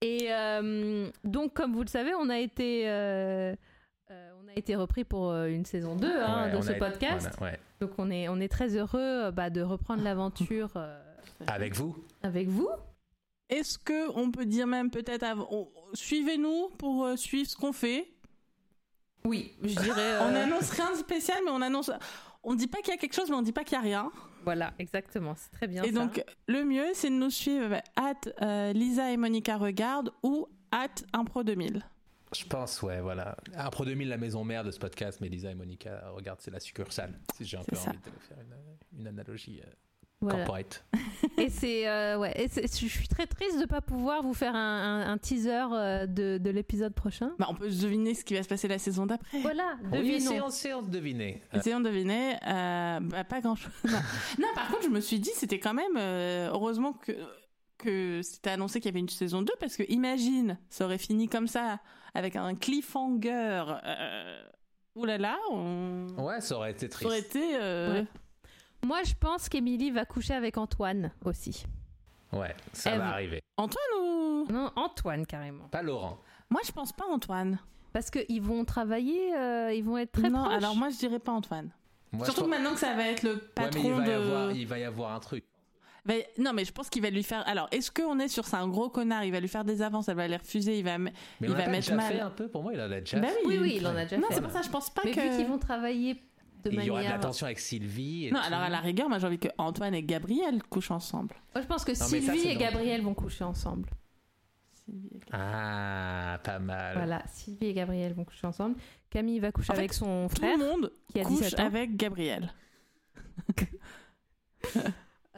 B: Et euh, donc, comme vous le savez, on a été, euh, euh, on a été repris pour euh, une saison 2 hein,
D: Ouais,
B: de
D: on
B: ce
D: a-
B: podcast.
D: voilà, ouais.
B: Donc, on est, on est très heureux euh, bah, de reprendre l'aventure euh,
D: Avec vous.
B: avec vous.
A: Est-ce que on peut dire même peut-être av- on- suivez-nous pour euh, suivre ce qu'on fait.
B: Oui, je dirais.
A: On
B: euh,
A: annonce rien de spécial, mais on annonce. On dit pas qu'il y a quelque chose, mais on dit pas qu'il y a rien.
B: Voilà, exactement. C'est très bien.
A: Et
B: ça.
A: donc, le mieux, c'est de nous suivre at euh, Lisa et Monica Regarde ou at Impro2000.
D: Je pense, ouais, voilà. Après 2000, la maison mère de ce podcast, mais Lisa et Monica, regarde, c'est la succursale. Si j'ai un
A: C'est
D: peu
A: ça.
D: envie de faire une, une analogie euh,
B: Voilà.
D: corporate.
B: Et c'est euh, ouais. et c'est- je suis très triste de pas pouvoir vous faire un, un- un teaser euh, de, de l'épisode prochain.
A: Bah, on peut deviner ce qui va se passer la saison d'après.
B: Voilà,
D: Oui,
B: devinons.
D: essayons, essayons de deviner. Euh,
A: Essayons de deviner. euh, bah, pas grand-chose. Non. Non, par contre, je me suis dit, c'était quand même... euh, heureusement que, que c'était annoncé qu'il y avait une saison 2, parce que imagine, ça aurait fini comme ça, avec un cliffhanger. Euh, oulala, on...
D: Ouais, ça aurait été
A: ça aurait
D: triste.
A: été... euh,
B: Ouais. Moi, je pense qu'Émilie va coucher avec Antoine aussi.
D: Ouais, ça
B: Eve.
D: va arriver.
A: Antoine ou...
B: Non, Antoine carrément.
D: Pas Laurent.
A: Moi, je pense pas Antoine.
B: Parce qu'ils vont travailler, euh, ils vont être très
A: non,
B: proches.
A: alors moi, je dirais pas Antoine.
D: Moi, je
A: Surtout
D: pense-
A: que maintenant que ça va être le
D: Ouais, mais
A: patron
D: il va, y
A: de...
D: avoir, il va y avoir un truc.
A: Va- Non, mais je pense qu'il va lui faire. Alors, est-ce qu'on est sur ça un gros connard Il va lui faire des avances, elle va les refuser, il va. me-
D: Mais
A: Il
D: on
A: va
D: l'a pas
A: mettre
D: déjà
A: mal.
D: fait un peu, pour moi, il en a déjà
A: Bah
D: fait.
B: Oui, oui, il en a déjà
A: Non,
B: fait.
A: c'est pour ça, je pense pas
B: Mais
A: que.
B: vu qu'ils vont travailler de
D: Et Il
B: manière.
D: y aura de la tension avec Sylvie. et
A: Non,
D: tout.
A: alors à la rigueur, moi j'ai envie que Antoine et Gabriel couchent ensemble.
B: Moi, je pense que
D: ça,
B: Sylvie
D: c'est
B: et
D: drôle.
B: Gabriel vont coucher ensemble.
D: Ah, pas mal.
B: Voilà, Sylvie et Gabriel vont coucher ensemble. Camille va coucher
A: En fait,
B: avec son
A: Tout
B: frère
A: le monde
B: qui a
A: couche
B: 17 ans.
A: avec Gabriel.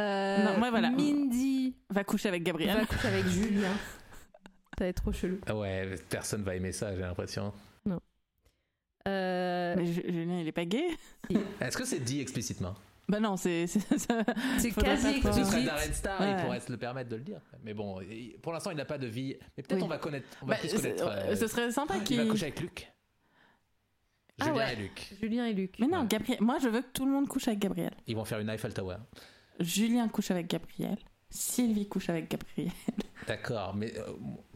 B: Euh,
A: Non, moi, voilà.
B: Mindy
A: Va coucher avec Gabriel.
B: va coucher avec Julien. Ça va être trop chelou.
D: Ah Ouais, personne va aimer ça, j'ai l'impression.
B: Euh,
A: Mais Ju- Julien, il est pas gay
D: Est-ce que c'est dit explicitement
A: Bah non, c'est. c'est- ça-
B: C'est
A: Faudrait
B: quasi
A: pas trop-
D: Ce serait
B: explicite.
D: un arrêt de star,
A: Ouais.
D: il pourrait se le permettre de le dire. Mais bon, il- pour l'instant, il n'a pas de vie. Mais peut-être
A: Oui.
D: on va connaître, on va
A: Bah,
D: plus
A: c'est-
D: connaître. euh,
A: ce serait sympa
D: Il va
A: qu'il.
D: coucher avec Luc.
B: Ah
D: Julien
B: ouais.
D: et Luc.
B: Julien et Luc.
A: Mais non,
D: Ouais.
A: Gabriel. Moi, je veux que tout le monde couche avec Gabriel.
D: Ils vont faire une Eiffel Tower.
A: Julien couche avec Gabriel. Sylvie couche avec Gabriel.
D: D'accord, mais euh,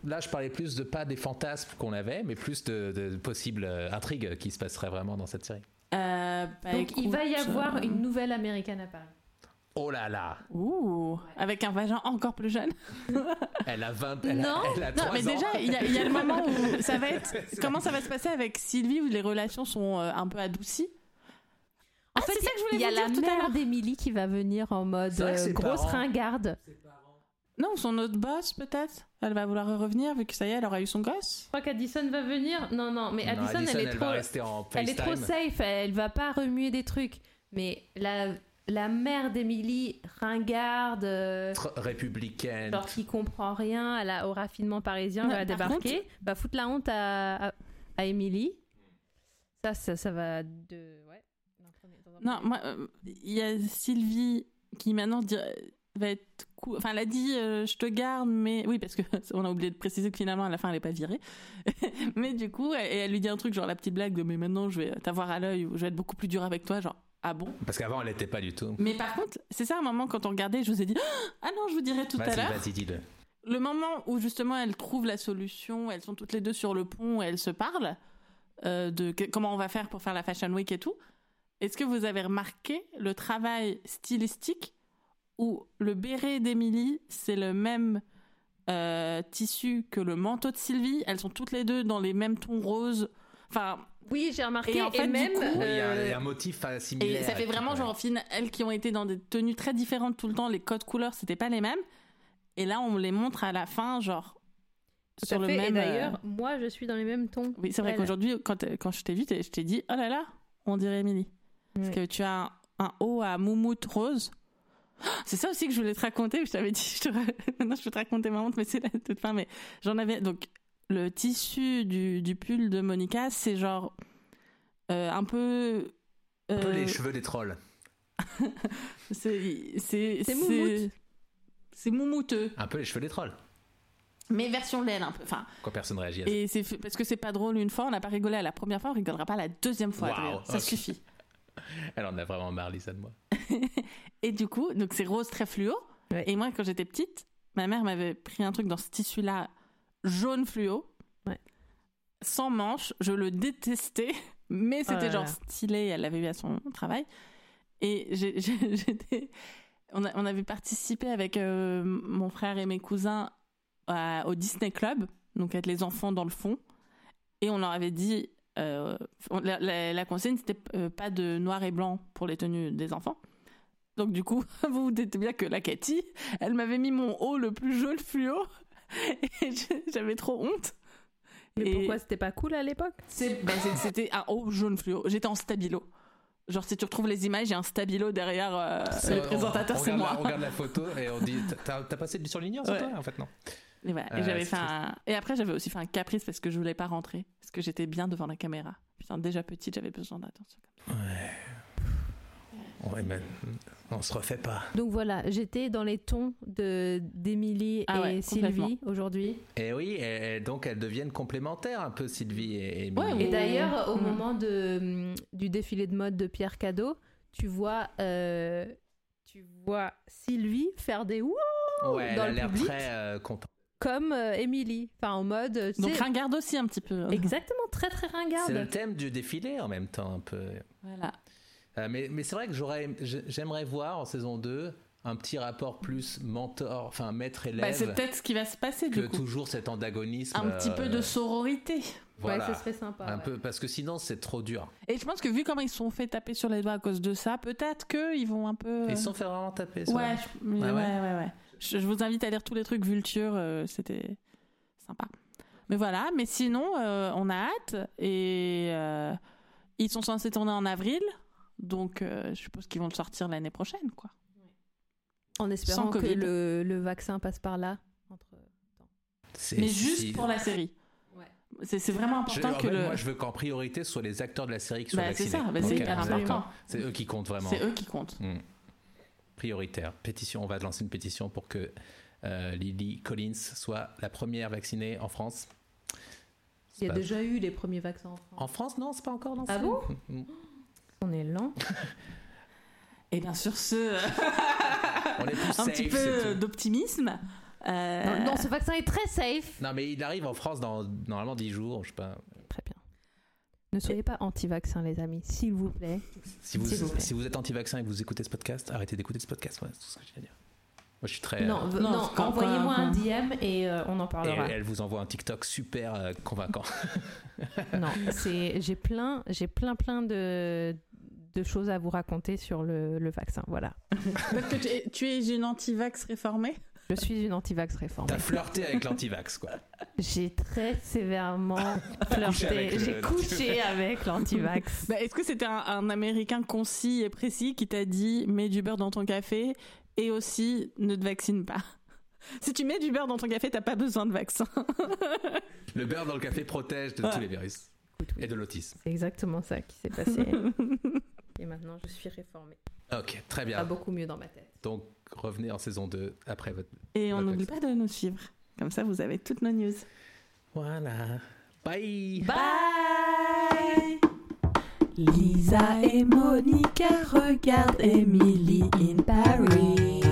D: là je parlais plus de pas des fantasmes qu'on avait, mais plus de, de possibles euh, intrigues qui se passeraient vraiment dans cette série.
A: Euh, bah,
B: Donc il
A: écoute,
B: va y avoir
A: euh,
B: une nouvelle américaine à Paris.
D: Oh là là,
A: Ouh, avec un vagin encore plus jeune.
D: elle a 20 elle a-
B: Non,
D: elle a
A: Non,
D: 3
A: mais
D: ans.
A: déjà, il y, a- il y a le moment où ça va être. Comment ça va se passer avec Sylvie où les relations sont euh, un peu adoucies
B: En
A: Ah, c'est ça que je voulais
B: il y a
A: vous
B: la
A: dire tout à
B: mère
A: l'heure.
B: d'Émilie qui va venir en mode
D: C'est vrai que
B: euh,
D: ses
B: grosse
D: parents-
B: ringarde.
A: Non, son autre boss peut-être Elle va vouloir revenir vu que ça y est, elle aura eu son gosse
B: Je crois qu'Addison va venir. Non, non, mais
D: Non,
B: Addison, elle est
D: va
B: trop,
D: rester en
B: elle est trop
D: FaceTime.
B: safe. Elle va pas remuer des trucs. Mais la, la mère d'Émilie ringarde, euh,
D: Tr- républicaine.
B: genre qui comprend rien elle a, au raffinement parisien,
A: Non,
B: va
A: par
B: débarquer, va foutre la honte à, à, à Émilie. Ça, ça, ça va de. Ouais. Dans un premier- dans un
A: Non, moi, euh, il y a Sylvie qui maintenant dit- euh, va être. cou- Enfin, elle a dit euh, je te garde, mais. Oui, parce que on a oublié de préciser que finalement, à la fin, elle n'est pas virée. mais du coup, elle, et elle lui dit un truc, genre la petite blague de mais maintenant, je vais t'avoir à l'œil, ou je vais être beaucoup plus dur avec toi, genre ah bon
D: Parce qu'avant elle n'était pas du tout.
A: Mais par contre, c'est ça un moment quand on regardait, je vous ai dit ah non, je vous dirai tout à
D: Vas-y,
A: l'heure.
D: vas-y, dis-le.
A: le moment où justement elles trouvent la solution, elles sont toutes les deux sur le pont et elles se parlent euh, de que- comment on va faire pour faire la Fashion Week et tout, est-ce que vous avez remarqué le travail stylistique où le béret d'Émilie, c'est le même euh, tissu que le manteau de Sylvie Elles sont toutes les deux dans les mêmes tons roses. Enfin,
B: Oui, j'ai remarqué.
A: Et
B: Et,
A: en fait, du
B: même.
A: coup-
D: Oui, il y a un-
B: euh,
D: il y a un motif euh,
A: Et
D: similaire.
A: ça fait vraiment
D: Ouais.
A: genre, au final, elles qui ont été dans des tenues très différentes tout le temps, les codes couleurs, c'était pas les mêmes. Et là, on les montre à la fin, genre,
B: tout
A: sur
B: à
A: le
B: fait. Et
A: même.
B: d'ailleurs,
A: euh,
B: moi, je suis dans les mêmes tons.
A: Oui, c'est vrai
B: Elle.
A: qu'aujourd'hui, quand, quand je t'ai vu, t'es- je t'ai dit, oh là là, on dirait Émilie. Parce
B: Oui.
A: que tu as un, un haut à moumoute rose. Oh, C'est ça aussi que je voulais te raconter. Je t'avais dit, je te... ra- maintenant je peux te raconter ma honte, mais c'est la toute fin. Mais j'en avais. Donc, le tissu du, du pull de Monica, c'est genre euh, un peu.
D: Un peu
A: euh,
D: les cheveux des trolls.
A: c'est c'est
B: C'est moumoute.
A: c'est- C'est moumouteux,
D: Un peu les cheveux des trolls.
A: mais version laine un peu. Enfin,
D: Quoi, personne réagit à ça.
A: et c'est fait- parce que c'est pas drôle une fois, on n'a pas rigolé à la première fois, on rigolera pas à la deuxième fois.
D: Wow,
A: Adrien. Ça
D: ok.
A: suffit.
D: Elle en a vraiment marre, Lisa, de moi.
A: Et du coup, donc c'est rose très fluo.
B: Ouais.
A: Et moi, quand j'étais petite, ma mère m'avait pris un truc dans ce tissu-là, jaune fluo,
B: Ouais.
A: sans manches. Je le détestais, mais
B: Oh
A: c'était
B: là
A: genre
B: là.
A: stylé. Elle l'avait eu à son travail. Et j'ai- j'ai- j'étais, on, a- on avait participé avec euh, mon frère et mes cousins à- au Disney Club, donc avec les enfants dans le fond. Et on leur avait dit, euh, on- la, la- la consigne, c'était euh, pas de noir et blanc pour les tenues des enfants. Donc du coup, vous vous doutez bien que la Cathy, elle m'avait mis mon haut le plus jaune fluo et j'ai- j'avais trop honte.
B: Mais
A: Et
B: pourquoi c'était pas cool à l'époque
A: c'est- bah, c'est- C'était un haut jaune fluo. J'étais en stabilo. Genre si tu retrouves les images, j'ai un stabilo derrière euh, le
D: On-
A: présentateur,
D: on
A: c'est
D: regarde
A: moi.
D: la- on regarde la photo et on dit T'as t'as passé du surligneur sur
A: Ouais.
D: toi En fait, non.
A: Et voilà, et
D: Euh,
A: j'avais
D: c'est
A: fait un- Et après, j'avais aussi fait un caprice parce que je voulais pas rentrer. Parce que j'étais bien devant la caméra. Putain, déjà petite, j'avais besoin d'attention.
D: Ouais, mais on se refait pas.
B: Donc voilà, j'étais dans les tons de d'Émilie
A: Ah
B: et
A: ouais,
B: Sylvie aujourd'hui.
D: Et Eh oui, et, et donc elles deviennent complémentaires un peu, Sylvie et Émilie.
A: Ouais,
B: Et
A: Mmh.
B: d'ailleurs, au
A: Mmh.
B: moment de, hum, du défilé de mode de Pierre Cadeau, tu vois, euh, tu vois Sylvie faire des wouh
D: Ouais, elle
B: dans
D: a
B: le
D: l'air
B: public.
D: très euh, contente.
B: comme euh, Émilie. Enfin, en mode. euh, tu
A: Donc
B: sais,
A: ringarde aussi un petit peu. hein.
B: Exactement, très très
D: C'est le
B: ringarde.
D: thème du défilé en même temps, un peu.
A: Voilà.
D: Euh, mais mais c'est vrai que j'aurais, je- j'aimerais voir en saison 2 un petit rapport plus mentor, enfin
A: Bah, c'est
D: maître-élève,
A: peut-être ce qui va se passer
D: que
A: du coup.
D: toujours cet antagonisme.
A: Un petit
D: euh,
A: peu de sororité.
D: Voilà.
B: Ouais, ce serait sympa.
D: un
B: ouais.
D: peu, parce que sinon c'est trop dur.
A: Et je pense que vu comment ils se sont fait taper sur les doigts à cause de ça, peut-être qu'ils vont un peu. euh,
D: Ils se sont fait vraiment taper. ça.
A: Ouais, je... mais
D: Ouais,
A: ouais,
D: ouais.
A: ouais, ouais. Je, je vous invite à lire tous les trucs Vulture, euh, c'était sympa. Mais voilà, mais sinon, euh, on a hâte et euh, ils sont censés tourner en avril, donc euh, je suppose qu'ils vont le sortir l'année prochaine, quoi.
B: En espérant
A: Sans
B: que
A: Covid.
B: le, le vaccin passe par là. Entre...
D: C'est-
A: Mais
D: si-
A: juste pour la série.
B: Ouais.
A: C'est c'est vraiment
D: Je-
A: important
D: en
A: que
D: fait,
A: le.
D: Moi, je veux qu'en priorité, ce soit les acteurs de la série qui soient
A: Bah, c'est
D: vaccinés.
A: ça, bah, c'est
D: Ok,
A: hyper
D: d'accord.
A: important.
D: C'est eux qui comptent vraiment.
A: C'est eux qui comptent.
D: Prioritaire. Pétition. On va lancer une pétition pour que euh, Lily Collins soit la première vaccinée en France. C'est
F: Il y a
D: pas-
F: déjà eu les premiers vaccins en France.
D: En France, non, c'est pas encore lancé.
F: Ah bon
B: On est lent.
A: Et bien sur ce, euh,
D: On est plus
A: un
D: safe,
A: petit
D: c'est
A: peu
D: tout.
A: d'optimisme. euh,
B: Non, non, ce vaccin est très safe.
D: Non, mais il arrive en France dans normalement 10 jours, je sais pas.
B: Très bien. Ne soyez pas anti-vaccin, les amis, s'il vous plaît.
D: Si vous,
B: S'il vous plaît.
D: si vous êtes anti-vaccin et que vous écoutez ce podcast, arrêtez d'écouter ce podcast. Voilà, c'est tout ce que j'ai à dire. Moi, je suis très.
B: non, v-
A: non,
B: non,
A: quand-
B: envoyez-moi
A: quand-
B: un DM et euh, on en
D: Et
B: parlera.
D: elle vous envoie un TikTok super euh, convaincant.
B: Non, c'est j'ai plein, j'ai plein, plein de, de choses à vous raconter sur le, le vaccin. Voilà,
A: parce que tu es, tu es une anti-vax réformée.
B: je suis une anti-vax réforme.
D: T'as flirté avec l'anti-vax, quoi.
B: J'ai très sévèrement
D: Couché avec
B: flirté,
D: le-
B: j'ai couché avec l'anti-vax.
A: Bah, Est-ce que c'était un, un Américain concis et précis qui t'a dit mets du beurre dans ton café et aussi ne te vaccine pas Si tu mets du beurre dans ton café, t'as pas besoin de vaccin.
D: Le beurre dans le café protège de
A: Ouais.
D: tous les virus
B: Écoute, oui,
D: et de l'autisme.
B: C'est exactement ça qui s'est passé. Et maintenant, je suis réformée.
D: Ok, très
B: Pas
D: bien.
B: beaucoup mieux dans ma tête.
D: Donc, revenez en saison 2 après votre.
A: Et on
D: D'accord.
A: n'oublie pas de nous suivre. Comme ça, vous avez toutes nos news.
D: Voilà. Bye!
G: Bye Lisa et Monica regardent Emily in Paris.